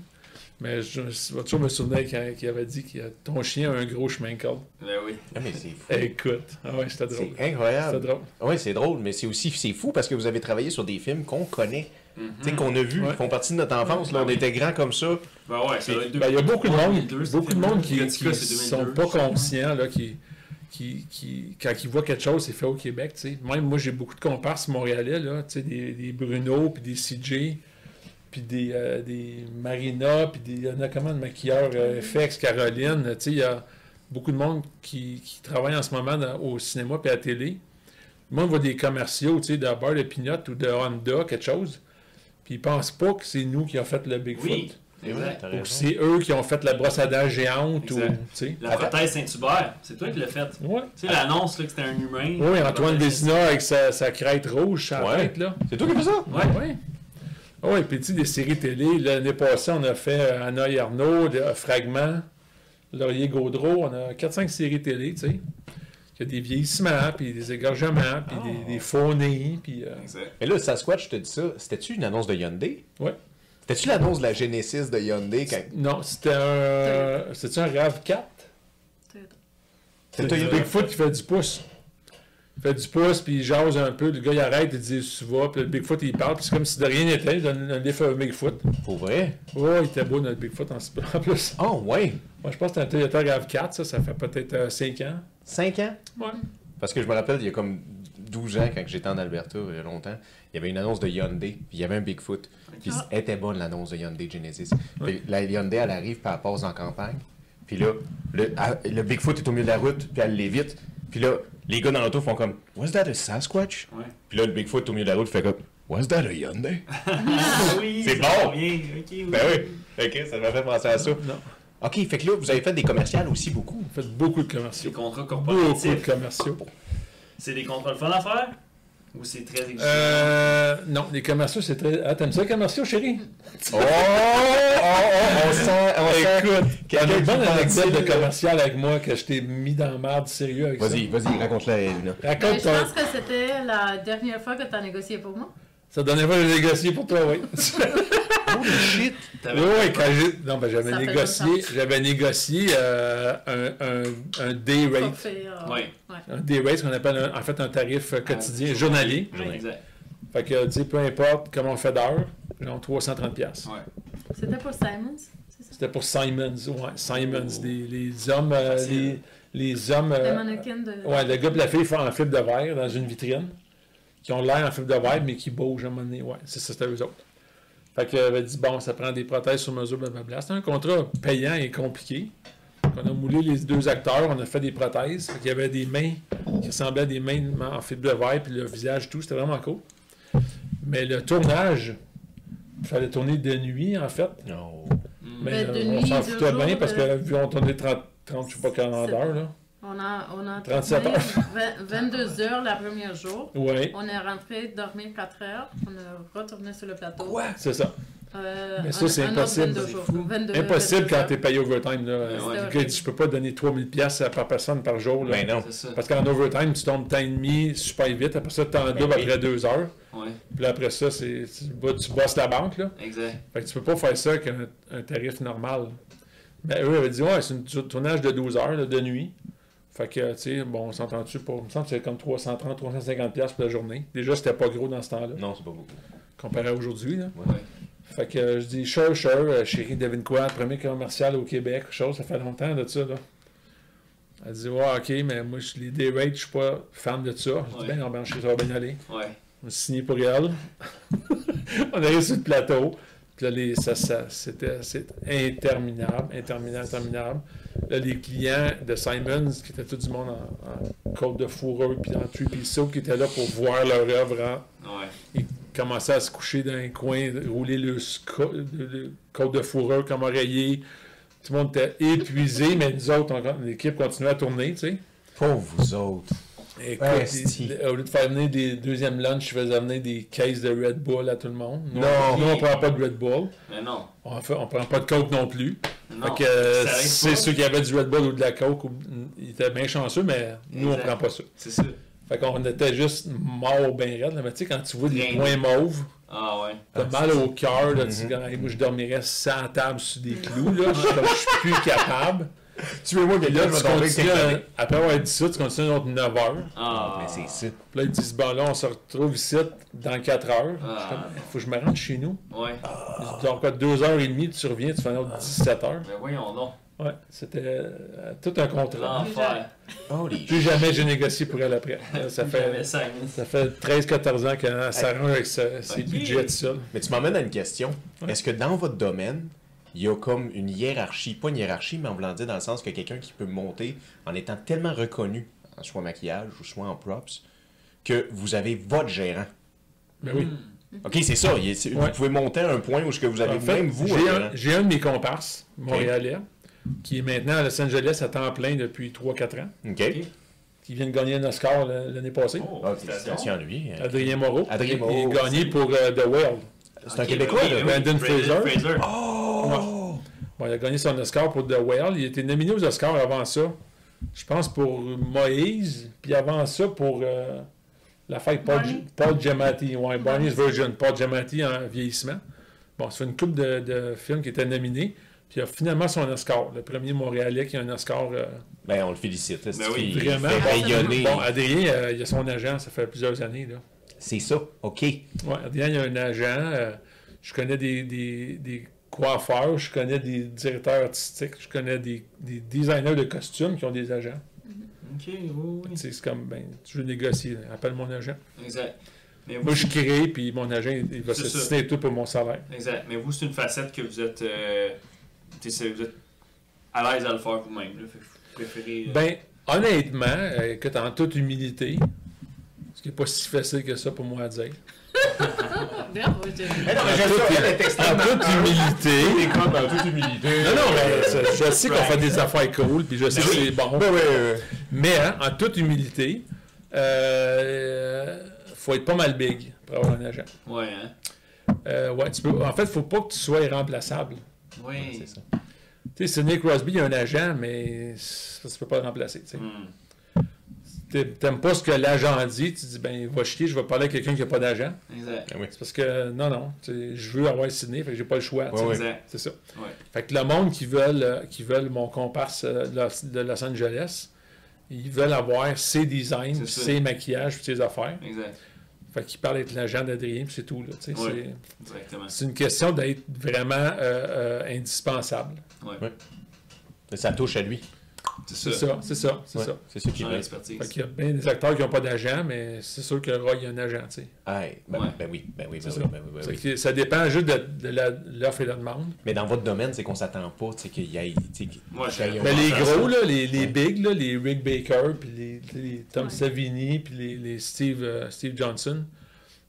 B: Mais je, je vais toujours me souvenir qu'il qu'il avait dit que ton chien a un gros chemin code.
C: Ben oui.
A: Ah, mais c'est fou.
B: Écoute, ah ouais, c'était drôle.
A: C'est
B: C'était
A: incroyable.
B: drôle.
A: Oui, c'est drôle, mais c'est aussi c'est fou parce que vous avez travaillé sur des films qu'on connaît, tu sais, qu'on a vus,
B: Ouais.
A: qui font partie de notre enfance. Là, on était grands comme ça.
C: Ben ouais, ça doit être deux-
B: Ben, il y a beaucoup de monde,
C: 2002,
B: beaucoup de
C: c'était
B: monde qui ne
C: 2002, c'est
B: sont
C: 2002,
B: pas
C: je crois.
B: conscients, là, qui, qui, qui- quand ils voient quelque chose, c'est fait au Québec. tu sais. Même moi, j'ai beaucoup de comparses montréalais, là, tu sais, des, des Bruno, puis des CJ, puis des, euh, des Marina, puis des, il y en a comment, de maquilleurs, euh, FX, Caroline. tu sais, Il y a beaucoup de monde qui, qui travaille en ce moment dans- au cinéma puis à la télé. Moi, on voit des commerciaux, tu sais, de beurre de Pinot ou de Honda, quelque chose. Puis ils pensent pas que c'est nous qui avons fait le Bigfoot.
C: Oui. Exact.
A: T'as
B: Ou que
A: raison.
B: c'est eux qui ont fait la brosse à dents géante ou,
C: Exact.
B: tu sais.
C: La prothèse Saint-Hubert, c'est toi qui l'as faite.
B: Ouais.
C: Tu sais, l'annonce là, que c'était un humain.
B: Oui, Antoine
C: Prothèse-
B: Vézina avec sa, sa crête rouge, sa
A: Ouais.
B: tête, là.
A: C'est toi qui as fait ça?
C: Ouais.
B: Ouais. Ah ouais, puis tu sais, des séries télé, l'année passée, on a fait euh, Anna et Arnaud, le- Fragment, Laurier Gaudreau, on a 4-5 séries télé, tu sais. Il y a des vieillissements, puis des égorgements, puis des, des faux nez, puis... euh,
C: Exact.
A: Mais là, Sasquatch, je te dis ça, c'était-tu une annonce de Hyundai?
B: ouais.
A: C'était-tu l'annonce de la Genesis de Hyundai quand.
B: Non, c'était un... C'était-tu un RAV4?
A: C'était
B: C'est le
A: Toyota.
B: Bigfoot qui fait du pouce. Il fait du pouce, puis il jase un peu. Le gars, il arrête, il dit « Tu vas? » Puis le Bigfoot, il parle. Puis c'est comme si de rien n'était. Il donne un livre à Bigfoot.
A: Pour vrai?
B: Oh, il était beau, notre Bigfoot, en, en plus.
A: Oh, ouais.
B: Moi, je pense que c'est un Toyota RAV4, ça. Ça fait peut-être 5 ans.
A: 5 ans?
B: Ouais.
D: Mhm.
A: Parce que je me rappelle, il y a comme 12 ans, quand j'étais en Alberta, il y a longtemps, il y avait une annonce de Hyundai, puis il y avait un Bigfoot. Puis elle était bonne, l'annonce de Hyundai Genesis. Puis la Hyundai, elle arrive, puis elle passe en campagne. Puis là, le, elle- le Bigfoot est au milieu de la route, puis elle l'évite. Puis là, les gars dans l'auto font comme « Was that a Sasquatch?
C: Ouais.
A: Puis là, le Bigfoot au milieu de la route fait comme « Was that a Hyundai?
C: Ah oui,
A: C'est
C: ça
A: bon.
C: va bien. Ok, oui. »
A: Ben oui! Ok, ça m'a fait penser à ça.
B: Non.
A: Ok, fait que là, vous avez fait des commerciales aussi beaucoup.
B: Il fait beaucoup de
C: Des
B: commerciaux.
C: contrats
B: Beaucoup de
C: corporatifs.
B: commerciaux.
C: C'est des contrats le fun à faire ou c'est très exigeant?
B: Euh, non, les commerciaux, c'est très... Ah, t'aimes ça, les commerciaux, chérie?
A: Oh! Oh! oh on sent... On sent...
B: Il y a
A: Quelqu'un
B: une bonne
A: qui
B: anecdote
A: parle-
B: de commercial avec moi que je t'ai mis dans la merde sérieux avec
A: Vas-y, vas-y, raconte-la, Elina.
B: ça.
D: Ben,
B: Raconte
D: je
B: ton-
D: pense que c'était la dernière fois que tu as négocié pour moi.
B: Ça donnait pas de négocier pour toi, oui. Oui,
C: T'avais-
B: oui, quand j'ai- Non, ben, j'avais
D: Ça fait
B: négocié,
D: longtemps.
B: j'avais négocié euh, un, un, un day rate.
D: Forfait, Ah, euh,
C: Ouais.
D: ouais.
B: Un day rate, ce qu'on appelle un- en fait un tarif euh, quotidien, journalier.
C: Ouais, Exact.
B: Fait que, tu sais, peu importe comment on fait d'heure, genre 330$.
C: Ouais.
D: C'était pour Simons, c'est ça?
B: C'était pour Simons, ouais, Simons,
D: Oh.
B: les, les hommes, euh, les,
C: Facile.
B: les hommes...
D: Le
B: euh,
D: mannequin de.
B: ouais, le gars et la fille font en fibre de verre dans une vitrine, qui ont l'air en fibre de verre, mais qui bougent à un moment donné, ouais, c'est ça, c'était eux autres. Fait qu'elle avait dit, bon, ça prend des prothèses sur mesure, blablabla. C'était un contrat payant et compliqué. On a moulé les deux acteurs, on a fait des prothèses. Fait qu'il y avait des mains qui ressemblaient à des mains en fibre de verre, puis le visage, tout. C'était vraiment cool. Mais le tournage, il fallait tourner de nuit, en fait.
A: Non.
B: Mais
D: Ben, de
B: euh, on
D: nuit,
B: s'en
D: de
B: foutait
D: jour,
B: bien parce
D: de-
B: que vu on tournait 30, 30 je sais pas, 40
D: euh, C'est-
B: heures, là.
D: On a, on a
B: 37
D: tourné
B: heures.
D: vingt- 22 heures la première jour.
B: Ouais,
D: On est rentré dormir 4 heures. On est retourné sur le plateau.
B: c'est ça.
D: Euh,
B: Mais ça,
D: un-
B: c'est
D: un autre
B: impossible.
D: 22
B: C'est
D: jours.
C: fou.
D: 22
B: Impossible
D: 22
B: quand
D: heures.
B: t'es payé overtime, là.
C: Ouais,
B: Le
D: ouais.
B: gars dit, je peux pas donner 3000 pièces par personne par jour, là.
A: Ben non.
C: C'est ça.
B: Parce qu'en overtime, tu tombes temps et demi super vite. Après ça, tu en doubles
A: Ben oui.
B: après deux heures.
C: Ouais.
B: Puis là, après ça, c'est, tu, bo- tu bosses la banque. Là.
C: Exact.
B: Fait que tu peux pas faire ça avec un, un tarif normal. Ben, eux avaient dit, ouais, c'est un tournage de 12 heures, là, de nuit. Fait que, tu sais, bon, on s'entend-tu pour. Il me semble que c'était comme 330, 350$ piastres pour la journée. Déjà, c'était pas gros dans ce temps-là,
A: Non, c'est pas beaucoup.
B: comparé à aujourd'hui, là.
A: Ouais.
B: Fait que euh, je dis, sure, sure, euh, chérie, devine quoi, premier commercial au Québec, quelque chose, ça fait longtemps de ça, là. Elle dit, ouais, ok, mais moi, je- les day rates, je suis pas fan de ça. Je dis,
C: Ouais.
B: ben non, ben, je sais, ça va bien aller.
C: Ouais.
B: On s'est signé pour elle. on arrive sur le plateau. Puis là, les, ça, ça, c'était c'est interminable, interminable, interminable. Là, les clients de Simons, qui étaient tout du monde en, en côte de fourreux, puis en trip, qui étaient là pour voir leur œuvre en-
C: Ouais.
B: ils commençaient à se coucher dans un coin, rouler le, sco- le- le côte de fourrure comme oreiller. Tout le monde était épuisé, mais nous autres, on- l'équipe continuait à tourner, tu sais.
F: Pauvre vous autres.
B: Écoute,
F: Ah, Esti.
B: il- au lieu de faire venir des deuxièmes lunchs, je faisais venir des caisses de Red Bull à tout le monde. Nous,
F: Non.
B: on- nous, on prend pas de Red Bull.
C: Mais non.
B: On, fait- on prend pas de Coke non plus.
C: Non.
B: Fait que, euh,
C: Ça arrive
B: c'est
C: pas.
B: ceux qui avaient du Red Bull ou de la Coke, ou- ils étaient bien chanceux, mais nous,
C: Exact.
B: on prend pas ça.
C: C'est ça.
B: Fait qu'on était juste morts ben raide. là. Mais tu sais, quand tu vois les
C: Rien.
B: points mauves,
C: Ah ouais.
B: T'as mal au cœur, là,
A: Mm-hmm.
B: tu dis, Hey, moi je dormirais sans table sur des clous, là, je suis comme, je suis plus capable.
A: Tuez-moi
B: Puis là,
A: quelqu'un, je
B: tu
A: vais tomber avec
B: continues,
A: quelqu'un.
B: euh, après avoir dit ça, tu continues notre 9 heures.
C: Ah.
F: Mais c'est ça.
B: Puis là, ils disent, bon, là, on se retrouve ici dans 4 heures. Je suis
C: Ah.
B: comme, faut que je me rende chez nous.
C: Ouais.
A: Ah.
B: Je dors quoi, 2h30, tu reviens, tu fais un autre 17 heures.
C: Mais Ben voyons donc.
B: Ouais, c'était euh, tout un contrat.
C: L'enfer.
A: Ah, Holy
B: Plus jamais j'ai négocié pour elle après. Là, Ça
C: J'avais
B: fait,
C: ça.
B: ça fait 13-14 ans qu'elle s'arrange avec
A: Ah,
B: ce- ses
C: Ok.
B: budgets, tout ça.
A: Mais tu m'emmènes à une question. Est-ce que dans votre domaine, il y a comme une hiérarchie, pas une hiérarchie, mais on voulant dire dans le sens que quelqu'un qui peut monter en étant tellement reconnu, en soit en maquillage ou soit en props, que vous avez votre gérant.
B: Mais Ben oui.
A: OK, c'est ça. il est- c'est-
B: Ouais.
A: Vous pouvez monter à un point où ce que vous avez
B: En fait,
A: même vous euh, un
B: Ah, j'ai
A: gérant.
B: un, j'ai un de mes comparses, montréalais, qui est maintenant à Los Angeles à temps plein depuis 3-4 ans,
A: OK.
C: Ok.
B: qui vient de gagner un Oscar le- l'année passée.
A: Ah,
C: Oh,
A: félicitations
C: félicitations.
A: à lui. hein.
B: Adrien Moreau.
A: Adrien
B: Il-
A: Moreau.
B: Il a gagné pour euh, The Whale.
A: C'est un Québécois,
C: oui,
A: là.
C: oui,
B: Brandon Fraser. Ah!
C: Oh,
B: Ouais. Bon, il a gagné son Oscar pour The Whale. Il a été nominé aux Oscars avant ça. Je pense pour Moïse, puis avant ça pour euh, l'affaire Paul,
D: Barney.
B: Paul Giamatti. Ouais, Barney's Virgin, Paul Giamatti en vieillissement. Bon, ça fait une couple de, de films qui étaient nominés. Puis il a finalement son Oscar, le premier Montréalais qui a un Oscar. euh,
A: Ben, on le félicite. c'est
C: Ben oui,
A: qu'il
B: vraiment.
A: fait rayonner.
B: Bon, Adrien, euh, il a son agent, ça fait plusieurs années. Là.
A: C'est ça. OK.
B: Ouais, Adrien, il a un agent. euh, je connais des, des- des coiffeurs, je connais des directeurs artistiques, je connais des, des designers de costumes qui ont des agents.
C: Ok, oui, oui.
B: Tu sais, C'est comme, ben, tu veux négocier, appelle mon agent.
C: Exact. Mais
B: Moi,
C: vous,
B: je crée, puis mon agent, il il va
C: C'est
B: se
C: ça.
B: signer tout pour mon salaire.
C: exact. Mais vous, c'est une facette que vous êtes, euh, tu sais, vous êtes à l'aise à le faire vous-même. là. Fait que Vous préférez. euh,
B: Ben, honnêtement, euh, écoute, en toute humilité, ce qui n'est pas si facile que ça pour moi à dire.
D: Bravo, Jerry.
A: non, mais
B: En toute humilité.
A: en toute humilité.
B: Non, non, mais je, je sais qu'on fait des affaires cool, puis je sais que c'est bon.
A: Ben, ouais, ouais, ouais.
B: Mais hein, en toute humilité, euh, faut être pas mal big pour avoir un agent.
C: Ouais, hein.
B: Euh, ouais, tu peux, en fait, faut pas que tu sois irremplaçable.
C: Oui.
A: C'est ça.
B: Tu sais, Sidney Crosby, il y a un agent, mais ça, tu peux pas le remplacer. tu sais.
C: Hmm.
B: T'aimes- T'aimes pas ce que l'agent dit, tu dis, ben, va chier, je vais parler à quelqu'un qui a pas d'agent.
C: Exact.
A: Ben oui.
B: C'est parce que, non, non, tu sais, je veux avoir Sidney, fait que j'ai pas le choix. tu sais.
A: Ouais, ouais.
C: Exact.
B: C'est ça.
C: Ouais.
B: Fait que le monde qui veulent, euh, qui veulent mon comparse euh, de Los- de Los Angeles, ils veulent avoir ses designs,
C: C'est ça.
B: ses maquillages, puis ses affaires.
C: Exact.
B: Fait qu'ils parlent avec l'agent d'Adrien, puis c'est tout. là, tu sais,
C: Ouais.
B: c'est-
C: Directement.
B: C'est une question d'être vraiment euh, euh, indispensable.
C: Ouais.
A: Ouais. Ça touche à lui.
C: C'est
B: C'est
C: ça.
B: ça, c'est ça, c'est
A: Ouais,
B: ça.
A: C'est ça qui
C: Genre
A: est
B: Fait
C: l'expertise.
B: qu'il y a bien des acteurs qui n'ont pas d'agent, mais c'est sûr que Roy il a un agent, tu sais.
A: Hey, ben,
C: Ouais.
A: ben oui, ben oui, ben
B: C'est
A: oui,
B: ça.
A: ben oui, ben
B: Fait
A: oui.
B: que Ça dépend juste de, de la- l'offre et la demande.
A: Mais dans votre domaine, c'est qu'on s'attend pas, tu sais, qu'il y ait. tu sais, qu'il-
C: Ouais,
A: qu'il y ait-
C: j'ai-
B: Mais Ben, les
C: pense à
B: gros,
C: ça.
B: là, les, les bigs, là, les Rick Baker, puis les, les Tom Savini, puis les, les Steve, euh, Steve Johnson,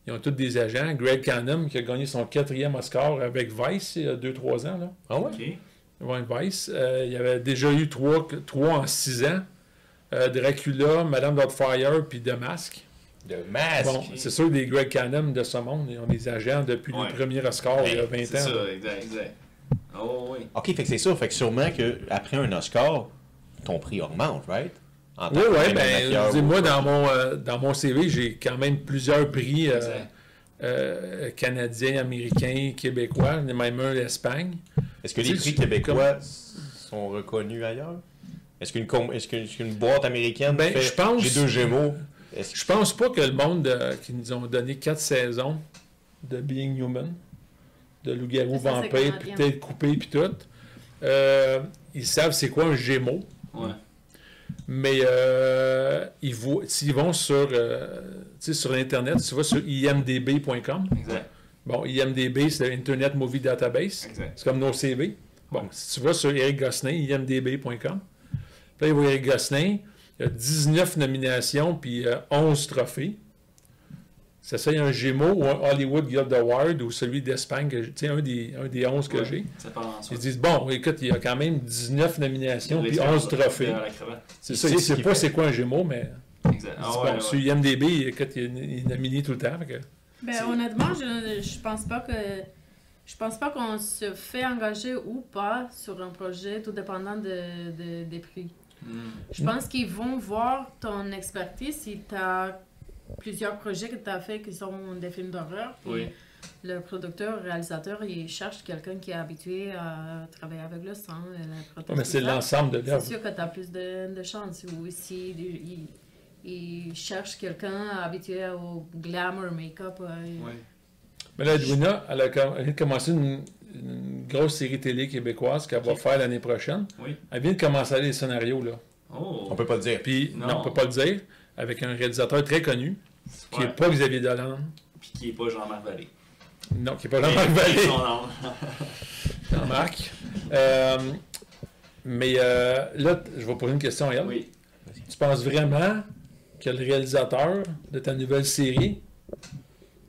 B: ils ont tous des agents. Greg Canham, qui a gagné son quatrième Oscar avec Vice il y a 2-3 ans. Là.
A: Ah ouais?
C: Ok.
B: Ouais, Vice. Euh, il y avait déjà eu trois, trois en 6 ans. Euh, Dracula, Madame Doubtfire, puis The Mask.
A: De masque!
B: Bon, c'est sûr, des Greg Canham de ce monde, ils ont des agents depuis
C: Ouais. Ben,
B: le premier Oscar Ah, il y a 20 ans.
C: C'est ça, exact, exact. Oh oui.
A: Ok, fait que c'est ça. Fait que sûrement qu'après un Oscar, ton prix augmente, right? En tant
B: Oui,
A: que
B: oui,
A: premier
B: ben,
A: maquilleur
B: dis,
A: ou-
B: moi, dans mon, euh, dans mon CV, j'ai quand même plusieurs prix euh,
C: Exact.
B: euh, canadiens, américains, québécois, même un d'Espagne.
A: Est-ce que les
B: tu sais,
A: prix
B: tu-
A: québécois sont reconnus ailleurs? Est-ce qu'une com- est-ce qu'une- est-ce qu'une boîte américaine
B: Ben,
A: fait
B: je pense-
A: j'ai deux Gémeaux? Est-ce que
B: Je pense pas que le monde euh, qui nous ont donné quatre saisons de Being Human, de Loup-Garou
D: Ça, c'est
B: Vampire, puis
D: canadien.
B: Tête Coupée, puis tout, euh, ils savent c'est quoi un Gémeaux,
C: Ouais.
B: mais euh, ils vo- s'ils vont sur, euh, tu sais, sur Internet, tu vas sur imdb.com.
C: Exact.
B: Bon, IMDB, c'est Internet Movie Database.
C: Exact.
B: C'est comme nos CV. Bon, si tu vas sur Eric Gosselin, imdb.com, puis là, il voit Eric Gosselin, il y a 19 nominations, puis euh, 11 trophées. Ça serait un Gémeaux ou un Hollywood Guild Award ou celui d'Espagne, que j'ai- tu sais, un des, un des 11 que
C: Ouais.
B: j'ai.
C: Ça parle en soi.
B: Ils disent, bon, écoute, il y a quand même 19 nominations, puis 11 trophées.
C: Derrière la cravate.
B: C'est
A: Il
B: ça,
A: sait
B: il
A: ce
B: sait
A: qu'il
B: pas
A: fait.
B: c'est quoi un Gémeaux, mais
C: Exact. Ah
B: bon,
C: ouais, ouais.
B: sur IMDB, écoute, il, il nomine tout le temps. fait que-
D: Ben,
C: C'est-
D: honnêtement, je, je pense pas que. Je pense pas qu'on se fait engager ou pas sur un projet, tout dépendant de, de- des prix.
C: Hmm.
D: Je
B: Mm.
D: pense qu'ils vont voir ton expertise si tu as plusieurs projets que tu as fait qui sont des films d'horreur. puis
C: Oui.
D: Le producteur, réalisateur, il cherche quelqu'un qui est habitué à travailler avec le sang. et la
B: Ouais, mais c'est
D: prothèse.
B: l'ensemble de
D: C'est
B: l'œuvre.
D: sûr que tu as plus de, de chance. Ou si il, il cherche quelqu'un habitué au glamour make-up. euh,
C: Oui.
B: Mais là, Edwina, elle a, com- elle vient de commencer une, une grosse série télé québécoise qu'elle va faire l'année prochaine.
C: Oui.
B: Elle vient de commencer les scénarios, là.
C: Oh.
A: on peut pas le dire?
B: Puis, non,
C: Non.
B: on peut pas le dire, avec un réalisateur très connu, qui
C: Ouais.
B: n'est pas Xavier Dolan.
C: Puis qui est pas Jean-Marc Vallée.
B: Non, qui n'est pas Jean-Marc
C: Mais-
B: Vallée.
C: Non, non.
B: Jean-Marc. Euh, mais euh, là, t- je vais poser une question à elle.
C: Oui.
B: Tu penses vraiment que le réalisateur de ta nouvelle série,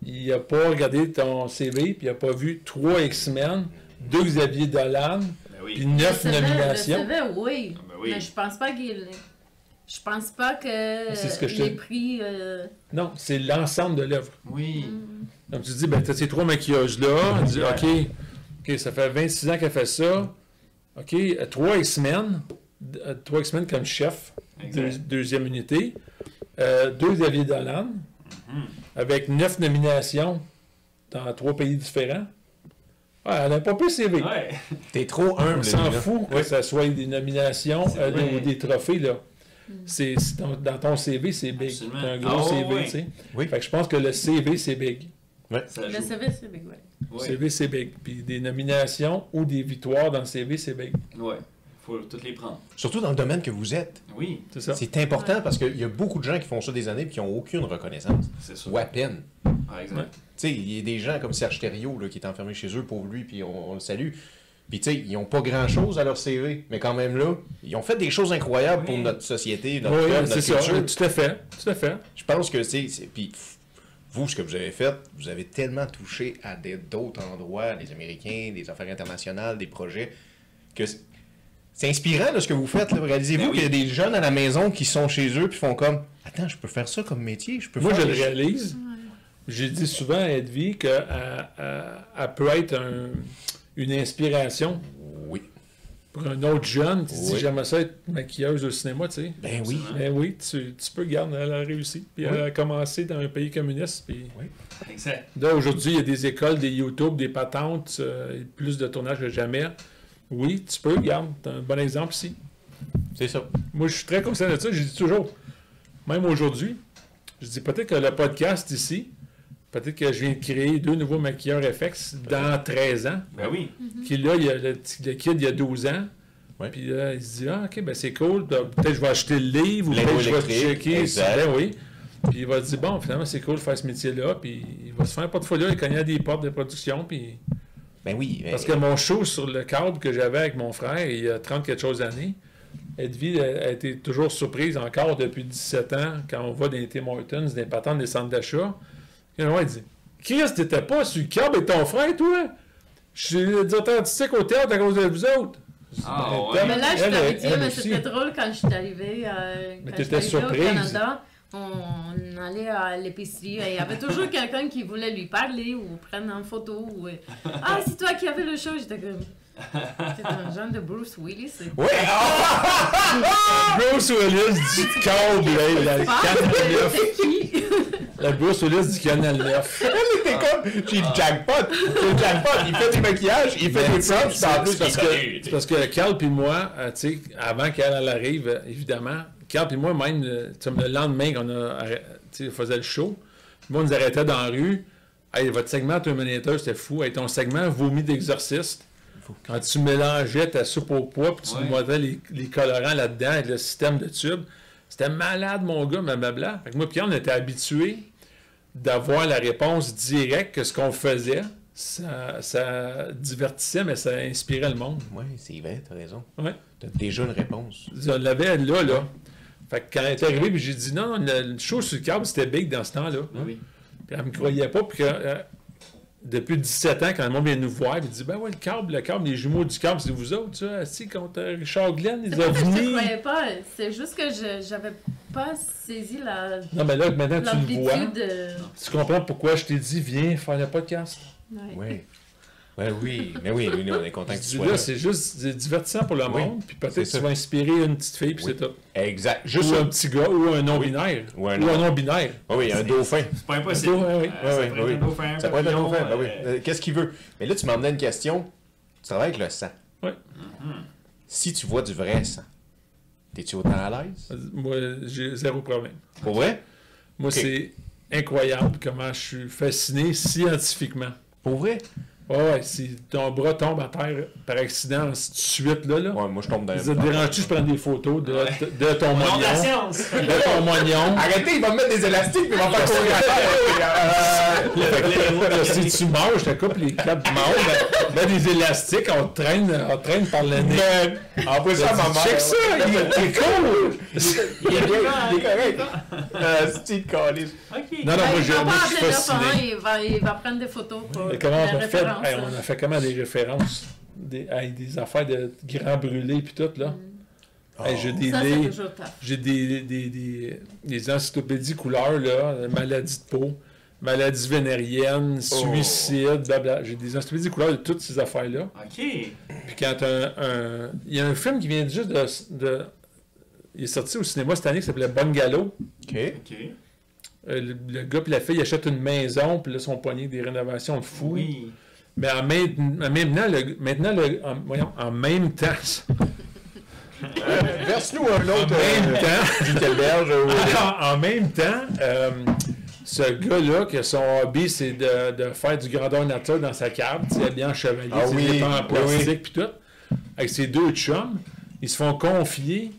B: il n'a pas regardé ton CV, puis il n'a pas vu trois X-Men, deux Xavier Dolan,
C: Ben
B: puis
C: oui.
B: neuf
D: le CV, le
B: nominations.
D: CV, oui.
C: Ah, ben oui.
D: Mais je pense pas qu'il. Je pense pas que
B: C'est ce que je te-
D: les prix. euh,
B: Non, c'est l'ensemble de l'œuvre.
C: Oui.
B: Donc tu te dis, ben, tu as ces trois maquillages-là, tu dis, OK, OK, ça fait 26 ans qu'elle fait ça, OK, euh, trois X-Men, d- euh, trois X-Men comme chef,
C: Exact.
B: deux- deuxième unité, euh, deux Xavier Dolan, Mm-hmm. avec neuf nominations dans trois pays différents. Ah, elle n'a pas pu CV.
C: Ouais.
A: T'es trop humble,
B: On s'en
A: Lina.
B: fout que ça soit des nominations
C: C'est
B: euh, des-
C: vrai.
B: ou des trophées, là. C'est, c'est ton- dans ton CV, c'est big.
C: Absolument.
B: T'as un gros
C: Ah,
B: CV,
C: ouais.
B: tu sais.
A: Oui.
B: Fait que je pense que le CV, c'est big.
C: Ça
D: Le
C: joue.
D: CV, c'est big, ouais.
C: Oui.
B: CV, c'est big. Puis des nominations ou des victoires dans le CV, c'est big.
C: Ouais. Faut toutes les prendre.
A: Surtout dans le domaine que vous êtes.
C: Oui.
B: C'est ça.
A: C'est important parce qu'il y a beaucoup de gens qui font ça des années et qui n'ont aucune reconnaissance.
C: C'est sûr.
A: Ou à peine.
C: Ah, exact.
A: Tu sais, il y a des gens comme Serge Thériault là, qui est enfermé chez eux pour lui, puis on, on le salue. Puis tu sais, ils n'ont pas grand-chose à leur CV, mais quand même là, ils ont fait des choses incroyables pour
C: Oui.
A: notre société, notre
B: Oui,
A: peuple, notre
B: c'est ça.
A: culture.
B: Tout à fait. Tout à fait.
A: Je pense que c'est... c'est- Puis pff, vous, ce que vous avez fait, vous avez tellement touché à des- d'autres endroits, des Américains, des affaires internationales, des projets, que c'est- c'est inspirant de ce que vous faites. là. Réalisez-vous
C: Ben oui.
A: qu'il y a des jeunes à la maison qui sont chez eux puis font comme... Attends, je peux faire ça comme métier, je peux
B: Moi,
A: faire...
B: je le
A: des-
B: réalise. J'ai dit souvent à Edvi qu'elle elle peut être un- une inspiration
A: Oui.
B: pour un autre jeune qui dit
A: Oui.
B: J'aimerais ça être maquilleuse au cinéma, tu sais.
A: Ben oui.
C: Absolument.
B: Ben oui, tu, tu peux, garder, elle a réussi. Puis elle a commencé dans un pays communiste. Puis
C: Exact.
B: là, aujourd'hui, il y a des écoles, des YouTube, des patentes, euh, plus de tournage que jamais. Oui, tu peux, garde. T'as un bon exemple ici.
A: C'est ça.
B: Moi, je suis très conscient de ça. Je dis toujours, même aujourd'hui, je dis peut-être que le podcast ici, peut-être que je viens de créer deux nouveaux maquilleurs FX dans 13 ans.
C: Ben oui.
B: Puis là, il y a le, petit- le kid, il y a 12 ans.
A: Ouais.
B: Puis là, il se dit, ah, OK, ben c'est cool. Ben, Peut-être que je vais acheter le livre ou
A: L'info
B: peut-être que je vais
A: électrique,
B: checker.
A: exact.
B: Ben oui. Puis il va se dire, bon, finalement, c'est cool de faire ce métier-là. Puis il va se faire un portfolio, il connaît des portes de production. Puis...
A: Ben oui. ben-
B: Parce que mon show sur le câble que j'avais avec mon frère il y a 30 quelque chose d'années, Edvi a a été toujours surprise encore depuis 17 ans quand on va dans les Tim Hortons, dans les patentes des centres d'achat. Et là, ouais, il dit Chris, t'étais pas sur le câble et ton frère, toi Je suis le directeur artistique au théâtre à cause de vous autres. Je dis,
C: Ah,
B: Ben,
C: ouais.
B: dame,
D: Mais là, je
B: elle,
D: t'avais
B: elle,
D: dit,
B: elle
D: mais
B: aussi.
D: c'était drôle quand je suis arrivée, euh,
B: Mais
D: quand
B: t'étais
D: je suis arrivée
B: surprise.
D: au Canada. On allait à l'épicerie et il y avait toujours quelqu'un qui voulait lui parler ou prendre en photo. Ou... euh, Ah, c'est toi qui avais le show. J'étais comme. C'est un genre de Bruce Willis. c'est-
A: Oui! ah!
B: Bruce Willis du câble, là, il a
D: Ah,
B: quatre-
D: c'est qui
B: La Bruce Willis du Canal 9.
A: Elle était comme, j'ai le jackpot, j'ai le jackpot, il fait du maquillage, il fait
B: Mais
A: des props, en plus,
B: C'est parce,
A: il
B: que, c'est parce que Carl puis moi, euh, tu sais, avant qu'elle elle arrive, euh, évidemment, Carl puis moi, même le, tu sais, le lendemain qu'on a, arrêt- tu sais, faisait le show, moi, on nous arrêtait dans la rue. Hey, votre segment Terminator, c'était fou. Hey, ton segment vomi d'exorciste. Quand tu mélangeais ta soupe au poids puis tu
C: Ouais.
B: mettais les, les colorants là-dedans avec le système de tube, c'était malade, mon gars, ma blabla. Fait que moi, puis on était habitués d'avoir la réponse directe que ce qu'on faisait, ça, ça divertissait, mais ça inspirait le monde.
A: Ouais, c'est vrai, t'as raison.
B: Ouais.
A: T'as déjà une réponse.
B: On l'avait là, là. Fait que quand elle est arrivée, puis j'ai dit non, le, le show sur le câble, c'était big dans ce temps-là.
C: Ben Oui.
B: Puis elle me croyait pas, puis que, euh, depuis 17 ans, quand le monde vient nous voir, il dit ben ouais, le câble, le câble, les jumeaux du câble, c'est vous autres, ça, assis contre euh, Richard Glenn,
D: C'est
B: les
D: pas que je te
B: ovnis.
D: croyais pas, c'est juste que je j'avais pas saisi la
B: Non, mais là, maintenant, Ah, tu le vois.
D: l'amplitude. euh, de-
B: Tu comprends pourquoi je t'ai dit, viens faire le podcast.
D: Ouais.
A: Ouais. Ouais, oui, mais oui, oui, on est content que Ben, tu
B: Tu
A: sois
B: là,
A: là.
B: c'est juste c'est divertissant pour le
A: Oui,
B: monde, puis
A: c'est
B: peut-être que
A: ça.
B: tu vas inspirer une petite fille, puis
A: Oui.
B: c'est tout.
A: Exact. Juste
B: Juste
A: un
B: un petit gars ou un non-binaire.
A: Ou un
B: Ou
A: non-
B: un non-binaire.
A: Ah oui, un dauphin.
C: C'est pas impossible.
B: Ouais, ouais,
C: Euh,
A: ouais,
C: ça pourrait
A: ouais,
C: être un dauphin,
A: Ça pourrait être un
C: papillon,
A: dauphin, ben oui.
C: euh,
A: Euh, Qu'est-ce qu'il veut? Mais là, tu m'emmenais une question. Tu travailles avec le sang.
B: Ouais.
A: Si tu vois du vrai sang, t'es-tu autant à l'aise?
B: Moi, j'ai zéro problème.
A: Pour vrai?
B: Moi,
A: Ok.
B: c'est incroyable comment je suis fasciné scientifiquement.
A: Pour vrai?
B: Ah Ouais, ouais, si ton bras tombe à terre par accident, si tu suite, là, là.
A: Ouais, moi, je tombe dans
B: Ça te dérange-tu, je prends des photos de, de ton
C: Non, la
B: moignon.
C: science!
B: De ton moignon.
A: Arrêtez, il va me mettre des élastiques, mais il va me faire courir à terre. Euh,
B: Là, si tu manges, je te coupe les câbles du monde. Mets ben, des élastiques, on te traîne, on te traîne par le nez. Ben,
A: euh, En plus, ça, ma mère.
B: Check ça, il est cool!
A: Il est bien, il est correct. Euh, C'est une calice.
C: Ok.
B: Non, non, moi,
A: Ben,
D: Ouais,
B: je, moi,
D: non, Ben, pas
B: je suis
D: appeler l'enfant,
B: fasciné.
D: il va, il va prendre des photos pour
B: Mais comment on
D: la
B: a fait?
D: référence.
B: Hey, on a fait comment des références? Des, hey, des affaires de grands brûlés puis tout, là. Hey, j'ai des
D: Ça, c'est
B: livres,
D: toujours tough.
B: j'ai des, des, des, des encyclopédies couleurs, là, maladie de peau, maladie vénérienne, suicide, blabla. J'ai des encyclopédies couleurs de toutes ces affaires-là.
C: Ok.
B: Puis quand un, un- Il y a un film qui vient juste de... de- il est sorti au cinéma cette année qui s'appelait Bungalow.
A: OK.
C: Ok.
B: Euh, le, le gars puis la fille achètent une maison, puis là, son poignet des rénovations de fou.
C: Oui.
B: Mais en mainte- en maintenant, le, maintenant le, en, voyons, en même temps,
A: Verse-nous un
B: en
C: Ah,
A: autre.
B: même
A: euh,
B: temps,
A: Guy euh, Calberge, ou-
B: en, en même temps, euh, ce gars-là, que son hobby, c'est de, de faire du grandeur nature dans sa cave, tu sais, bien en chevalier,
A: Ah
B: ses
A: oui,
B: dépens en
A: oui,
B: plastique,
A: oui.
B: puis tout, avec ses deux chums, ils se font confier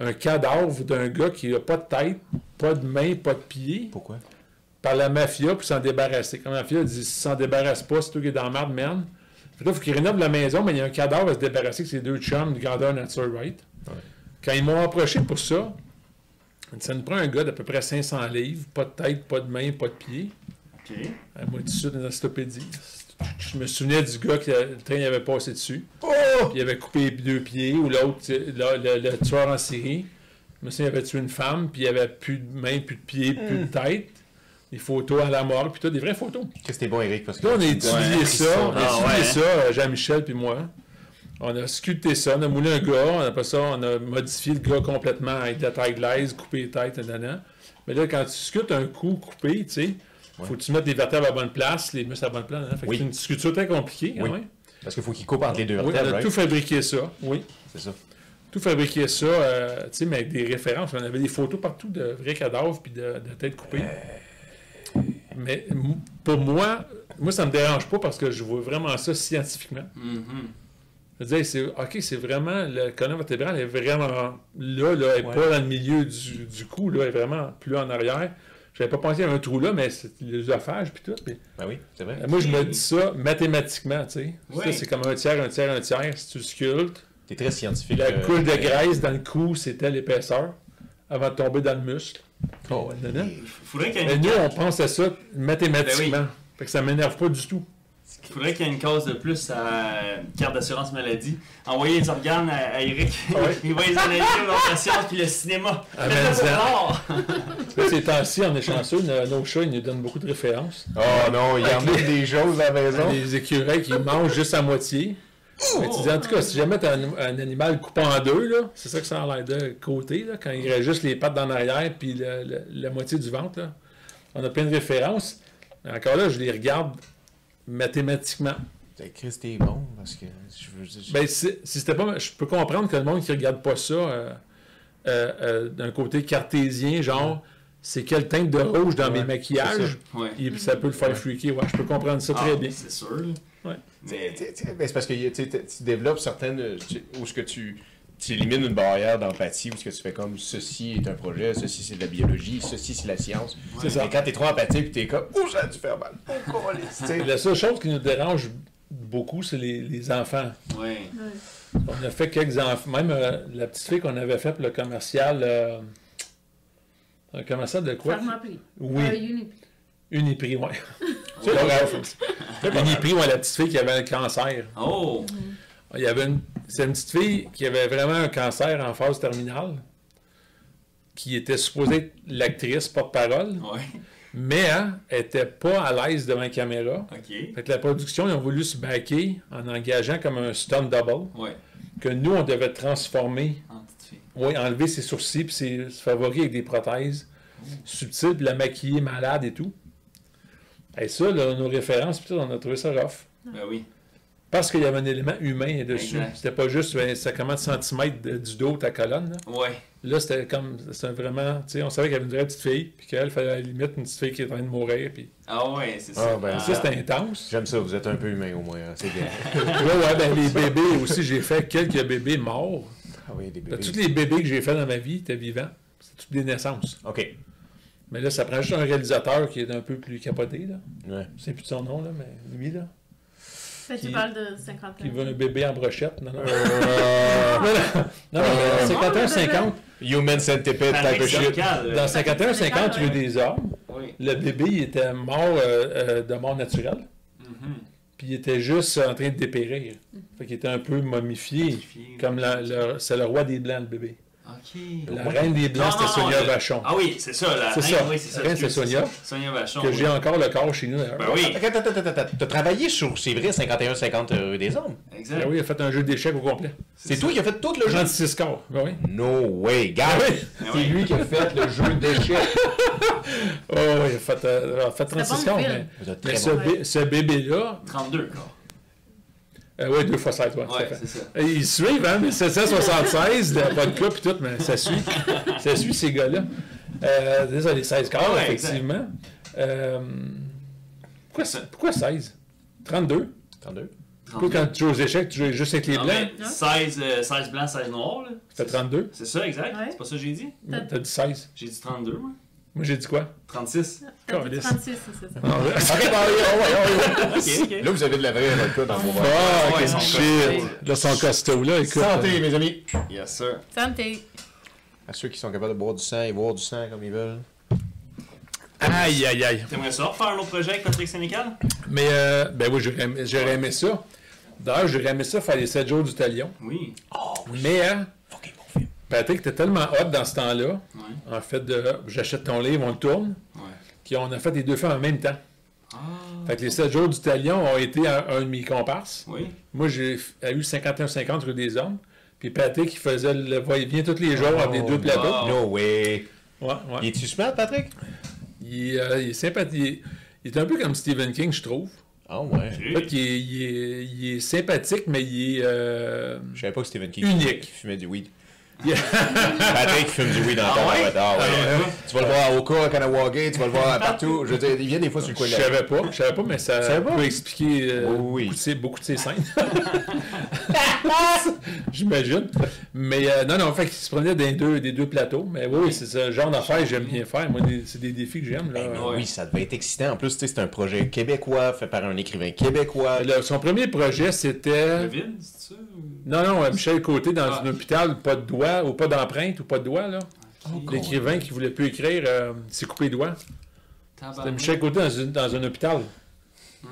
B: un cadavre d'un gars qui n'a pas de tête, pas de main, pas de pied,
A: Pourquoi?
B: par la mafia pour s'en débarrasser. Comme la mafia dit, si s'en débarrasse pas, c'est toi qui es dans la merde, man. Fait que là, faut qu'il rénove la maison, mais il y a un cadavre à se débarrasser que ces deux chums de grandeur nature, right? Quand ils m'ont approché pour ça, ça nous prend un gars d'à peu près 500 livres, pas de tête, pas de main, pas de pied.
C: Ok.
B: Euh, Moi, tout de suite, une encyclopédie. Je me souvenais du gars que le train avait passé dessus.
A: Oh!
B: Puis il avait coupé les deux pieds, ou l'autre, tu sais, le, le- le tueur en série. Mais ça, il avait tué une femme, puis il avait plus de mains, plus de pieds, plus de tête. Des photos à la mort, puis tout, des vraies photos.
A: Que c'était bon, Eric, parce que.
B: Là, on a
A: Ouais,
B: étudié
A: appris
B: ça, on a
A: Ah,
B: étudié
C: ouais.
B: ça, euh, Jean-Michel puis moi. On a sculpté ça, on a moulé un gars, on a pas ça, on a modifié le gars complètement avec de la taille glaise, coupé les têtes, nanana. Mais là, quand tu sculptes un coup coupé, tu sais, faut que tu mettes les vertèbres à la bonne place, les muscles à la bonne place. nanana. Fait que
A: Oui.
B: c'est une sculpture très compliquée.
A: Oui.
B: hein, ouais.
A: Parce qu'il faut qu'il coupe entre les deux
B: Oui, on
A: vertèbres,
B: a
A: right?
B: tout fabriqué ça. Oui
A: C'est ça.
B: tout fabriquer ça, euh, tu sais, mais avec des références. On avait des photos partout de vrais cadavres puis de, de têtes coupées. Mais m- pour moi, moi, ça me dérange pas parce que je vois vraiment ça scientifiquement.
C: Mhm.
B: Je veux dire, c'est, OK, c'est vraiment, le colonne vertébrale est vraiment là, là, elle n'est pas dans le milieu du, du cou, là, elle est vraiment plus en arrière. J'avais pas pensé à un trou là, mais c'est l'œsophage puis tout. mais-
A: Ben oui, c'est vrai.
B: euh, Moi, je me dis ça mathématiquement, tu sais.
C: Oui.
B: Ça, c'est comme un tiers, un tiers, un tiers, si tu sculptes.
A: T'es très
B: Puis
A: scientifique.
B: la
A: euh,
B: couche de
A: Eric.
B: graisse dans le cou, c'était l'épaisseur avant de tomber dans le muscle.
A: Oh, ouais. Ben
B: Nanana.
C: Faudrait qu'il y ait
B: Mais
C: une-
B: nous, on pense à ça mathématiquement. Fait que ça m'énerve pas du tout.
C: faudrait qu'il y ait une cause de plus à carte d'assurance maladie. Envoyer les organes à, à Eric.
B: Ouais.
C: Il va les analyser dans la science puis le cinéma.
B: Ah,
C: Faites-le
B: ben,
C: pour
B: ça.
C: l'art.
B: Là, ces temps-ci, on est chanceux, nos, nos chats, ils nous donnent beaucoup de références.
A: Oh non, il y en a des choses à la maison.
B: Les écureuils qui mangent juste à moitié.
A: Oh.
B: Mais tu dis, en tout cas, si jamais t'as un, un animal coupé en deux, là, c'est ça que ça a l'air de côté, là, quand il reste juste les pattes dans l'arrière puis le- le- la moitié du ventre, là. On a plein de références. Encore là, je les regarde mathématiquement.
A: Ben, Chris, t'es bon, parce que je veux dire...
B: Ben, si, si c'était pas. Je peux comprendre que le monde qui regarde pas ça euh, euh, euh, d'un côté cartésien, genre, c'est quel teinte de rouge dans mes
A: Ouais,
B: maquillages,
C: Ouais.
B: et puis ça peut le faire freaker. Ouais, je peux comprendre ça très
C: Ah,
B: bien.
C: C'est sûr. là.
B: Ouais.
C: Mais
A: T'sais, t'sais, ben, c'est parce que y a- t'sais, t'sais, tu développes certaines. euh, tu- Où ce que tu. Tu élimines une barrière d'empathie où ce que tu fais comme ceci est un projet, ceci c'est de la biologie, ceci c'est la science.
B: C'est ça.
A: Mais quand t'es trop empathique, t'es comme Ouh, ça a dû faire mal. Oh, câlisse, t'sais.
B: La seule chose qui nous dérange beaucoup, c'est les, les enfants.
C: ouais.
B: On a fait quelques enfants. Même euh, la petite fille qu'on avait faite pour le commercial. euh, un commercial de quoi?
D: Pharmaprix.
B: Oui.
D: Euh, Uniprix.
B: Uniprix, ouais. C'est pas grave. Uniprix, ouais, la petite fille qui avait un cancer.
C: Oh!
B: Ah, Il y avait une, c'est une petite fille qui avait vraiment un cancer en phase terminale, qui était supposée être l'actrice porte-parole,
C: Ouais.
B: mais hein, elle n'était pas à l'aise devant la caméra.
C: Ok.
B: Fait que la production, ils ont voulu se baquer en engageant comme un stunt double,
C: Ouais. Ah,
B: que nous, on devait transformer
C: En petite fille.
B: oui, enlever ses sourcils puis ses, se favoris avec des prothèses subtiles, puis la maquiller malade et tout. Et ça, là, nos références, puis tout, on a trouvé ça rough.
C: Ben oui.
B: Parce qu'il y avait un élément humain dessus.
C: Exact.
B: C'était pas juste ben, ça commence centimètres de- du dos ta colonne. Là,
C: Ouais.
B: Là, c'était comme c'était vraiment, tu sais, on savait qu'il y avait une vraie petite fille, puis qu'elle fallait à la limite une petite fille qui est en train de mourir. Puis
C: Ah ouais, c'est ça.
A: Ah, ben,
B: ça, c'était intense.
A: J'aime ça, vous êtes un peu humain au moins, hein, c'est bien.
B: Ouais, ouais, ben les bébés aussi, j'ai fait quelques bébés morts.
A: Ah oui, des
B: Ben,
A: bébés.
B: Tous les bébés que j'ai fait dans ma vie étaient vivants. C'est toutes des naissances.
A: Ok.
B: Mais là, ça prend juste un réalisateur qui est un peu plus capoté, là.
A: Ouais.
B: Je sais plus de son nom, là, mais lui, là.
D: Fait que
B: Qui-
D: tu parles de 50 ans.
B: Qui veut un bébé en brochette. Non, non. non,
A: Euh,
B: non, non, mais dans 51, 50,
A: Human centipede type
C: Patrick
A: of shit.
C: Zircal,
B: dans
C: euh,
B: 51, 50, il y a eu des hommes.
C: Oui.
B: Le bébé, il était mort euh, euh, de mort naturelle.
C: Mhm.
B: Puis il était juste en train de dépérir. Fait qu'il était un peu momifié. Comme la- le- c'est le roi des Blancs, le bébé.
C: Ok.
B: La reine des Blancs,
C: Non,
B: c'était
C: non, non,
B: Sonia
C: le-
B: Vachon.
C: Ah oui, c'est ça. La
B: C'est
C: reine,
B: ça.
C: Oui, c'est ça.
B: La reine, c'est
C: excuse,
B: Sonia.
C: ça. Sonia Vachon.
B: Que
C: oui.
B: j'ai encore le corps chez nous, d'ailleurs.
C: Ben oui.
A: Ah, Attends, attends, attends, attends. T'as travaillé sur, c'est vrai, 51-50 euh, des hommes.
C: Exact.
B: Ah oui, il a fait un jeu d'échecs au complet.
A: C'est toi qui as fait tout le jeu.
B: 36 corps. Ben oui.
A: No way, gars.
B: Ah oui.
C: Ben
A: C'est
C: oui.
A: lui qui a fait le jeu d'échecs.
B: Oh, il a fait, euh, il a fait 36
D: bon
B: corps,
D: film.
B: mais,
A: Vous êtes
B: mais
A: très
B: ce,
A: bon.
B: bé- ce bébé-là,
C: 32 quoi.
B: euh, ouais, deux fois 7, ouais,
C: Ouais,
B: tout à fait.
C: c'est ça.
B: Et Ils suivent, hein, 1776, la vodka puis tout, mais ça suit, ça suit ces gars-là. Euh, désolé, 16 corps,
C: Ouais, exact.
B: effectivement. Euh, pourquoi, ça- pourquoi 16? 32?
A: Attendez.
B: Pourquoi quand tu joues aux échecs, tu joues juste avec les
C: Non,
B: blancs?
C: Ah, mais 16, euh, 16 blancs, 16 noirs. là.
B: T'as 32?
C: C'est ça, exact.
D: Ouais.
C: C'est pas ça que j'ai dit.
D: T'as-
B: T'as dit 16.
C: J'ai dit 32, moi.
B: Moi, j'ai dit quoi?
C: 36.
D: T'as dit
B: Caliste.
D: 36, c'est ça.
B: Non,
A: Ok, ouais, ouais, ouais,
C: Ok,
A: ouais.
C: ok.
A: Là, vous avez de la vraie vodka dans vos verres.
B: Ah,
C: Ouais,
B: quel
C: ils sont
B: shit! Là, son costaud, là, écoute. euh,
A: Santé, mes amis.
C: Yes, sir.
D: Santé.
B: Ah,
A: À ceux qui sont capables de boire du sang et boire du sang comme ils veulent.
B: Aïe, aïe, aïe.
C: T'aimerais ça refaire un autre projet avec Patrick Sénécal?
B: Mais, euh, ben oui, j'aurais aimé, j'aurais aimé ça. D'ailleurs, j'aurais aimé ça faire les 7 jours du talion.
C: Oui.
B: Mais, hein, Patrick, t'es tellement hot dans ce temps-là,
C: Ouais.
B: en fait, de j'achète ton livre, on le tourne,
C: Ouais.
B: qu'on a fait les deux films en même temps.
C: Ah.
B: Fait que les 7 jours du talion ont été un, un de mes comparses.
C: Ah, Oui.
B: Moi, j'ai f- a eu 51-50 rue des hommes. Puis Patrick, il faisait le va-et-vient tous les jours
A: Ah,
B: avec les
A: Oh,
B: deux plateaux.
A: No way.
B: Ouais, ouais.
A: Il est-tu smart, Patrick?
B: Il, euh, il est sympathique. Il est- il est un peu comme Stephen King, je trouve.
A: Ah ouais.
B: En fait, il est, il est- il est sympathique, mais il est... euh,
A: Je savais pas que Stephen King
B: Unique.
A: fumait du weed.
B: Yeah.
A: Patrick fume du weed dans
C: Ah
A: ton
C: ouais?
A: tabarouette. Ah ouais.
C: Ouais.
A: Tu vas le voir à Oka, à Kanawagé, tu vas le voir partout. Je veux dire, il vient des fois sur le coin
B: Je
A: de la
B: savais pas, je savais pas, mais ça,
A: savais pas?
B: peut expliquer euh,
A: Oui.
B: beaucoup, de ces, beaucoup de ces scènes. J'imagine. Mais euh, non, non, fait qu'il se prenait des deux, des deux plateaux. Mais oui, oui, c'est ce genre d'affaires que j'aime bien faire. Moi, des- c'est des défis que j'aime. là.
A: Ben
C: Ouais.
A: Oui, ça devait être excitant. En plus, tu sais, c'est un projet québécois, fait par un écrivain québécois.
B: Euh, Le- son premier projet,
C: Le
B: c'était.
C: vide, c'est ça? ou-
B: Non, non, euh, Michel Côté dans
C: Ah.
B: un hôpital, pas de doigts, ou pas d'empreinte, ou pas de doigts, là.
C: Ok.
B: L'écrivain qui voulait plus écrire, euh, s'est coupé les doigts. C'était
C: Tabarnak.
B: Michel Côté dans, une- dans un hôpital.
C: Hmm.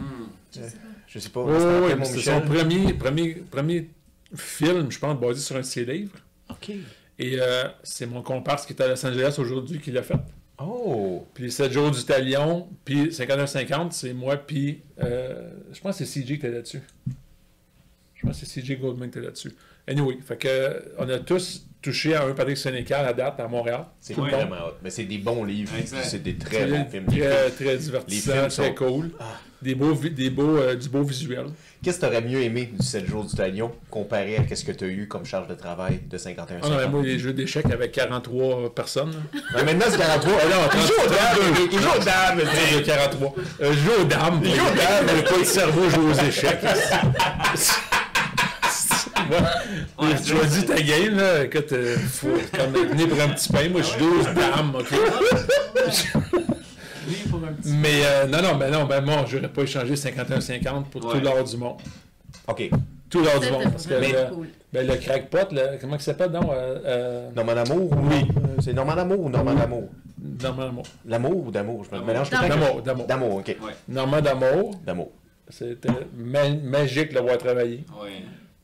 A: Je sais pas,
B: Oui,
A: c'est
B: oui,
A: après
B: oui,
A: mon
B: c'est son
A: Michel.
B: premier, premier, premier film, je pense, basé sur un de ses livres.
A: OK.
B: Et euh, c'est mon comparse qui est à Los Angeles aujourd'hui qui l'a fait.
A: Oh.
B: Puis les 7 jours du talion, puis 51-50, c'est moi, puis euh, je pense que c'est CJ qui était là-dessus. Je pense que c'est CJ Goldman qui était là-dessus. Anyway, fait que, on a tous touché à un Patrick Sénécal à date à Montréal.
A: C'est
B: Tout le monde.
A: vraiment hot. Mais c'est des bons livres.
C: Exact.
A: puis C'est des très bons films.
B: Très,
A: Les films-
B: très
A: les
B: divertissant,
A: films
B: très
A: sont- Ah.
B: cool. Des beaux, vi- des beaux, euh, du beau visuel.
A: Qu'est-ce que t'aurais mieux aimé du 7 jours du talion comparé à qu'est-ce que t'as eu comme charge de travail de 51
B: Ah non, mais moi, les
A: mais
B: jeux d'échecs avec 43 personnes. là.
A: maintenant, c'est 43.
B: Eh
A: Ah non, il joue aux dames. Il joue aux dames.
B: Plus de 43. Euh, je joue aux dames.
A: joue aux dames.
B: J'ai pas de cerveau, je joue aux échecs. Moi,
C: Ouais,
B: tu as dit ta game, là. Écoute, euh, faut quand même venir pour un petit pain. Moi, je suis 12 dames, OK?
C: Oui, pour un petit.
B: Mais euh, non, non, ben non, ben moi, j'aurais pas échangé 51-50 pour tout
C: Ouais.
B: l'or du monde.
A: OK.
B: Tout l'or du
E: C'était
B: monde. Parce que
E: vraiment
B: le,
E: cool.
B: ben, le crackpot, le- comment il s'appelle, non? Euh, euh,
A: Norman Amour ou
B: Oui.
A: Euh, C'est Norman Amour ou Norman Amour
B: Normand
A: L'amour ou d'amour Je me
C: D'amour.
A: mélange tout le temps.
B: D'amour, d'amour.
A: D'amour, OK.
C: Ouais.
B: Normand d'amour.
A: D'amour.
B: C'était ma- magique de l'avoir travaillé.
C: Ouais.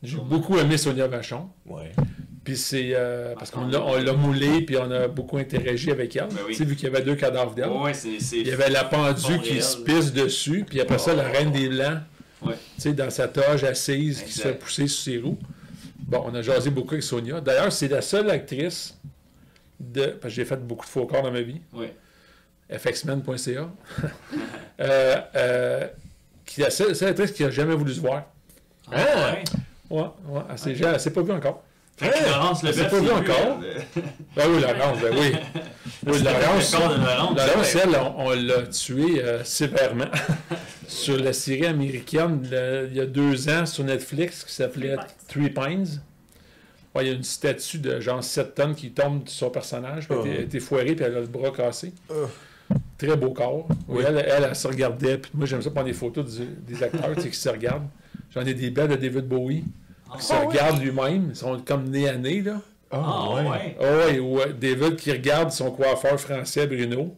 B: J'ai beaucoup aimé Sonia Vachon.
A: Ouais.
B: Puis c'est euh, parce qu'on l'a, on l'a moulé, puis on a beaucoup interagi avec elle.
C: Ben
B: Tu
C: oui.
B: sais, vu qu'il y avait deux cadavres d'elle.
C: Ouais, c'est. c'est-
B: Il y avait la pendue
C: Fond
B: qui
C: réel,
B: se
C: là.
B: pisse dessus, puis après ça, la reine des Blancs,
C: Ouais.
B: tu sais, dans sa toge assise, qui se
C: Exact.
B: fait pousser sur ses roues. Bon, on a jasé beaucoup avec Sonia. D'ailleurs, c'est la seule actrice de. Parce que j'ai fait beaucoup de faux corps dans ma vie.
C: Ouais.
B: fxmen.ca, euh, euh, qui est la seule, seule actrice qui a jamais voulu se voir.
C: Ah,
A: Hein?
C: ouais.
B: Ouais, ouais, elle s'est ja- elle s'est pas vue encore.
C: Fait que Laurence Leboeuf,
B: Hein? C'est pas vu
C: lui,
B: encore.
C: euh,
B: Ben oui, Laurence, ben oui. Oui, Laurence,
C: Le corps de Laurence.
B: Laurence, elle, on, on l'a tuée euh, sévèrement sur la série américaine le- il y a deux ans sur Netflix qui s'appelait Three Pines. Ouais, il y a une statue de genre 7 tonnes qui tombe sur son personnage. puis
C: Oh.
B: Elle a été foirée puis elle a le bras cassé. Très beau corps. Oui, Elle, elle, elle se regardait. Puis moi, j'aime ça prendre des photos du- des acteurs tu sais, qui se regardent. J'en ai des belles de David Bowie.
C: Ah,
B: qui se regarde lui-même. Ils sont comme nez à nez. Là.
C: Ah, ouais.
B: Ah ouais, ou euh, David qui regarde son coiffeur français Bruno,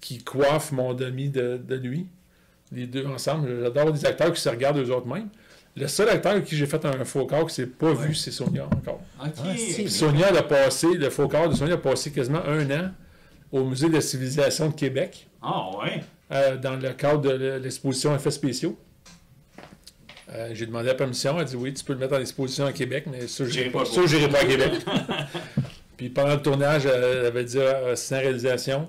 B: qui coiffe mon demi de, de lui. Les deux ensemble. J'adore des acteurs qui se regardent eux autres mêmes. Le seul acteur avec qui j'ai fait un faux corps qui s'est pas vu, c'est Sonia encore.
C: Ok.
A: si.
B: Puis Sonia elle a passé, le faux corps de Sonia a passé quasiment un an au Musée de la civilisation de Québec,
C: Ah, ouais.
B: euh, dans le cadre de le- l'exposition Effets spéciaux. Euh, j'ai demandé la permission, elle a dit oui, tu peux le mettre en exposition à Québec, mais ça, j'irai
C: J'irai
B: pas,
C: pas
B: ça, j'irai pas à Québec. Puis pendant le tournage, elle avait dit euh, sans réalisation,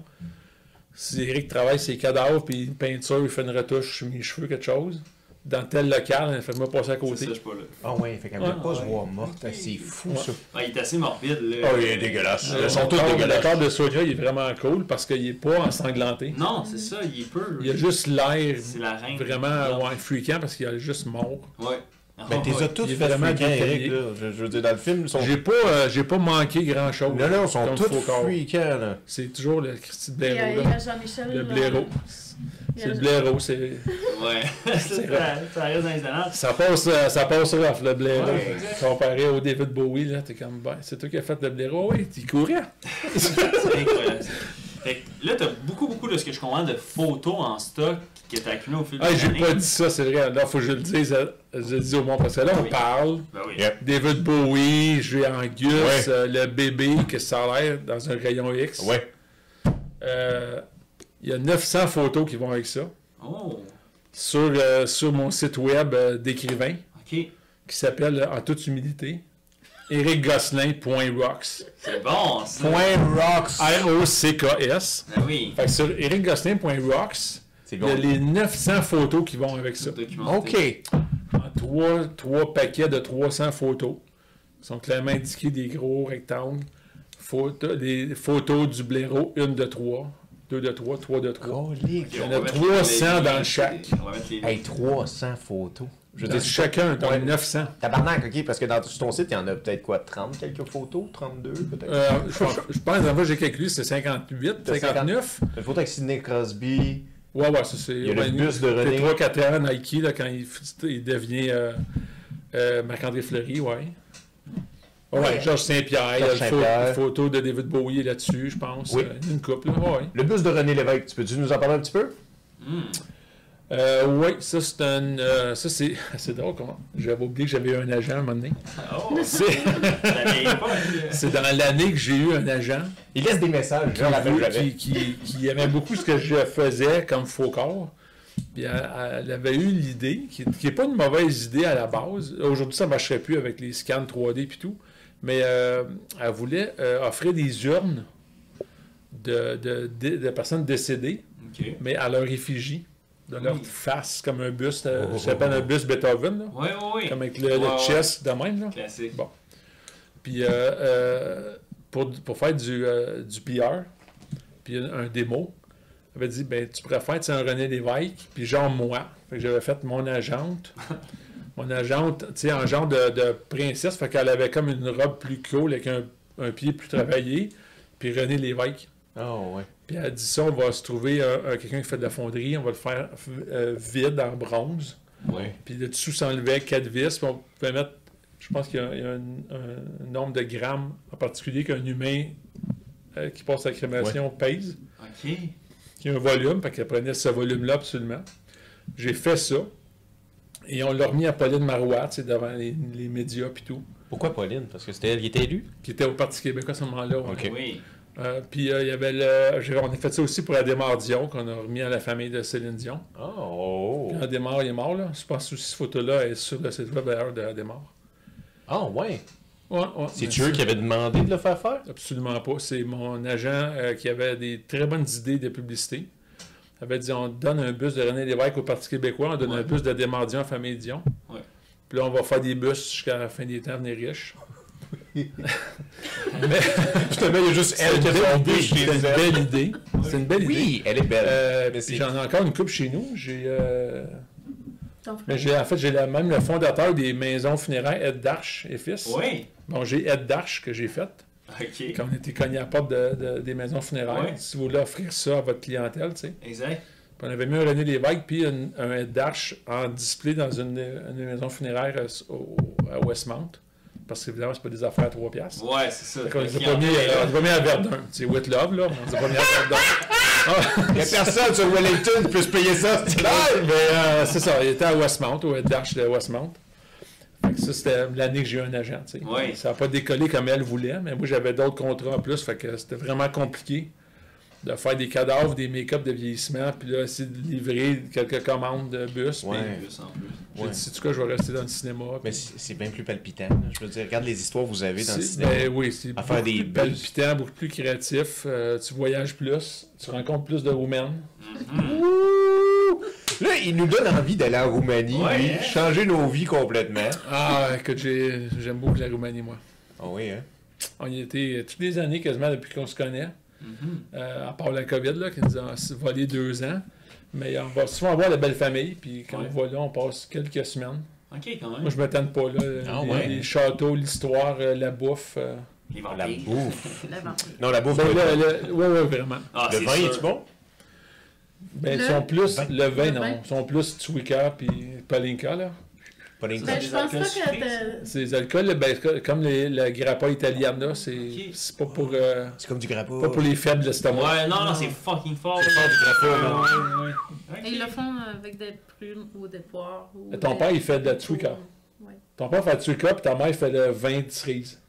B: si Eric travaille ses cadavres, puis une peinture, il fait une retouche sur mes cheveux, quelque chose, dans tel local, elle fait moi passer à
C: C'est
B: côté.
C: ça, je suis pas là.
A: Ah ouais, fait qu'elle voulait pas se voir morte.
C: Ok.
A: C'est fou,
B: Ouais. Ah,
A: ça.
C: Ah, il est assez morbide, là.
A: Ah, il est dégueulasse.
B: Le
A: Elles sont toutes
B: corps- le
A: dégueulasses.
B: corps de Sonia, il est vraiment cool parce qu'il n'est pas ensanglanté.
C: Non, c'est ça, il est peu.
B: Il a juste l'air
C: C'est la reine.
B: vraiment ouais, fréquent parce qu'il a juste mort.
C: Ouais. Ah,
B: Ben,
A: Mais Ben, t'es
C: ouais.
A: toutes
B: Il est
A: fait
B: vraiment
A: fréquent,
B: bien
A: Eric,
B: payé.
A: là. Je je veux dire, dans le film, ils sont.
B: J'ai pas, euh, j'ai pas manqué grand chose.
A: Non, non, ils sont tous
B: corps.
A: fréquents, là.
B: C'est toujours le Christy de
D: Il y a,
B: Blaireau.
D: euh, il y
B: là.
D: a Jean-Michel.
B: Le
D: euh,
B: blaireau.
D: il y
B: C'est
D: a
B: le
D: Jean-
B: blaireau. c'est-
C: Ouais. ça, ça reste dans les annales.
B: Ça passe, euh, ça passe rough, le blaireau.
C: Ouais, exact.
B: Comparé au David Bowie, là, t'es comme, ben, c'est toi qui as fait le blaireau. Oui, tu courais.
C: C'est incroyable. Fait que là, t'as beaucoup, beaucoup de ce que je comprends de photos en stock que t'as accumulé au fil
B: Ah,
C: des
B: j'ai
C: années.
B: pas dit ça, c'est vrai. Là, faut que je le dise. euh, Je le dis au monde parce que là, on
C: Oui.
B: parle.
C: Ben oui.
A: Yep.
B: David Bowie, Julie Angus,
A: Ouais.
B: euh, le bébé que ça a l'air dans un rayon X.
A: Ouais.
B: Euh, Il y a 900 photos qui vont avec ça
C: Oh,
B: sur, euh, sur mon site web euh, d'écrivain
C: ok.
B: qui s'appelle, euh, en toute humilité, ericgosselin.rocks.
C: C'est bon, ça.
A: Point rocks.
B: R-O-C-K-S.
C: Ben oui.
B: Fait que sur ericgosselin.rocks,
A: C'est
B: il y a les 900 photos qui vont avec ça.
C: Documenté.
A: OK.
B: En trois, trois paquets de 300 photos. Ils sont clairement indiqués des gros rectangles. Photo, des photos du blaireau, une de trois, deux de trois, trois de trois.
C: Ok, on
B: en
C: va
B: a
C: mettre
B: 300
C: les-
B: dans le chac.
C: On va mettre les
A: Hey, 300 photos. Je veux
B: Dans
A: dire,
B: chacun, t'en as
A: Ouais.
B: 900.
A: Tabarnak, ok, parce que dans sur ton site, il y en a peut-être quoi, 30 quelques photos, 32 peut-être.
B: Euh, je pense, je pense, la dernière fois que j'ai calculé, c'était 58,
A: C'était
B: 59.
A: Une photo avec Sidney Crosby,
B: Ouais, ouais, ça c'est.
A: il y a le bus de René.
B: 3-4 ans Nike, là, quand il, f- il devient euh, euh, Marc-André Fleury, ouais. Ouais, Georges Saint-Pierre, il y a
A: Georges
B: une pho-
A: Saint-Pierre.
B: une photo de David Bowie là-dessus, je pense.
A: Oui.
B: Euh, Une couple, là, ouais.
A: Le bus de René Lévesque, tu peux-tu nous en parler un petit peu?
C: Hmm.
B: Euh, oui, ça c'est un. euh, ça c'est. C'est drôle comment. J'avais oublié que j'avais eu un agent à un moment donné.
C: Oh,
B: C'est
C: ça vient pas.
B: c'est dans l'année que j'ai eu un agent
A: Il
C: Ah, ben,
A: laisse des messages, je le rappelle
B: qui,
A: jamais.
B: qui, qui aimait beaucoup ce que je faisais comme faux corps. Puis elle, elle avait eu l'idée, qui n'est pas une mauvaise idée à la base. Aujourd'hui, ça ne marcherait plus avec les scans 3D et tout. Mais euh, elle voulait euh, offrir des urnes de, de- de- de personnes décédées,
C: OK.
B: mais à leur effigie, de leur
C: Oui.
B: face, comme un buste,
F: Oh, oh,
B: euh, ça s'appelle
F: oh,
B: un
F: oh.
B: buste Beethoven, là,
C: Ouais, ouais, ouais.
B: comme avec le, le
C: Ouais, ouais.
B: chest de même. Là.
C: Classique.
B: Bon. Puis euh, euh, pour, pour faire du, euh, du PR, puis un, un démo, elle avait dit ben tu pourrais faire tu sais, un René Lévesque, puis genre moi. Fait que j'avais fait mon agente. mon agente, tu sais, en genre de, de princesse, fait qu'elle avait comme une robe plus cool avec un, un pied plus travaillé, puis René Lévesque.
A: Oh, ouais.
B: Puis elle dit ça, on va se trouver euh, euh, quelqu'un qui fait de la fonderie, on va le faire euh, vide en bronze.
A: Ouais.
B: Puis le dessous s'enlevait quatre vis. Puis on pouvait mettre, je pense qu'il y a, il y a un, un nombre de grammes en particulier qu'un humain euh, qui passe à la crémation pèse,
C: OK.
B: qui a un volume, fait qu'elle prenait ce volume-là absolument. J'ai fait ça. Et on l'a remis à Pauline Marois, tu sais, devant les, les médias puis tout,
A: Pourquoi Pauline Parce que c'était elle qui était élue
B: qui était au Parti québécois à ce moment-là. ouais.
A: OK.
C: Oui.
B: Euh, puis euh, il y avait le. j'ai- On a fait ça aussi pour Adémar Dion, qu'on a remis à la famille de Céline Dion.
A: Oh.
B: Puis Adémar, il est mort, là. Je pense que cette photo-là est sur le site web d'ailleurs de Adémar.
A: Ah, ouais.
B: Ouais, ouais, mais
A: C'est eux qui avaient demandé de le faire faire
B: Absolument pas. C'est mon agent euh, qui avait des très bonnes idées de publicité. Il avait dit on donne un bus de René Lévesque au Parti québécois, on donne
C: Ouais.
B: un bus de Desmardions à la Famille Dion.
C: Ouais.
B: Puis là, on va faire des bus jusqu'à la fin des temps, venir riches.
A: Justement, il y a juste
B: C'est une, belle idée.
A: chez
B: C'est une
A: elle.
B: belle idée. C'est une belle idée.
A: Oui, elle est belle.
B: Euh,
A: Mais
B: puis
A: c'est-
B: J'en ai encore une coupe chez nous. J'ai, euh,
D: Ton frère.
B: mais j'ai- en fait, j'ai la- même le fondateur des maisons funéraires, Ed Darche et fils.
C: Oui.
B: Bon, j'ai Ed Darche que j'ai faite.
C: OK.
B: quand on était cogné à la porte de- de- des maisons funéraires,
C: Ouais.
B: si vous voulez offrir ça à votre clientèle, tu sais.
C: Exact.
B: Puis on avait mis un René Lévesque puis une- un Ed Darche en display dans une, une maison funéraire euh, s- au- à Westmount. Parce qu'évidemment, c'est pas des affaires à 3 piastres.
C: Ouais, c'est ça.
B: Fait qu'on les a
C: Qui
B: pas
C: en
B: mis,
C: fait,
B: euh, on
C: là.
B: les a pas mis à Verdun. C'est With Love, là. On les a pas mis à Verdun.
A: Il n'y a personne sur Wellington qui peut se payer ça, c'est clair!
B: Ah. Mais euh, c'est ça, il était à Westmount, au Ed Darche de Westmount. Fait que ça, c'était l'année que j'ai eu un agent, tu sais.
C: Ouais.
B: Ça n'a pas décollé comme elle voulait, mais moi, j'avais d'autres contrats en plus, fait que c'était vraiment compliqué de faire des cadavres, des make-up de vieillissement, puis là, essayer de livrer quelques commandes de bus. puis
A: Ouais.
C: Plus en plus.
B: J'ai
A: Ouais.
B: dit, si tu cas, je vais rester dans le cinéma.
A: Mais c'est c'est bien plus palpitant. là. Je veux dire, regarde les histoires que vous avez dans le
B: C'est-
A: cinéma.
B: ben oui, c'est
A: À
B: beaucoup
A: faire des
B: plus
A: bus.
B: palpitant, beaucoup plus créatif. euh, tu voyages plus, tu rencontres plus de women.
A: Ouh! Là, il nous donne envie d'aller en Roumanie,
C: Ouais,
A: lui,
C: hein?
A: changer nos vies complètement.
B: Ah, écoute, j'ai- j'aime beaucoup la Roumanie, moi.
A: Ah oui, hein?
B: On y était euh, toutes les années quasiment depuis qu'on se connaît.
A: Mm-hmm.
B: Euh, à part la COVID, là, qui nous a volé deux ans. Mais on va souvent voir la belle famille, puis quand
C: Ouais.
B: on va là, on passe quelques semaines.
C: OK, quand même.
B: Moi, je m'attends pas, là.
A: Mm. Ah
B: les,
A: ouais.
B: les châteaux, l'histoire, euh, la bouffe. euh.
C: Les vampires.
A: La bouffe.
D: La vampire.
A: Non, la bouffe.
B: Ben,
A: doit être
B: là,
A: bonne.
B: là, ouais, ouais, vraiment.
C: Ah,
A: le
C: c'est
A: vin,
C: sûr.
A: est-tu bon?
B: Ben,
D: Le-
B: ils sont plus,
A: Vin.
B: le vin,
D: Le
B: non,
D: vin.
B: ils sont plus Twika puis Palinka, là.
A: Pas les
D: Ben,
C: Des
D: je pense pas
C: alcools
D: que
C: sucrés,
D: t'as-
B: C'est des alcools, là, ben, c'est comme les, la grappa italiana, c'est
C: Ok.
B: c'est pas pour... euh,
A: C'est comme du grappa.
B: pas pour les faibles d'estomac.
C: Ouais, non, non, c'est fucking fort.
A: C'est pas du grappa, là.
C: Ouais, ouais.
D: Et ils le font euh, avec des prunes ou des poires. Ou
B: Ton
D: des-
B: père, il fait hein. de la Twika.
D: Ouais.
B: Ton père fait de la Twika, puis ta mère fait le vin de cerise.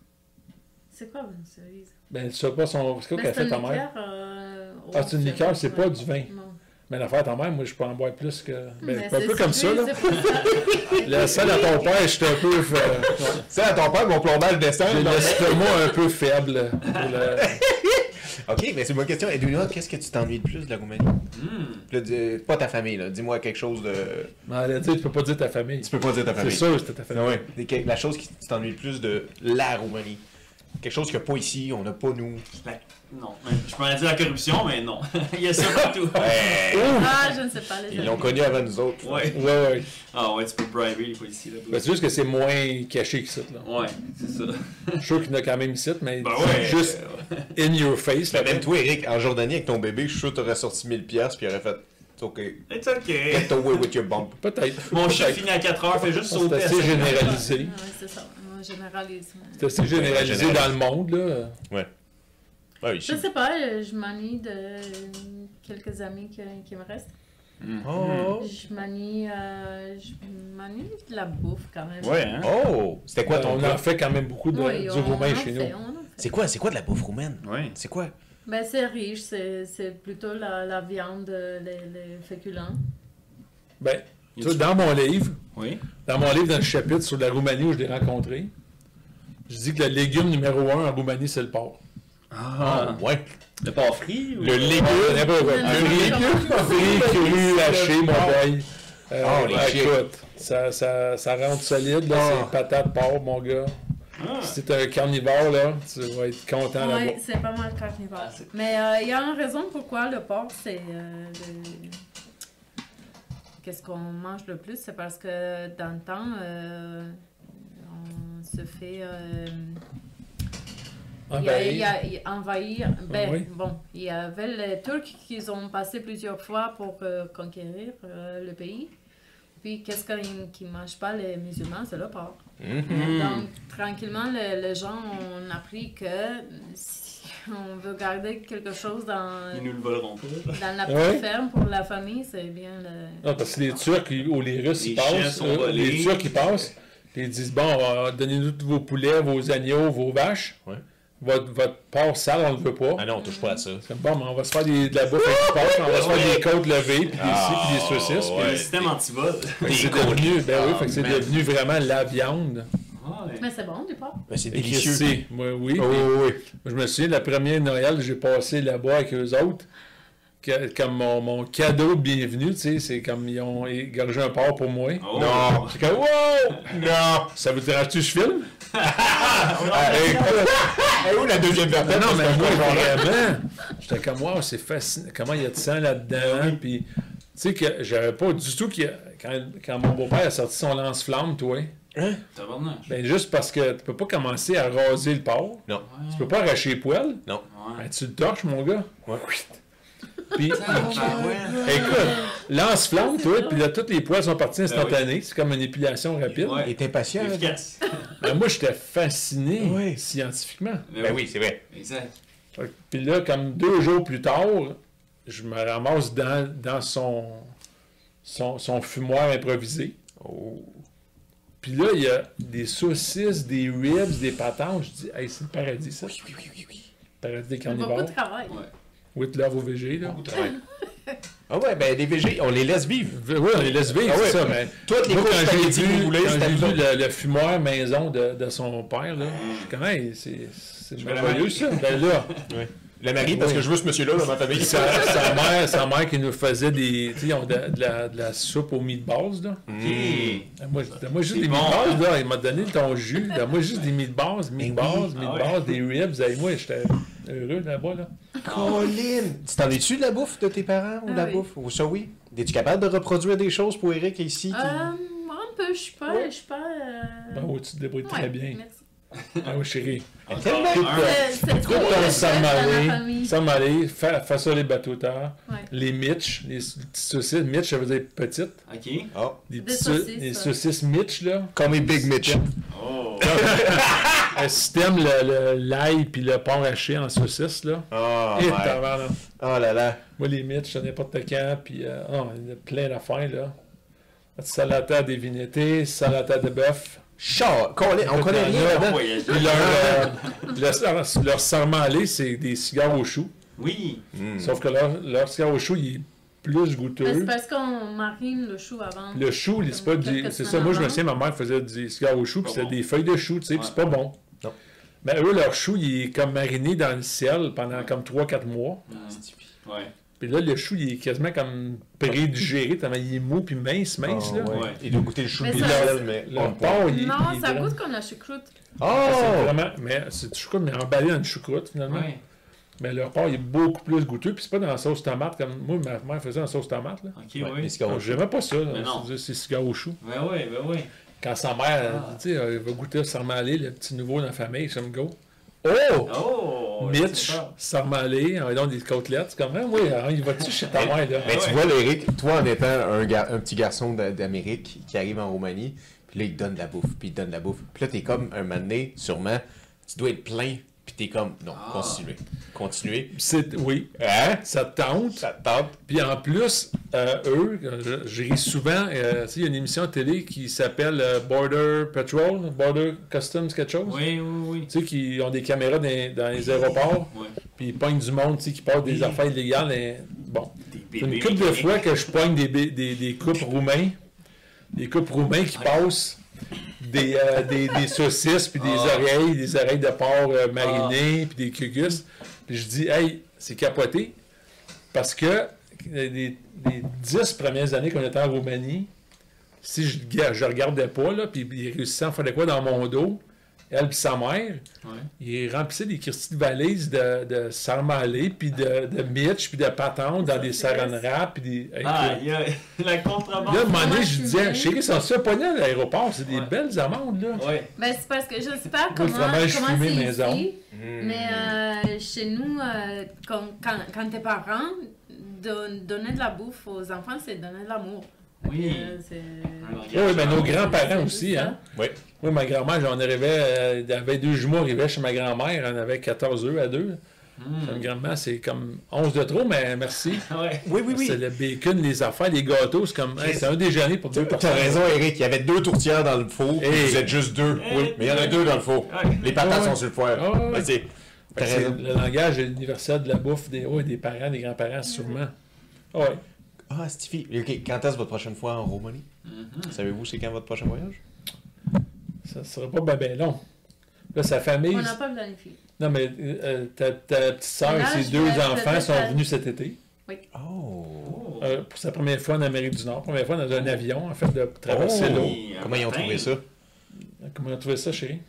D: C'est quoi une cerise?
B: Ben, tu sais pas son. C'est quoi
D: Ben,
B: qu'elle fait ta
D: une
B: mère?
D: liqueur, euh,
B: Ah, c'est une
D: au-
B: liqueur, c'est pas du vin.
D: Non.
B: Mais Ben, l'affaire de ta mère, moi, je peux en boire plus que. Ben,
D: Mais
B: un
D: Hmm, c'est-
B: peu comme ça,
D: c'est-
B: là.
D: c'est pour ça.
B: La salle à ton père, j'étais un peu. euh,
A: C'est à ton père, mon plombage descend.
B: J'ai
A: non?
B: l'estomac un peu faible. pour le-
A: Ok, mais c'est une bonne question. Edwina, qu'est-ce que tu t'ennuies de plus de la Roumanie?
C: Hmm.
A: Là, dis- pas ta famille, là. Dis-moi quelque chose de.
B: Mais elle a dit, tu peux pas dire ta famille.
A: Tu peux pas dire ta
B: C'est
A: famille.
B: sûr, c'était ta
A: Ah
B: famille.
A: ouais. Des- que- La chose qui t'ennuie le plus de la Roumanie. Quelque chose qu'il n'y a pas ici, on n'a pas nous.
C: La- Non, mais je pourrais dire la corruption, mais non. Il y a ça partout.
A: Hey!
D: Ah, je ne sais pas. les
A: Ils l'ont
D: amis.
A: connu avant nous autres.
C: Ouais.
B: Oh! Ouais, ouais.
C: Ah ouais, tu peux briber les policiers là-bas.
B: Ben, c'est juste que c'est moins caché que ça. Là.
C: Ouais, c'est ça.
B: Je suis sûr qu'il y en a quand même ici, mais
C: Ben
B: c'est
C: ouais.
B: juste in your face.
C: Ben,
A: Mais
B: Là,
A: même toi, Eric, en Jordanie avec ton bébé, je suis sûr que t'aurais sorti 1000$ piastres, puis il aurait fait It's OK.
C: It's okay.
A: Get away with your bump.
B: Peut-être.
C: Mon chef
B: Peut-être.
C: finit à 4 heures, fait juste
B: C'est
C: sauter. à
B: assez
C: ça.
B: généralisé.
D: Ouais, c'est ça. En général, ils sont-
B: C'est assez généralisé dans le monde, là.
A: Ouais, ici.
D: Je sais pas, euh, je m'ennuie de quelques amis que- qui me restent.
A: Oh!
D: Je m'ennuie, euh, je m'ennuie de la bouffe quand même.
C: Ouais, hein?
A: Oh! C'était quoi
B: Ben,
A: ton
B: on en
A: plat?
B: fait quand même beaucoup de,
D: Oui,
B: du
D: on
B: roumain
D: en
B: chez
D: fait,
B: nous.
D: on en fait.
A: C'est quoi, c'est quoi de la bouffe roumaine?
C: Ouais.
A: C'est quoi?
D: Ben, c'est riche, c'est c'est plutôt la, la viande, euh, les, les féculents.
B: Ben,
C: Y
B: tu vois,
C: a-tu-
B: dans mon livre,
C: Oui.
B: dans mon livre, dans le chapitre sur la Roumanie où je l'ai rencontré, je dis que le légume numéro un en Roumanie, c'est le porc.
C: Ah,
A: Ouais.
C: le porc frit ou...
B: Le
A: Ah,
B: légume. Le légume cru, haché, mon boy. Euh,
A: Oh, Ah, les
B: ben,
A: chips.
B: écoute, ça, ça, ça rentre solide, là,
A: Ah.
B: c'est patate porc, mon gars.
C: Ah.
B: Si t'es un carnivore, là, tu vas être content là
D: Oui, c'est pas mal carnivore.
C: Ah, c'est-
D: Mais euh, il y a une raison pourquoi le porc, c'est. euh, le- Qu'est-ce qu'on mange le plus? C'est parce que dans le temps, euh, on se fait. euh, il y a- il y a- il y a envahir. Ben,
B: oui.
D: bon, il y avait les Turcs qui ont passé plusieurs fois pour euh, conquérir euh, le pays. Puis, qu'est-ce qu'ils ne mangent pas les musulmans? C'est le porc.
A: Hum.
C: Hmm.
D: Donc, tranquillement, le- les gens ont appris que si on veut garder quelque chose dans,
C: Ils nous le voleront pas.
D: dans la petite
B: Ouais.
D: ferme pour la famille, c'est bien le.
B: Non, parce que les Turcs ils- ou les Russes,
C: Les
B: ils
C: chiens
B: passent.
C: sont
B: euh,
C: volés.
B: les Turcs, ils passent. puis Ils disent Bon, euh, donnez-nous tous vos poulets, vos agneaux, vos vaches.
A: Ouais.
B: Votre, votre porc sale, on ne le veut pas.
A: Ah non, on touche pas à ça.
B: C'est bon, mais on va se faire des, de la bouffe avec du porc, on va se faire des côtes levées, puis des
A: Ah,
B: ci, puis des saucisses. puis-
C: Le
A: Ouais.
C: système antivol.
B: Fait que c'est devenu, ben oui, fait que c'est
C: Ah, man.
B: devenu vraiment la viande.
C: Ouais.
D: Mais c'est bon du porc.
A: Mais Ben, c'est
B: Et
A: délicieux.
B: c'est- Oui, oui.
A: Oh, oui, oui.
B: Je me souviens, la première Noël, j'ai passé là-bas avec eux autres. que- comme mon, mon cadeau de bienvenue, tu sais, c'est comme ils ont égorgé un porc pour moi.
C: Oh.
A: Non.
B: J'étais comme, wow!
A: Non. Ah,
B: Ça vous dérange-tu que je filme?
A: Et où la deuxième version?
B: Ben non, mais moi, vraiment, j'étais comme, wow, c'est fascinant. Comment il y a de sang
A: Ah,
B: là-dedans? Puis, tu sais, que j'avais pas du tout. qu'il y a- Quand, quand mon beau-père a sorti son lance-flamme, toi,
C: Tabarnouche.
B: ben juste parce que tu peux pas commencer à raser le porc.
A: Non.
B: Tu peux pas arracher les poils.
A: Non.
C: Ouais.
B: Ben, tu le torches, mon gars.
A: Ouais.
B: Puis,
C: Ouais.
B: écoute, lance-flamme, toi, puis là, toutes les poils sont partis
C: Ben oui.
B: instantanés. C'est comme une épilation rapide.
C: Ouais.
A: était patient.
C: Efficace.
B: Ben, moi, j'étais fasciné
A: Oui.
B: scientifiquement.
A: Ben oui, c'est vrai.
C: Exact.
B: Fait que- Puis là, comme deux jours plus tard, je me ramasse dans, dans son, son, son fumoir improvisé.
C: Oh.
B: Puis là, il y a des saucisses, des ribs, des patentes. Je dis, hey, c'est le paradis, ça.
A: Oui, oui, oui, oui.
B: Paradis des
D: C'est beaucoup
B: carnivores.
D: de travail.
C: Ouais.
B: With love OVG, là.
A: Beaucoup de travail. Ah ouais, ben les VG, on les laisse vivre.
B: V- Oui, on les laisse vivre,
A: Ah
B: c'est
A: ouais.
B: ça, mais.
A: Toi, les
B: Moi,
A: courses
B: quand j'ai
A: spaghetti
B: vu,
A: poulet,
B: quand
A: c'était
B: j'ai
A: tout.
B: vu le, le fumoir maison de, de son père, là, je suis comme, hey, c'est- c'est
C: Je vais la
B: merveilleux, ça. Ben là,
A: Le mari, parce que je veux ce monsieur-là dans ma famille.
B: Puis sa, sa mère, sa mère qui nous faisait des. Tu sais, ils ont de, de la, de la soupe aux meatballs, là.
C: Ok.
B: Moi, je- moi juste
C: C'est
B: des
C: bon,
B: meatballs, là. Il m'a donné ton jus. là. Moi, juste des meatballs, meatballs,
C: Ah
B: meatballs, des ribs. Et moi, j'étais heureux là-bas, là.
A: Colline! Tu t'en es-tu de la bouffe de tes parents ou de la
D: Ah oui.
A: bouffe? Ou ça oui? Es-tu capable de reproduire des choses pour Eric ici? qui-
D: Euh, moi, un peu, je suis pas. Je suis pas. euh,
B: Ben, ouais, tu te débrouilles très
D: ouais,
B: bien.
D: merci. Euh,
B: Ah oui, chérie.
A: Elle est tellement-
C: un.
D: C'est- C'est
B: Écoute,
D: trop
B: dans
D: le
B: le
D: chef dans la
B: Samaré,
D: famille.
B: Samaré, fa- face à les batotards,
D: Ouais.
B: les Mitch, les s- petites saucisses. Mitch, ça veut dire petites.
C: Ok.
A: Oh.
B: Les,
D: Des
B: petites
D: saucisses,
B: les
D: ça.
B: saucisses Mitch, là.
A: Call me Big Mitch.
C: Oh.
B: Un système, le, le- l'ail puis le porc haché en saucisse, là.
A: Oh,
B: Et
A: ouais.
B: tabarnak.
A: oh là là.
B: Moi, les mythes, je n'importe quand, puis euh, oh, il y en a plein d'affaires, là. Salata des vinaités, salata de bœuf,
A: Char, Colin, on connaît rien
B: Écoute,
A: là-dedans.
C: Voyage.
B: puis leur, euh, leur, leur sarmalé, c'est des cigares au chou.
C: Oui.
A: Ah, Hmm.
B: Sauf que leur, leur cigare au chou, il est plus
D: Mais Ben, C'est
B: goûteux.
D: parce qu'on marine le chou avant.
B: Le chou, il- c'est pas du.
D: Quelques
B: C'est ça, moi, je me
D: semaines
B: souviens, ma mère faisait du cigare au chou, puis
C: Pas
B: c'était
C: bon.
B: des feuilles de chou, tu sais, puis c'est pas bon.
A: Non.
B: Mais eux, leur chou, il est comme mariné dans le ciel pendant comme 3-4 mois.
C: Ouais.
B: Puis là, le chou, il est quasiment comme prédigéré, tellement il est mou puis mince, mince, là.
A: Oh, ouais.
C: Ah, Ouais. Ah,
A: Il doit goûter le chou
D: Mais
A: de
D: ça,
A: Bilal,
D: c'est-
A: mais on
B: Le
A: le prend.
B: porc, il
D: Non,
B: il
D: ça
B: vraiment-
D: goûte comme la choucroute.
B: C'est
A: Oh!
B: vraiment, mais c'est du choucroute, mais emballé dans une choucroute, finalement.
C: Ouais.
B: Mais leur porc, il est beaucoup plus goûteux, puis c'est pas dans la sauce tomate, comme moi, ma mère faisait en sauce tomate, là.
C: Ah, Ok,
A: Les
C: oui.
A: cigares au
B: Alors,
A: chou.
B: J'aimais pas ça, là.
C: Mais non.
B: C'est- c'est cigare au chou.
C: Ben oui, ben oui.
B: Quand sa mère,
C: Ah.
B: tu sais, elle va goûter au sarmalé, le petit nouveau dans la famille, ça me go.
A: Oh!
C: Oh!
B: Mitch,
C: c'est bon.
B: sarmalé, en ayant des côtelettes, c'est comme, ah oui, hein, il va-tu chez ta mère, là?
A: Mais tu
C: Ouais.
A: vois, là, Eric, toi, en étant un, gar- un petit garçon d'a- d'Amérique qui arrive en Roumanie, puis là, il te donne de la bouffe, puis il te donne de la bouffe. Puis là, t'es comme, un moment donné, sûrement, tu dois être plein, puis t'es comme, non,
C: Ah.
A: continuez, continuez.
B: C'est- Oui,
A: Hein?
B: ça te tente.
A: Ça te tente?
B: Puis en plus, euh, eux, je, je ris souvent, euh, tu sais, il y a une émission de télé qui s'appelle euh, Border Patrol, Border Customs, quelque chose.
C: Oui, oui, oui.
B: Tu sais, qui ont des caméras dans, dans les aéroports,
C: Ouais.
B: puis ils pognent du monde, tu sais, qui portent des affaires illégales. et- hein. Bon.
C: des
B: Une
C: bébés
B: couple de
C: mécaniques.
B: fois que je pogne des, bé- des, des couples roumains, des couples roumains qui passent des, euh, des, des saucisses, puis des
C: Ah.
B: oreilles, des oreilles de porc euh, marinées, puis des cucus. Puis je dis, hey, c'est capoté. Parce que euh, les, les- les dix premières années qu'on était en Roumanie, si je, ga- je regardais pas, là, puis ils réussissaient à faire de quoi dans mon dos, elle puis sa mère,
C: Ouais.
B: ils remplissaient des cristaux de valises de, de sarmalé, puis de, de mitch, puis de patente dans des saran wrap, puis des... Hey,
C: Ah, il y a la contrebande.
B: Là, à un moment donné,
D: Comment
B: je
D: tu
B: disais,
D: veux?
B: chérie, ça se pognait à l'aéroport, c'est des
C: Ouais.
B: belles amendes, là.
C: Ouais.
D: Ben, c'est parce que je sais pas
B: le
D: comment,
B: fromage
D: comment
B: fumé
D: c'est
B: maison. Hmm.
D: ici, mais euh, chez nous, euh, quand, quand, quand tes parents don- donnaient de la bouffe aux enfants, c'est donner de l'amour.
C: Oui.
D: Euh, c'est-
B: Oui, mais nos
C: grands
B: grands-parents aussi, hein.
A: Oui.
B: Oui, ma grand-mère, j'en arrivais, euh, elle avait deux jumeaux, arrivait chez ma grand-mère, elle en avait 14 œufs à deux. Ma grand-mère, c'est comme 11 de trop, mais merci.
C: Ouais.
A: Oui, oui,
B: C'est le bacon, les affaires, les gâteaux, c'est comme, hey, c'est un déjeuner pour deux
A: T'as
B: personnes.
A: raison, Eric. Il y avait deux tourtières dans le four. puis
B: Hey.
A: Vous êtes juste deux.
C: Hey.
A: Oui. Mais il y en a deux dans le four.
C: Ouais.
A: Les patates
B: Ouais.
A: sont sur le four.
B: Ah, ouais.
A: Ouais, c'est-
B: Fait
A: T'as
B: que c'est
A: raison.
B: Le langage universel de la bouffe des, ouais, des parents, des grands-parents, sûrement. Oui.
A: Ah, Stiffy. OK, quand est-ce votre prochaine fois en Roumanie?
B: Mm-hmm.
A: Savez-vous c'est quand votre prochain voyage?
B: Ça ne sera pas ben, ben long. Là, sa famille.
D: On n'a pas planifié.
B: Non, mais euh, ta, ta petite soeur et
D: Là,
B: ses
D: je
B: deux
D: vais-
B: enfants
D: peut-être
B: sont
D: aller-
B: venus cet été.
A: Oh!
C: Oh.
B: euh, pour sa première fois en Amérique du Nord, première fois dans un avion, en fait, de traverser
A: Oh.
B: l'eau.
C: un
A: Comment ils ont
C: matin.
A: trouvé ça?
B: Comment on a trouvé ça, chérie?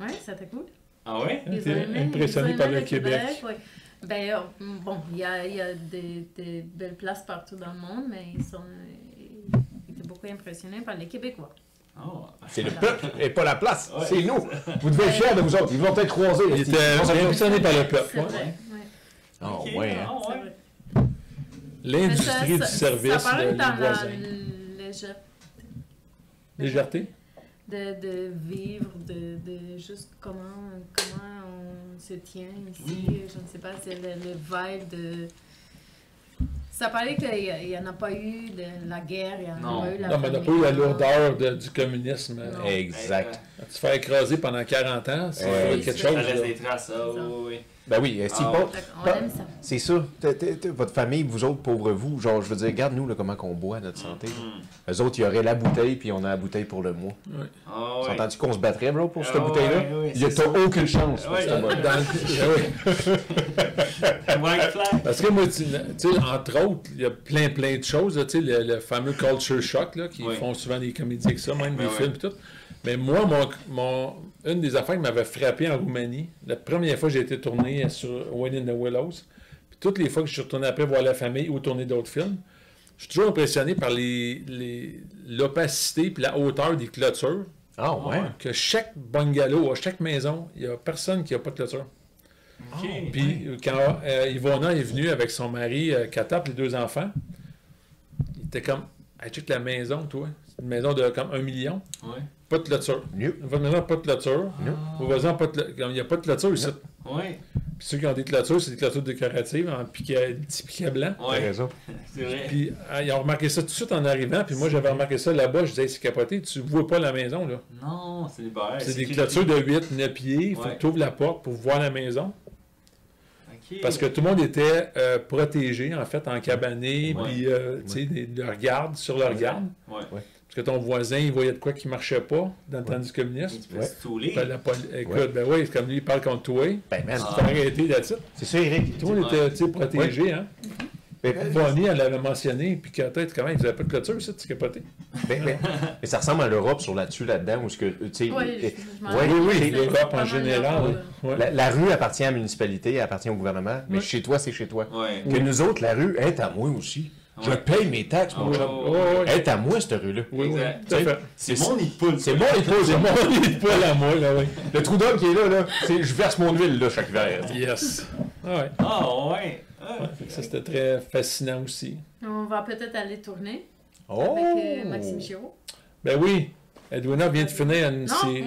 D: Ouais, ça t'a cool.
C: Ah ouais?
B: Hein,
D: Ils
B: t'es
D: ont aimé-
B: impressionné
D: ils ont
B: par
D: aimé
B: le Québec.
D: ouais. Ben, euh, bon, il y a, il y a des, des belles places partout dans le monde, mais ils sont euh, ils étaient beaucoup impressionnés par les Québécois.
C: Oh.
A: C'est le peuple et pas la place.
C: Ouais.
A: C'est nous. Vous devez être fiers de vous autres. Ils vont être croisés.
B: Il était euh, impressionné par le peuple.
D: C'est
B: ouais.
D: vrai, ouais,
A: Oh,
C: Ok,
A: ouais, hein.
C: ah
D: c'est
C: ouais.
D: vrai. Mais ça-
B: L'industrie du
D: ça-
B: service
D: Ça
B: de
D: parle dans
B: les
D: la
B: voisins.
D: légèreté.
B: Légèreté?
D: de, de vivre, de, de juste comment, comment on se tient ici. Je ne sais pas, c'est le, le vibe de. Ça paraît qu'il n'y en a pas eu de la guerre, il n'y en
C: Non.
D: a pas eu la
B: Non, mais on n'a
D: famine.
B: pas eu la lourdeur de- du communisme. euh,
D: Non.
A: Exact.
B: Tu te faire écraser pendant 40 ans, c'est
A: Ouais.
B: quelque
C: Ben, Ça
B: chose. là.
C: laisse des traces, ah oui, oui.
A: Ben oui, euh, si
C: Ah,
A: pas-
D: Fait qu'on
A: pas-
D: aime ça.
A: C'est ça. T'as- t'as- t'as- votre famille, vous autres, pauvres vous, genre, je veux dire, regarde-nous là, comment qu'on boit notre santé.
C: Mm.
A: Les Eux autres, il y aurait la bouteille, puis on a la bouteille pour le mois.
C: Ah ouais.
A: T'entends-tu qu'on se battrait, bro, pour
C: Ah
A: cette
C: ouais,
A: bouteille-là?
C: ouais, ouais,
A: Il y a
C: c'est
A: t'as aucune chance.
C: Ouais.
A: pour ce combat.
B: Dans le- oui.
C: White flag.
B: Parce que moi, tu tu sais, entre autres, il y a plein, plein de choses. là, Tu sais, le, le fameux culture shock, là, qui
C: Oui.
B: font souvent des comédies avec ça, même
C: Ben
B: des
C: ouais.
B: films et tout. Mais moi, mon, mon- une des affaires qui m'avait frappé en Roumanie, la première fois que j'ai été tourné euh, sur When in the Willows, puis toutes les fois que je suis retourné après voir la famille ou tourner d'autres films, je suis toujours impressionné par les- les- l'opacité et la hauteur des clôtures.
A: Ah ouais?
B: Que chaque bungalow, à chaque maison, il n'y a personne qui n'a pas de clôture.
C: Ok.
B: Puis quand euh, Yvonna est venue avec son mari, euh, Kata, puis les deux enfants, il était comme Hey, check la maison, toi. C'est une maison de comme un million.
C: Ouais.
B: Pas de clôture.
A: Mieux.
B: Votre maison, pas de clôture. Vos voisins, pas de clôture. Comme, Il n'y a pas de clôture ici.
C: Ouais.
B: Puis ceux qui ont des clôtures, c'est des clôtures décoratives en piquet, petits piquets blancs.
A: T'as
C: Ouais.
A: raison.
C: C'est vrai.
B: Puis euh, ils ont remarqué ça tout de suite en arrivant. Puis moi, j'avais remarqué ça là-bas. Je disais, Hey, c'est capoté, tu vois pas la maison, là.
C: Non, c'est des barres.
B: C'est des clôtures de 8, 9 pieds. Il faut
C: Ouais.
B: que tu ouvres la porte pour voir la maison.
C: Ok.
B: Parce que tout le monde était euh, protégé, en fait, en cabané,
C: Ouais.
B: puis, euh, tu sais, des- leur garde, sur leur garde.
C: Ouais.
B: Parce que ton voisin, il voyait de quoi qui marchait pas dans le temps du communisme.
C: Tu peux se saouler.
B: Ben, la poli- Écoute,
A: Ouais.
B: ben oui, c'est comme lui, il parle contre toi.
A: Ben man,
C: Ah.
B: Tu t'es arrêté là-dessus.
A: c'est ça, Eric.
B: Tout le monde était, tu sais, protégé, hein.
A: Ben,
B: Bonnie, elle l'avait mentionné, puis qu'à tête, comment, ils faisaient pas de clôture, ça, tu capotais.
A: ben, ben, mais ça ressemble à l'Europe sur là-dessus, là-dedans, où ce que, tu sais...
D: Ouais,
A: eh,
D: je- je m'en
A: ouais,
D: rappelle,
A: oui, oui,
D: c'est
A: les-
B: L'Europe en
D: vraiment
B: général,
D: l'Europe,
B: ouais.
A: La, la rue appartient à la municipalité, elle appartient au gouvernement, mais
B: Ouais.
A: chez toi, c'est chez toi.
C: Ouais.
A: Que nous autres, la rue est à moi aussi. Je
C: Ouais.
A: paye mes taxes, mon
C: Oh.
A: chum.
B: Oh, ouais.
A: Elle est à moi, cette rue-là.
B: Oui, oui,
C: Exact.
B: tout à fait.
C: C'est mon nid de poule.
A: C'est moi, il pose.
B: C'est mon lit de poil à moi, là, oui.
A: Le trou d'homme qui est là, là. c'est- Je verse mon huile, là, chaque verre.
B: euh, Yes. Ah ouais.
C: Ah ouais. Ah.
B: Fait que Ça, c'était très fascinant aussi.
D: On va peut-être aller tourner
A: Oh!
D: avec euh, Maxime Giraud.
B: Ben oui, Edwina vient de finir une
D: Non, hum,
B: série.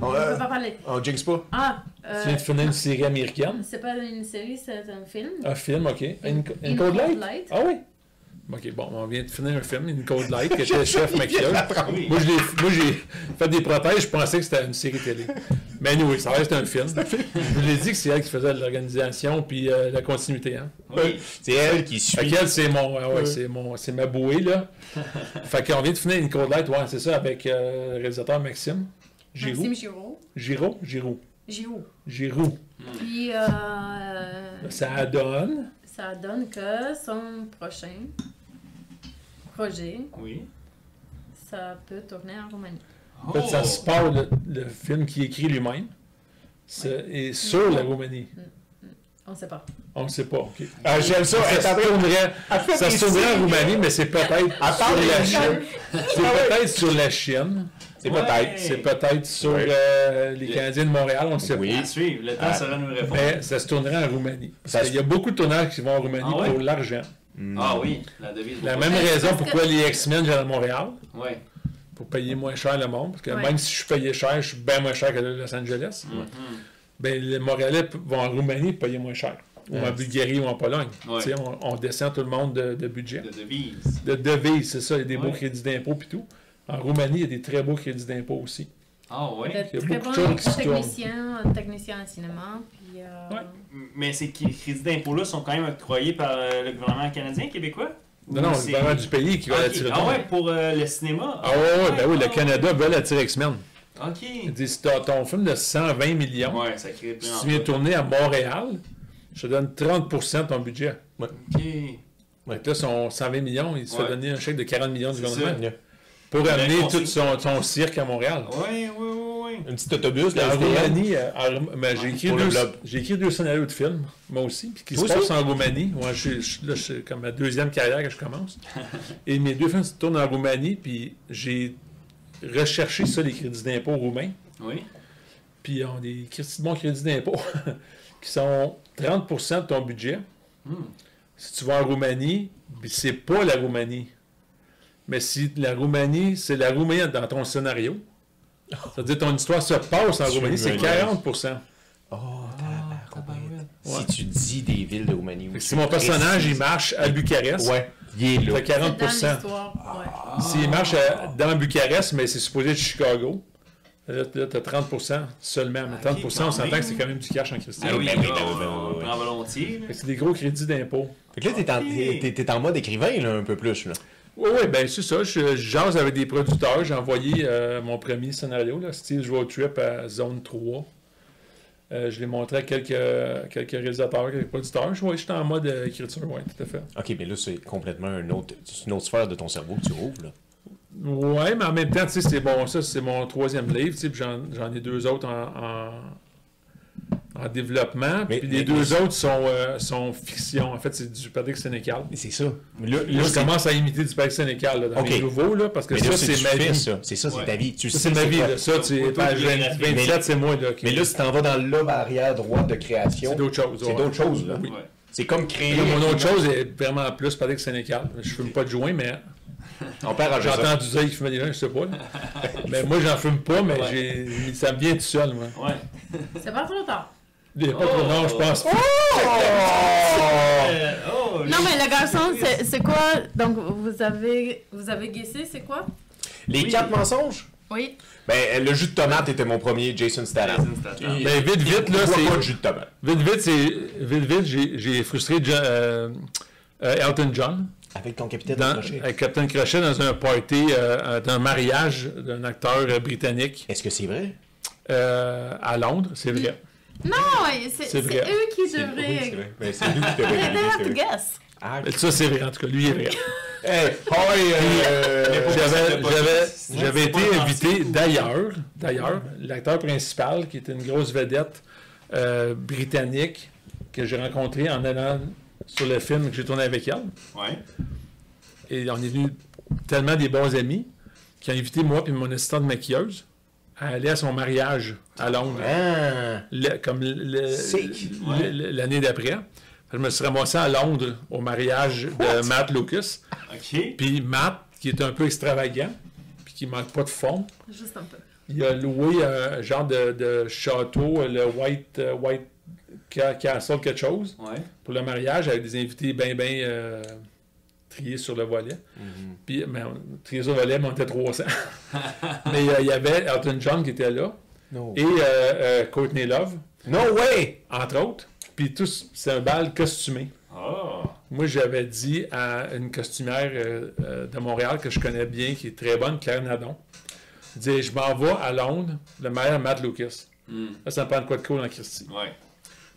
D: on- on
A: Ouais.
D: ne peut pas parler.
A: On jinx pas.
D: Ah,
B: Tu
D: euh,
B: viens de finir une série américaine.
D: c'est pas une série, c'est un film.
B: Un film, ok. Une, une
D: In
B: Code
D: Cold
B: Light?
D: Light.
B: Ah oui. OK, bon, on vient de finir un film, Nicole Light, qui était chef maquilleuse. Moi, je l'ai- moi, j'ai fait des prothèses, je pensais que c'était une série télé. Mais anyway, ça reste un film. Je vous l'ai dit que c'est elle qui faisait de l'organisation puis euh, la continuité. Hein.
C: Oui.
A: C'est elle qui suit.
B: Fait qu'elle, c'est mon, ah ouais, c'est mon, c'est ma bouée, là. fait qu'on vient de finir Nicole Light, ouais, c'est ça, avec euh, le réalisateur Maxime Giroux.
E: Maxime Giraud.
B: Giroux, Giroux,
E: Giraud.
B: Giroux.
E: Puis, euh,
B: Ça donne.
E: ça donne que son prochain projet,
C: Oui.
E: ça peut tourner en Roumanie.
B: En fait,
C: Oh.
B: ça se part le, le film qui écrit lui-même. C'est- Et sur la Roumanie.
E: On sait pas.
B: On ne sait pas. ok.
A: Ah, J'aime ça. Elle
B: Ça se
A: t'appelle.
B: tournerait,
A: Elle fait
B: ça
A: des
B: se tournerait en
A: signes.
B: Roumanie, mais c'est peut-être
A: Elle
B: sur
A: parle
B: la
A: des
B: Chine.
A: gens.
B: C'est peut-être sur la Chine.
A: C'est
C: Ouais.
A: peut-être.
B: C'est peut-être sur
A: Eh. Ouais.
B: euh, les
C: Le-
B: Canadiens de Montréal, on ne sait
A: Oui.
C: À suivre. Le temps
A: Ah.
C: sera nous
B: pas.
C: répondre.
B: Mais ça se tournerait en Roumanie. Parce
A: Ça
B: qu'il y a beaucoup de tournages qui vont en Roumanie
C: Ah ouais?
B: pour l'argent.
C: Ah oui, la devise.
B: La
C: vaut
B: même
C: pas
B: raison
E: parce que-
B: pourquoi les X-Men viennent à Montréal,
C: cher. Ouais.
B: pour payer moins cher le monde. Parce que
E: Ouais.
B: même si je payais cher, je suis bien moins cher que le Los Angeles.
C: Mm-hmm.
B: Ben, les Montréalais p- vont en Roumanie payer moins cher. Ou en Bulgarie ou en Pologne.
C: Ouais.
B: Tu sais, On, on descend tout le monde de, de budget.
C: La devise.
B: De devises, c'est ça. Il y a des beaux
C: Ouais.
B: crédits d'impôt et tout. En Roumanie, il y a des très beaux crédits d'impôt aussi.
C: Ah oui.
E: Il
B: Il y a
E: très
B: beaucoup
E: bon
B: de choses qui se
E: technicien, technicien en cinéma. Puis, euh,
B: Ouais.
C: Mais ces cr- crédits d'impôt-là sont quand même octroyés par euh, le gouvernement canadien, québécois?
B: Non, non,
C: Ou
B: le
C: c'est-
B: gouvernement du pays qui
C: Ah,
B: va
C: ok.
B: l'attirer.
C: Ah ouais, pour euh, le cinéma?
B: Ah ouais, ouais, ben oui, le
C: Ah.
B: Canada veut l'attirer X-Men.
C: OK.
B: Ils disent, si t'as ton film de 120 millions,
C: Ouais, ça crée plein
B: si tu viens tourner à Montréal, je te donne 30% de ton budget.
C: d'emplois. OK.
B: Donc là, son 120 millions, il se
C: Ouais.
B: fait donner un chèque de 40 millions du
C: C'est
B: gouvernement
A: ça.
B: pour amener
C: Mais
B: tout son, son cirque à Montréal.
C: Ouais, ouais, ouais, ouais.
A: Un petit autobus,
B: En
A: la SDM.
B: Roumanie, euh, en Roum- ben, j'ai écrit,
A: Pour le
B: deux-
A: blog.
B: j'ai écrit deux scénarios de films, moi aussi, puis qui se
A: Toi
B: passent
A: aussi?
B: en Roumanie. Ouais, je, suis- je suis- là, je suis comme ma deuxième carrière que je commence. Et mes deux films se tournent en Roumanie, puis j'ai recherché ça, les crédits d'impôt roumains.
C: Oui.
B: Puis on a des crédits- bons crédits d'impôt qui sont 30 de ton budget. Si tu vas en Roumanie, puis c'est pas la Roumanie. Mais si la Roumanie, c'est la Roumanie dans ton scénario, ça veut dire que ton histoire se passe en
A: Tu
B: Roumanie, c'est
A: me
B: 40 Fait
A: Oh,
C: Ah, ben,
A: tabarouette.
B: Ouais.
A: Si tu dis des villes de Roumanie.
B: que Si mon personnage, il marche à Bucarest,
A: Ouais, il est là.
B: fait 40
E: Dans l'histoire, ouais.
B: S'il marche à- dans Bucarest, mais c'est supposé être Chicago, là, là t'as 30 seulement. Mais 30 on
C: quand
B: s'entend
C: même.
B: que c'est quand même du cash en Christian.
C: Ah oui,
A: ben
C: on
A: oui, ben oui, ben oui,
C: on
A: oui.
C: prend volontiers. là.
B: Fait que c'est des gros crédits d'impôt.
A: Fait que là, t'es en, t'es- t'es- t'es en mode écrivain, là, un peu plus, là.
B: Oui, oui, ben c'est ça. Je, je jase avec des producteurs. J'ai envoyé euh, mon premier scénario, là, style Road Trip à Zone 3. Euh, je l'ai montré à quelques, quelques réalisateurs, quelques producteurs. Je ouais, j'étais en mode euh, écriture, oui, tout à fait.
A: Ok, mais là, c'est complètement un autre, c'est une autre sphère de ton cerveau que tu ouvres, là.
B: Oui, mais en même temps, tu sais, c'est bon, ça, c'est mon troisième livre, tu sais, puis j'en j'en ai deux autres en, en, en développement.
A: Mais-
B: puis
A: mais-
B: les deux
A: mais-
B: autres sont, euh, sont fiction. En fait, c'est du Patrick Sénécal.
A: Mais c'est ça. Mais là,
B: Là,
A: là,
B: je
A: c'est-
B: commence à imiter du Patrick Sénécal là, dans
A: Ok.
B: mes nouveaux, là, parce que
A: mais
B: ça,
A: là, c'est
B: c'est
A: du
B: ma
A: fait,
B: vie.
A: ça. C'est ça,
C: Ouais.
A: c'est ta vie. Tu
B: Ça,
A: sais
B: c'est ma vie.
A: quoi.
B: là. Ça, tu es page 20
C: autobiographie.
B: 27, c'est moi. Là, qui-
A: Mais là, si t'en vas dans le vers arrière droite de création,
B: c'est d'autres choses.
A: c'est
B: ouais.
A: d'autres choses, là.
B: Oui.
C: Ouais.
A: C'est comme créer.
B: Et là, mon autre chose est vraiment plus Patrick Sénécal. Je fume pas de joint, mais
A: On perd à
B: j'ai
A: Joseph.
B: entendu dire qu'il fumait des joints, je sais pas. là. mais moi, j'en fume pas, mais
C: Ouais.
B: j'ai- ça me vient tout seul, moi.
C: Ouais.
E: C'est pas trop tard.
B: Il y a pas trop de nom, je pense.
A: Oh!
B: pas.
C: Euh, oh,
E: Non,
C: les-
E: mais le garçon, c'est c'est quoi Donc, vous avez, vous avez guessé, c'est quoi
A: Les
C: Oui.
A: quatre mensonges?
E: Oui.
A: Ben, le jus de tomate était mon premier, Jason Statham.
C: Jason Statham.
A: Il-
B: Ben, vite, vite,
A: il
B: là,
A: boit
B: c'est-
A: pas de jus de tomate.
B: Vite, vite, c'est. Vite, vite, j'ai- j'ai frustré Jo- euh, euh, Elton John
A: Avec ton capitaine
B: dans-
A: accroché.
B: avec Captain Crochet dans un party, euh, d'un mariage d'un acteur euh, britannique
A: Est-ce que c'est vrai?
B: euh, à Londres, c'est vrai.
E: Non, c'est c'est
B: C'est vrai.
E: eux qui
A: Oui, c'est
E: devraient.
A: vrai. Ben, c'est nous qui devons
E: They have to
A: deviner,
E: guess.
A: c'est vrai.
B: Ça, c'est vrai, en tout cas, lui, il est vrai.
A: Hey, hi, euh,
B: J'avais-
C: c'est pas-
B: J'avais
C: c'est-
B: j'avais
C: c'est
B: été
C: pas offensif.
B: invité d'ailleurs, d'ailleurs, l'acteur principal, qui était une grosse vedette euh, britannique, que j'ai rencontré en allant sur le film que j'ai tourné avec elle.
C: Ouais.
B: Et on est devenus tellement des bons amis qui a invité moi et mon assistante maquilleuse à aller à son mariage à Londres, hein.
A: Ah,
B: Le- comme le-
A: Sick.
B: le- le- l'année d'après. Fait que Je me suis ramassé à Londres au mariage de Matt Lucas.
C: OK.
B: Puis Matt, qui est un peu extravagant, puis qui manque pas de fond,
E: Juste un peu.
B: il a loué un genre de, de château, le White, euh, White Ca- Castle, quelque chose,
C: Ouais.
B: pour le mariage avec des invités bien, bien trier euh, sur le volet. Puis, mais on- trier sur le volet, mais on était 300. mais euh, il y avait Elton John qui était là.
A: No.
B: Et euh, euh, Courtney Love,
A: No way!
B: entre autres. Puis tous, c'est un bal costumé.
C: Oh!
B: Moi, j'avais dit à une costumière euh, euh, de Montréal que je connais bien, qui est très bonne, Claire Nadon, je disais, je m'en vais à Londres, le maire Matt Lucas.
C: Hmm,
B: Là, ça me prend de quoi de cool en Christie.
C: Ouais.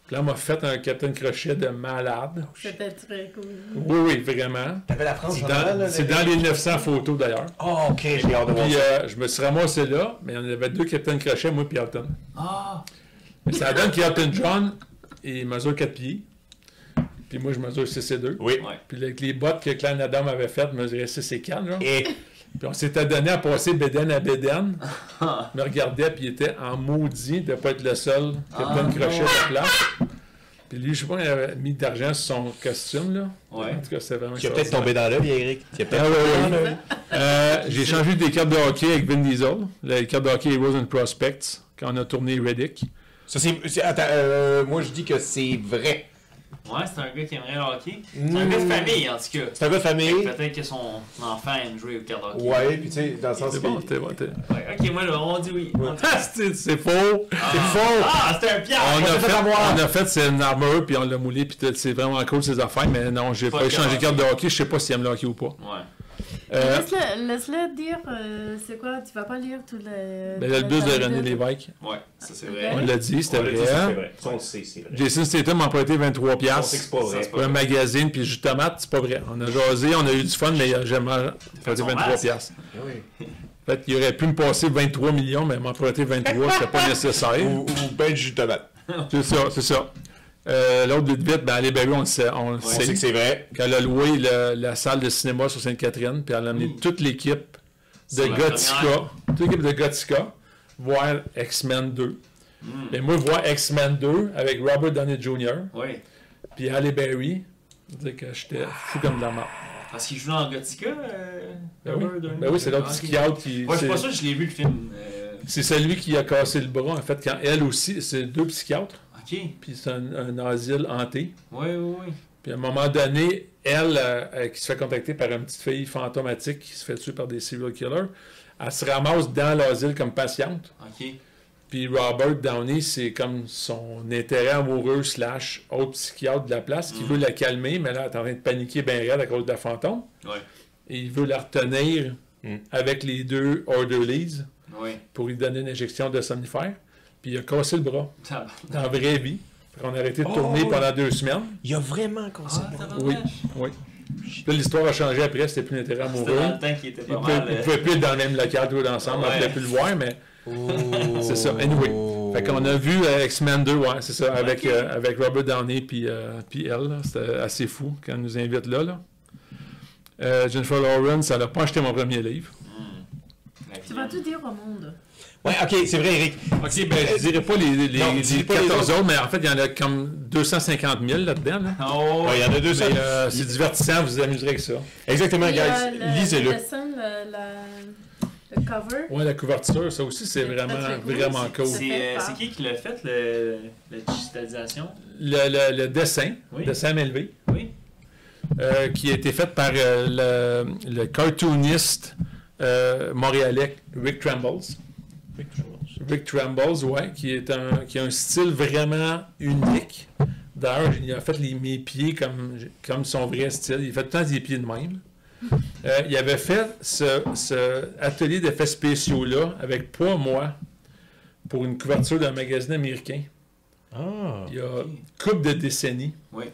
B: Puis là, on m'a fait un Captain Crochet de malade.
D: C'était très cool.
B: Oui, oui, vraiment.
A: T'avais la France
B: C'est
A: en avant,
B: dans,
A: là,
B: c'est
A: le-
B: dans les 900 photos, d'ailleurs.
A: Ah, ok, j'ai hâte de voir
B: Puis
A: ça.
B: euh, je me suis ramassé là, mais on avait deux Captain Crochet, moi et Elton.
C: Ah!
B: Mais ça donne qu'Elton John, il mesure 4 pieds. Puis moi, je mesure 6 et 2.
A: Oui.
C: Ouais.
B: Puis avec les bottes que Clan Adam avait faites, mesurait 6 et 4. Genre.
A: Et
B: Puis on s'était donné à passer bédaine à bédaine.
C: Ah.
B: Je me regardais, puis il était en maudit de ne pas être le seul qui a plein de crochets
C: Ah.
B: de place. Puis lui, je sais pas, il avait mis d'argent sur son costume, là.
C: Ouais.
B: En tout cas, c'est vraiment
A: qui a peut-être tombé dans l'œil, Eric. Qui a
B: Ah,
A: peut-être
B: oui, oui.
A: tombé dans l'œil.
B: Euh, J'ai changé des cartes de hockey avec Vin Diesel. Les cartes de hockey Heroes and Prospects, quand on a tourné Reddick.
A: Ça, c'est. c'est- Attends, euh, moi, je dis que c'est vrai.
C: Ouais, c'est un gars qui aimerait le hockey. C'est un gars de famille, en tout cas.
A: C'est un gars de famille.
C: Peut-être que son enfant aime jouer au card hockey.
A: Ouais, puis tu sais, dans le sens.
B: C'est
A: que-
B: bon, c'est bon. t'es-
C: Ouais, Ok, moi, là, on dit oui. En tout cas,
B: Ah, C'est c'est faux!
C: ah.
B: C'est faux!
C: Ah, c'était un piège!
B: On a,
A: fait
B: fait,
A: avoir.
B: on a fait, c'est une armure, puis on l'a moulé, puis tout, c'est vraiment cool ces affaires, mais non, j'ai
C: Pas
B: pas,
C: de
B: échangé de
C: carte.
B: carte de hockey, je sais pas s'il aime le hockey ou pas.
C: Ouais.
B: Euh,
D: Laisse-le laisse-le dire, euh, c'est quoi, tu vas pas lire tout le...
B: ben, le bus de René Lévesque,
C: Ouais, ça c'est
B: on
C: vrai.
B: l'a dit, c'était
A: On l'a dit, ça, c'est
B: vrai.
A: vrai. Ça, on le sait, c'est vrai.
B: Jason Statham m'a prêté 23$
A: On sait que c'est
B: piastres
A: pas
C: Ça,
A: vrai.
C: c'est pas
B: pour un
C: vrai.
B: magazine, puis jus de tomate, c'est pas vrai. On a jasé, on a eu du fun, mais il a jamais prêté
C: son
B: 23$.
C: masque.
B: piastres.
A: Ah Oui.
B: En fait, il aurait pu me passer 23 millions, mais m'en prêter 23, c'était pas nécessaire.
A: Ou, ou ben du jus de tomate.
B: C'est ça, c'est ça. Euh, L'autre de vite, ben, les bébés, on le sait. On le
A: On sait
B: sait.
A: que c'est vrai.
B: qu'elle a loué le- la salle de cinéma sur Sainte-Catherine, puis elle a amené
C: Mm.
B: toute l'équipe de
C: Sur la
B: Gothica, toute l'équipe de Gothica, voir X-Men 2.
C: Mm.
B: Et moi, voir X-Men 2 avec Robert Downey Jr.,
C: Ouais.
B: puis Halle Berry, dire que j'étais fou comme de la mort.
C: Parce qu'il joue dans Gothica. Euh,
B: Ben oui,
C: Robert Downey.
B: Ben oui, c'est l'autre
C: Ah,
B: petit
C: ok.
B: psychiatre qui...
C: Ouais, je suis
B: c'est-
C: pas sûr que je l'ai vu le film. Euh,
B: c'est celui qui a cassé le bras, en fait, quand elle aussi, c'est deux psychiatres,
C: ok. Ouais,
B: puis c'est un, un asile hanté.
C: ouais, ouais.
B: Puis à un moment donné, elle, euh, euh, qui se fait contacter par une petite fille fantomatique qui se fait tuer par des serial killers, elle se ramasse dans l'asile comme patiente.
C: Ok.
B: Puis Robert Downey, c'est comme son intérêt amoureux slash autre psychiatre de la place
A: Mm.
B: qui veut la calmer, mais là, elle est en train de paniquer bien raide à cause de la fantôme.
C: Ouais.
B: Et il veut la retenir
A: Mm.
B: avec les deux orderlies
C: Ouais.
B: pour lui donner une injection de somnifère. Puis il a cassé le bras
C: Tab-
B: dans la vraie vie. Fait qu'on a arrêté de
A: Oh!
B: tourner pendant deux semaines.
A: Il y a vraiment conseillé.
C: Ah,
B: Oui.
C: tabarnak.
B: Oui. Puis là, l'histoire a changé après, c'était plus l'intérêt
C: C'était dans
B: amoureux.
C: le temps qui était
B: Ils
C: pas
B: pouvaient,
C: mal.
B: ils
C: euh,
B: pouvaient plus être dans le même local tous ensemble, on
C: Ouais.
B: pouvait plus le voir, mais
A: Oh.
B: c'est ça. Anyway. Fait qu'on a vu euh, X-Men 2, ouais, c'est ça, avec, euh, avec Robert Downey puis, euh, puis elle. là. C'était assez fou quand elle nous invite là. là. Euh, Jennifer Lawrence, elle a pas acheté mon premier livre.
C: la vie.
D: Tu vas tout dire au monde.
A: Ouais, ok, c'est vrai, Eric.
B: Ok, ben je dirais pas les, les,
A: Eh Non,
B: les
A: dis pas les
B: 14 autres, mais en fait, il y en a comme 250 000 là-dedans. là.
C: Oh!
A: Ouais, il y en a deux, ça.
B: Mais euh, c'est divertissant, vous vous amuserez avec ça.
A: Exactement,
D: Puis, euh,
A: guys.
D: le-
A: Lisez-le.
D: Le dessin, le, le- le cover.
B: Ouais, la couverture, ça aussi, c'est
D: C'est
B: vraiment,
D: très cool.
B: vraiment cool.
C: C'est euh, c'est qui qui l'a fait, le, la digitalisation?
B: le, le- le dessin
C: Oui.
B: de Sam Elvey,
C: Oui?
B: euh, qui a été fait par euh, le, le cartooniste euh, montréalais Rick Trembles. Rick Trembles, ouais, qui, est un, qui a un style vraiment unique. D'ailleurs, il a fait les, mes pieds comme, comme son vrai style. Il fait tout le temps des pieds de même. Euh, il avait fait ce, ce atelier d'effets spéciaux-là avec pas moi pour une couverture d'un magazine américain.
A: Ah.
B: Il y a
C: Ok.
B: couple de décennies.
C: Oui.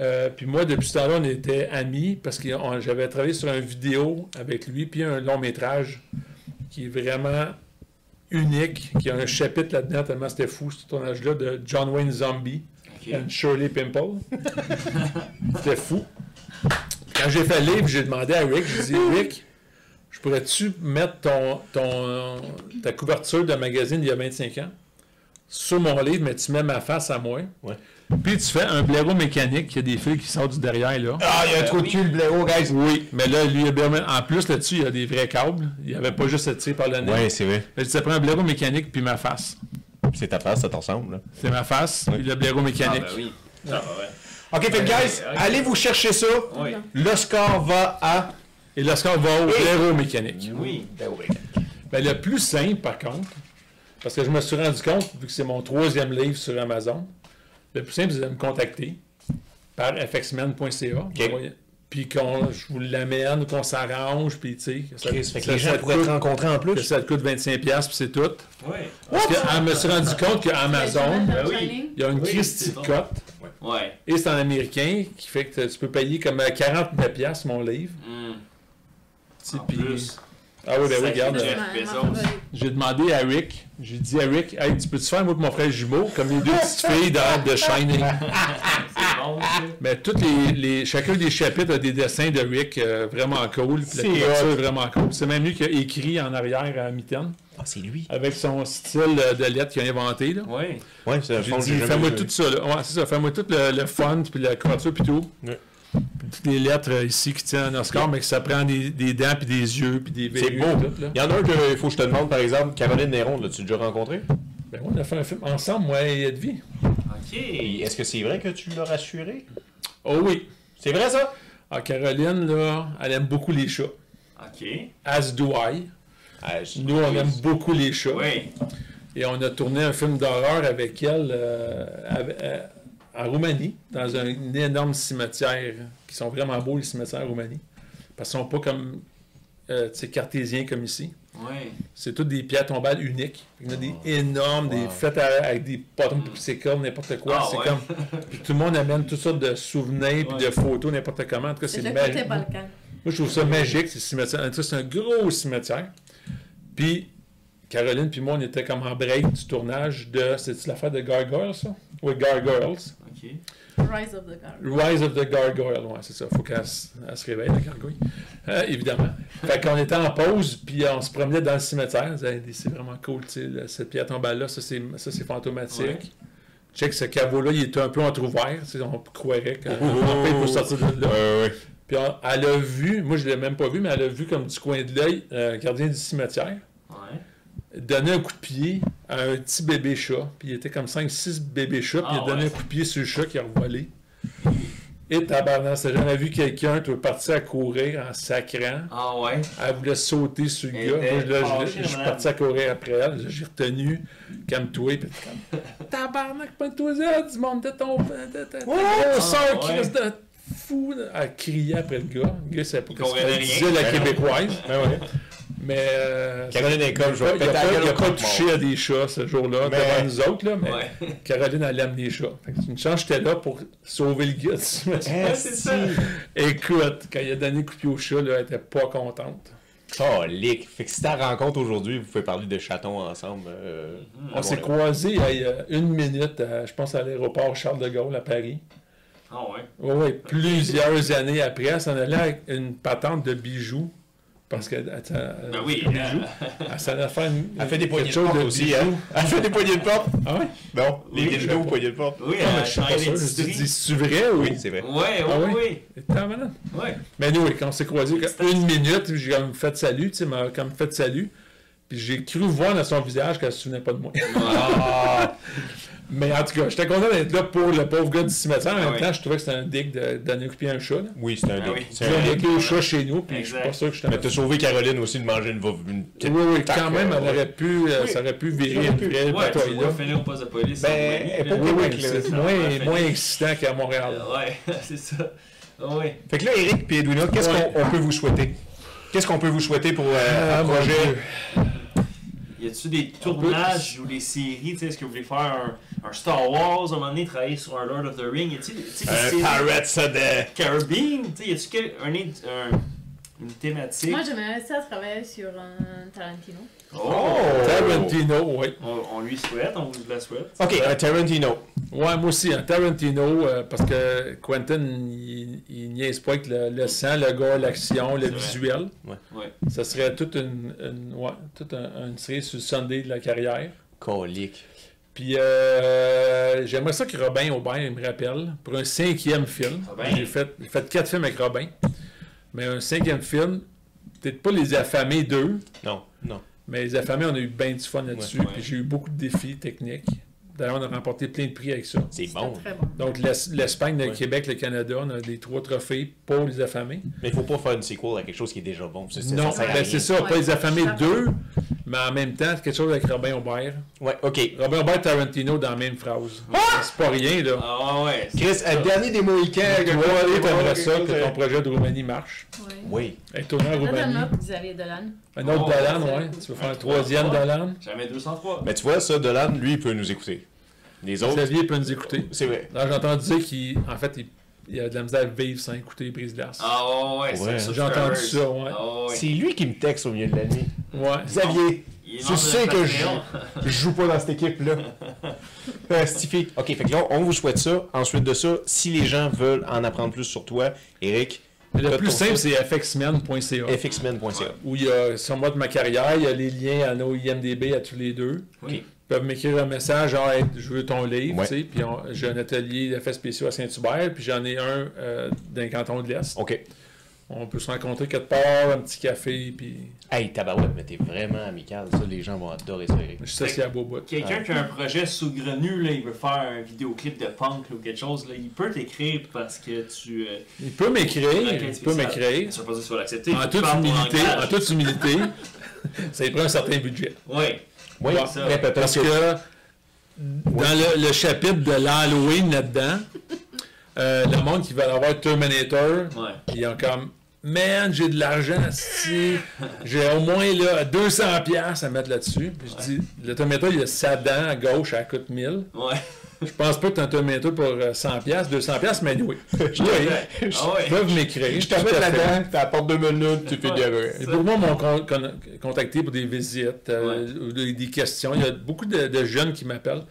B: Euh, puis moi, depuis ce temps-là, on était amis parce que on- j'avais travaillé sur une vidéo avec lui, puis un long métrage qui est vraiment unique, qui a un chapitre là-dedans, tellement c'était fou ce tournage-là, de John Wayne Zombie
C: Ok.
B: and Shirley Pimple. c'était fou. Quand j'ai fait le livre, j'ai demandé à Rick, j'ai dit Rick, je pourrais-tu mettre ton, ton, ta couverture de magazine il y a 25 ans sur mon livre, mais tu mets ma face à moi.
A: Ouais.
B: Puis tu fais un blaireau mécanique, il y a des fils qui sortent du derrière là.
A: Ah, il y a un trou de cul, le blaireau, guys.
B: Oui, mais là, lui, il a bien- en plus là-dessus, il y a des vrais câbles. Il n'y avait pas juste à tirer par le nez.
A: Ouais, c'est vrai.
B: Mais ça prend un blaireau mécanique puis ma face.
A: C'est ta face, ça t'ensemble. là.
B: C'est ma face, puis le blaireau
C: Ah,
B: mécanique.
C: ben oui. Ah, ben ouais.
A: OK, fait que, guys,
C: ok.
A: allez vous chercher ça.
C: Oui.
A: Le score va à...
B: Et le score va au
A: Et-
B: héros mécanique.
C: Oui.
A: Ben oui.
B: Ben, le plus simple, par contre, parce que je me suis rendu compte, vu que c'est mon troisième livre sur Amazon, le plus simple, c'est de me contacter par fxmen.ca. M'envoyer- Puis qu'on je vous l'amène, qu'on s'arrange, puis tu sais, que ça,
A: Chris, fait que
B: ça-
A: les
B: ça
A: gens
B: te
A: pourraient
B: coûte-
A: te rencontrer en
B: que
A: plus.
B: ça te coûte 25$, puis c'est tout.
C: Oui.
B: Parce que ah, je me suis rendu compte qu'Amazon,
C: Ben oui.
B: il y a une
C: Oui,
B: Christie
C: c'est bon.
B: cote,
C: Ouais.
B: et c'est en américain, qui fait que tu peux payer comme euh, 49$ mon livre.
C: Hmm.
B: tu sais,
C: En
B: puis-
C: plus.
B: Ah oui, ben oui,
C: Sacré
B: regarde.
C: Jeff.
B: euh,
C: Bezos.
B: J'ai demandé à Rick, j'ai dit à Rick, hey, tu peux-tu faire moi et mon frère jumeau comme les deux petites filles dans The Shining?
C: C'est bon, ça.
B: Mais toutes les, les- chacun des chapitres a des dessins de Rick euh, vraiment cool. puis La
A: C'est
B: couverture
A: hot.
B: est vraiment cool. C'est même lui qui a écrit en arrière à mi-temps
A: Ah, c'est lui.
B: avec son style euh, de lettre qu'il a inventé. Là.
C: Oui.
A: Ouais, c'est
B: J'ai dit, fais-moi tout ça. là. Ouais, c'est ça. Fais-moi tout le, le fun, puis la couverture, puis tout.
A: Ouais.
B: Puis toutes les lettres euh, ici qui tiennent un Oscar, mais que ça prend des, des dents, puis des yeux, puis des
A: C'est
B: verrues,
A: beau.
B: puis tout, là.
A: Il y en a un que il faut que je te demande, par exemple, Caroline Néron, l'as-tu déjà rencontré?
B: Ben ouais, on a fait un film ensemble, moi et Edvi.
C: OK.
A: Est-ce que c'est vrai que tu l'as rassuré?
B: Oh oui!
A: C'est vrai, ça?
B: Ah, Caroline, là, elle aime beaucoup les chats.
C: OK.
B: As do I.
A: Ah, Euh,
B: Nous, on aime beaucoup les chats.
C: Oui.
B: Et on a tourné un film d'horreur avec elle euh, avec- euh, en Roumanie, dans un énorme cimetière, qui sont vraiment beaux, les cimetières en Roumanie. Parce qu'ils sont pas comme, euh, tu sais, cartésiens comme ici.
C: Oui.
B: C'est toutes des pierres tombales uniques. Il y en a
C: Ah.
B: des énormes, des
A: Wow.
B: faites à- avec des pommes, puis c'est comme n'importe quoi.
C: Mm. Ah,
B: c'est
C: ouais.
B: comme, puis tout le monde amène toutes sortes de souvenirs, puis
C: Ouais.
B: de photos, n'importe comment. En tout cas,
D: C'est
B: c'est
D: le
B: magique.
D: côté balkan.
B: Moi, je trouve ça magique, ces cimetières. En tout cas, C'est un gros cimetière. Puis, Caroline puis moi, on était comme en break du tournage de... C'est-tu l'affaire de Gargoyles, ça? Oui, Gargoyles.
C: OK.
D: Rise of the Guard.
B: Rise of the Gargoyle, ouais, c'est ça. Faut qu'elle se elle se réveille, la gargouille. Euh, évidemment. Fait qu'on était en pause, puis on se promenait dans le cimetière. On disait, Hey, c'est vraiment cool, tu sais, là, cette pierre tombale-là, ça c'est ça, c'est fantomatique.
C: Ouais.
B: Check, ce caveau-là, il était un peu entrouvert. tu sais, On croirait
A: Oh,
B: qu'on il faut sortir de là. Puis on- elle a vu, moi je l'ai même pas vu, mais elle a vu comme du coin de l'œil euh, un gardien du cimetière
C: Ouais.
B: donner un coup de pied à un petit bébé chat. Puis il était comme 5-6 bébés chats, puis il
C: Ah
B: a donné
C: ouais.
B: un coup de pied sur le chat qui a revolé. Et tabarnak, t'as jamais vu quelqu'un, tu parti à courir en sacrant.
C: Ah ouais.
B: Elle voulait sauter sur le
C: Elle
B: gars. Moi,
C: était
B: là, je-
C: fâchée,
B: je, je suis
C: madame.
B: parti à courir après elle. J'ai retenu. Calme-toi. Puis elle était comme, tabarnak, pointe-toi là, du monde de ton. de ta- ta
A: Ah,
B: grosse sœur qui
C: ouais.
B: reste de fou. Elle criait après le gars. Le gars, c'est pas
C: Il
B: qu'est-ce
C: comprenait
B: qu'elle
C: rien.
B: disait, la
A: Ben non.
B: québécoise.
A: Ben ouais.
B: Mais. euh,
A: Caroline est comme, je
B: il
A: vais
B: a
A: péter la
B: pas,
A: gueule
B: il a
A: au
B: pas
A: coq
B: touché
A: mort.
B: à des chats ce jour-là,
A: Mais-
B: devant nous autres, là, mais
C: Ouais.
B: Caroline, elle aime les chats. Fait que c'est une chance, j'étais là pour sauver le gars. du cimetière.
A: Hein?
C: Ouais, c'est ça.
B: Écoute, quand il a donné le coup de pied au chat, là, elle était pas contente.
A: Colique. Fait que si ta rencontre aujourd'hui, vous pouvez parler de chatons ensemble. euh,
B: On s'est
A: voilà.
B: croisés il y a une minute, à- je pense, à l'aéroport Charles de Gaulle à Paris.
C: Ah ouais.
B: Oui, plusieurs années après, elle s'en allait avec une patente de bijoux. Parce que elle, elle-
C: Ben oui.
B: elle- elle s'en allait faire une,
A: Elle fait des
B: quelque
A: poignées de
B: chose
A: porte aussi,
B: bijoux.
A: hein? Elle fait des poignées de porte?
B: Ah ouais?
A: Non,
C: Oui,
A: les
C: je
A: dildos
C: sais
A: aux poignées de porte.
C: Oui,
B: Ah,
C: à
B: mais je suis pas
C: Charlie
B: sûr. Je dis, c'est vrai
A: hein.
B: ou...
A: Oui, c'est vrai.
C: Ouais,
B: Ah
C: oui,
B: oui?
C: oui.
B: Tabarnak.
C: Ouais.
B: Mais nous, quand on s'est croisés, quand- une minute, j'ai comme fait salut, tu sais, m'a comme fait salut. Puis j'ai cru voir dans son visage qu'elle se souvenait pas de moi.
C: Ah,
B: Mais en tout cas, j'étais content d'être là pour le pauvre gars du cimetière. En
C: Ah
B: même
C: oui.
B: temps, je trouvais que c'était un dick de donner un coup de pied à un chat. là.
A: Oui, c'est un
C: Ah
A: dick.
C: oui.
A: C'est
B: J'ai
A: un
B: un
A: dick.
B: au chat chez nous, puis je suis
C: Exact.
B: pas sûr que je
A: Mais t'as sauvé Caroline aussi de manger une, va- une
B: Oui,
A: petite
B: oui,
A: tac,
B: quand même,
A: euh,
B: elle aurait pu, euh,
A: Oui.
B: ça aurait pu
A: Ça
B: virer
A: aurait pu.
B: une vraie
C: Ouais, tu
B: bataille, là.
C: vois, finir au poste de police.
A: Ben,
C: c'est
A: elle peut
B: Oui,
C: Roumanie,
B: oui,
A: Québec, là,
B: c'est
C: ça Ah,
B: moins,
C: aurait fait-
B: moins excitant qu'à Montréal.
C: là. Ouais, c'est ça. Ah Ouais.
A: Fait que là, Eric et Edwina, qu'est-ce
B: Ouais.
A: qu'on on peut vous souhaiter? Qu'est-ce qu'on peut vous souhaiter pour euh,
B: Ah,
A: un
B: mon
A: projet?
B: Dieu.
C: Y a-tu des tournages ou des séries, tu sais, est-ce que vous voulez faire un, un Star Wars, à un moment donné, travailler sur un Lord of the Ring, y a-tu des tu sais, des
A: Un
C: séries
A: Pirate Soda!
C: Caribbean, tu sais, y a-tu quel- un, un- une thématique?
D: Moi, j'aimerais ça travailler sur un Tarantino.
C: Oh!
B: Tarantino, oui.
C: On, on lui souhaite, on vous la souhaite.
A: Ok, un Tarantino.
B: Ouais, moi aussi, hein, Tarantino, euh, parce que Quentin, il, il niaise pas avec le, le sang, le gore, l'action, le
C: C'est vrai.
B: visuel.
C: Ouais.
B: Ça serait toute une, une, ouais, toute un- une série sur le Sunday de la carrière.
A: Colique.
B: Puis euh, j'aimerais ça que Robin Aubin il me rappelle pour un cinquième film.
C: Robin.
B: J'ai fait, j'ai fait quatre films avec Robin, mais un cinquième film, peut-être pas les affamés deux,
A: Non, non.
B: mais les affamés, on a eu bien du fun là-dessus,
C: Ouais.
B: puis j'ai eu beaucoup de défis techniques. D'ailleurs, on a remporté plein de prix avec ça.
A: C'est
D: C'était
A: bon.
D: très bon.
B: Donc, l'Es- l'Espagne, le
A: Ouais.
B: Québec, le Canada, on a les trois trophées pour les affamés.
A: Mais il faut pas faire une sequel à quelque chose qui est déjà bon. parce que ça,
B: Non,
A: ça sert à
B: ben,
A: rien.
B: c'est ça, pas
D: Ouais,
B: les affamés
D: je suis
B: 2, mais en même temps, quelque chose avec Robin Aubert.
A: Ouais, ok.
B: Robin Aubert Tarantino dans la même phrase. C'est pas rien, là.
C: Ah ouais. c'est-
A: Chris, un dernier des Mohicans.
B: Tu
A: quelque
B: vois,
A: chose,
B: aller, t'aimerais
A: quelque
B: ça
A: chose,
B: que
A: euh,
B: ton projet de Roumanie marche.
D: Ouais.
A: Oui.
B: Un tournant en
D: Là, t'as
B: Roumanie.
D: notre Xavier Dolan.
B: Un autre
C: Oh,
B: Dolan,
D: ouais.
B: ouais. Tu veux faire un troisième Dolan.
C: Jamais 203.
A: Mais tu vois, ça, Dolan, lui, il peut nous écouter. Les autres,
B: Xavier peut nous écouter.
A: c'est vrai.
B: Là, j'ai entendu dire qu'il en fait, il, il a de la misère à vivre sans écouter les prises glaces.
C: Ah ouais, ouais,
A: Ouais.
C: c'est ça.
B: J'ai entendu ça, ouais.
C: Ah ouais.
A: C'est lui qui me texte au milieu de la nuit.
B: Ouais.
A: Xavier,
C: Il est
A: tu
C: membre de
A: sais
C: la
A: que je,
C: Patreon.
A: je joue pas dans cette équipe-là. Euh, Stifi. ok, fait que là, on vous souhaite ça. Ensuite de ça, si les gens veulent en apprendre plus sur toi, Eric,
B: Mais
A: t'as
B: le plus
A: ton
B: simple,
A: site
B: c'est fxmen.ca.
A: fxmen.ca.
B: où il y a sûrement de ma carrière, il y a les liens à nos IMDB à tous les deux.
C: Oui.
B: Ils peuvent m'écrire un message, genre, Hey, je veux ton livre,
A: Ouais.
B: tu sais. Puis on- j'ai un atelier d'effets spéciaux à Saint-Hubert, puis j'en ai un euh, d'un canton de l'Est.
A: Ok.
B: On peut se rencontrer quelque part, un petit café, puis
A: Hey, tabarouette, mais t'es vraiment amical. Ça, les gens vont adorer ça, Eric.
B: je suis associé à Bobo.
C: Quelqu'un qui a un projet sous-grenu, là, il veut faire un vidéoclip de punk là, ou quelque chose, là, il peut t'écrire parce que tu. euh,
B: Il peut m'écrire,
C: enquête
B: il peut
C: spéciale.
B: m'écrire.
C: Ça veut pas dire que tu vas l'accepter.
B: En
C: Tu
B: toute
C: parles ton
B: humilité,
C: langage.
B: en toute humilité, ça y prend un certain budget.
C: Oui.
A: Oui,
C: Ouais, ça.
A: mais peut-être
B: Parce
A: que...
B: que dans le, le chapitre de l'Halloween là-dedans, euh, le monde qui va avoir Terminator,
C: Ouais.
B: ils ont comme Man, j'ai de l'argent si j'ai au moins là, 200 pièces à mettre là-dessus. Puis je dis le Terminator, il a sa dent à gauche, elle coûte 1000.
C: Ouais.
B: Je pense pas que tu as un Terminator pour euh, 100 pièces, 200 pièces mais oui.
C: Ah
B: oui. Ils
C: ouais.
B: peuvent m'écrire.
A: Je t'amène là-dedans, t'apportes deux minutes, tu fais
C: Ouais.
A: diarrhée.
B: Et pour moi, m'ont con- con- contacté pour des visites, euh, ou des, des questions. Il y a beaucoup de, de jeunes qui m'appellent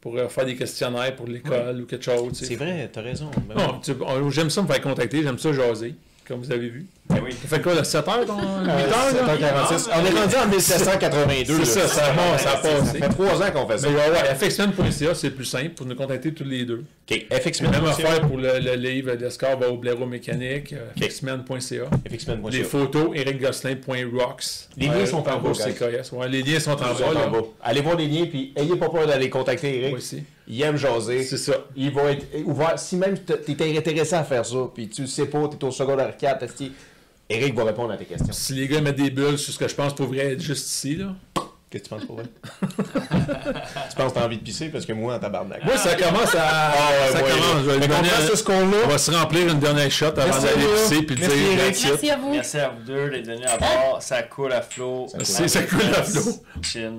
B: pour euh, faire des questionnaires pour l'école ou quelque chose. tu sais.
A: C'est vrai, t'as raison. Ben
B: Non, tu- on- j'aime ça me faire contacter, j'aime ça jaser, comme vous avez vu.
C: Ben oui.
B: Ça fait quoi, là, 7 heures, ton 8
A: oui.
B: heures, là?
A: 7h46. On est rendu en 1782.
B: C'est
A: là.
B: ça, ça a, ça
A: Ça
B: a passé.
A: fait trois ans qu'on fait ça.
B: Mais ouais, ouais, fxmen.ca, c'est plus simple pour nous contacter tous les deux.
A: OK,
B: C'est la même
A: fxmen.ca.
B: affaire pour le, le livre L'Escar va au blaireau mécanique, euh,
A: Ok.
B: fxmen.ca. Les
A: fxmen.ca.
B: photos, ericgosselin.rocks.
A: Les liens sont en bas,
B: cours CKS. Ouais, les liens sont en
A: Ils sont en
B: bas. là.
A: bas. Allez voir les liens, puis ayez pas peur d'aller contacter Eric.
B: Moi aussi.
A: Il aime jaser.
B: C'est ça.
A: Il va être ouvert. Si même t- t'es intéressé à faire ça, puis tu le sais pas, t'es au secondaire 4, parce que Eric va répondre à tes questions.
B: Si les gars mettent des bulles sur ce que je pense pour vrai être juste ici, là.
A: Qu'est-ce que tu penses pour vrai? tu penses que t'as envie de pisser parce que moi, en tabarnak.
B: Moi, ça commence à. Ah, ça
A: Ah, ouais,
B: commence. Je
A: Fait
B: vais lui
A: qu'on
B: donner
A: fasse
B: un-
A: ce qu'on a.
B: On va se remplir une dernière shot avant
A: Merci,
B: d'aller
A: Eric.
B: pisser puis de
A: Merci,
B: dire
A: Eric.
B: that's it.
E: Merci à vous.
C: Merci à vous deux d'être venus à bord. Ça coule à flot.
A: Ça coule.
B: C'est ça coule à flot.
C: Chin.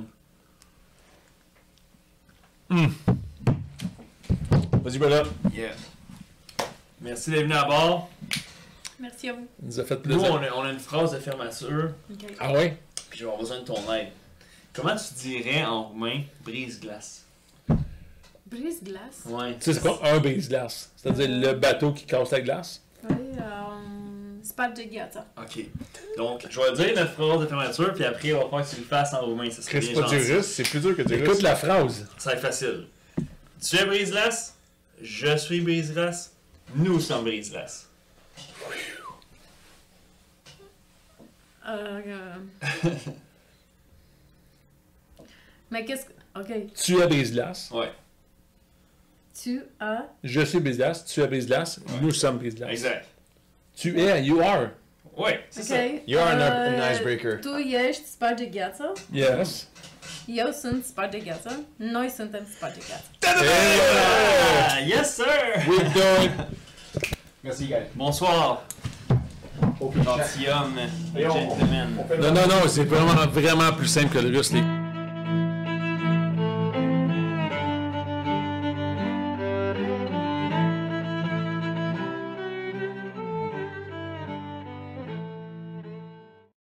C: Hmm.
A: Vas-y, voilà.
C: Yeah. Merci d'être venus à bord.
D: Merci à vous.
B: Il nous a fait
C: Nous,
B: plaisir.
C: on a, on a une phrase de fermeture.
D: Ok.
B: Ah ouais?
C: Puis je vais avoir besoin de ton aide. Comment tu dirais en roumain brise-glace?
D: Brise glace.
C: Ouais.
B: Tu sais, c'est quoi un brise-glace? C'est-à-dire le bateau qui casse la glace?
D: Ouais, euh, Spade de gata.
C: Ok. Donc, je vais dire notre phrase de fermeture, puis après, on va faire que tu le fasses en roumain. Ça serait bien gentil.
A: c'est plus dur que du
B: Écoute la phrase.
C: Ça va être facile. Tu es brise-glace? Je suis brise-glace? Nous sommes brise-glace.
D: Euh, euh. Mais qu'est-ce que. Ok.
B: Tu as brise-glace.
C: Ouais,
D: Tu as.
B: Je suis brise-glace. Tu as brise-glace. Nous sommes brise-glace.
C: exact.
B: Tu es, you are.
C: Ouais, c'est
D: Ok.
C: ça.
A: You're an, an
D: Euh,
A: icebreaker.
D: Tu ești spade de gheață,
B: Yes.
D: eu sunt spade de gheață, noi suntem spade de gheață.
C: Ah, yes, sir!
A: We do it. Merci, gars.
C: Bonsoir, gentilhomme, gentleman.
B: Non, non, non, c'est vraiment, vraiment plus simple que le russe, les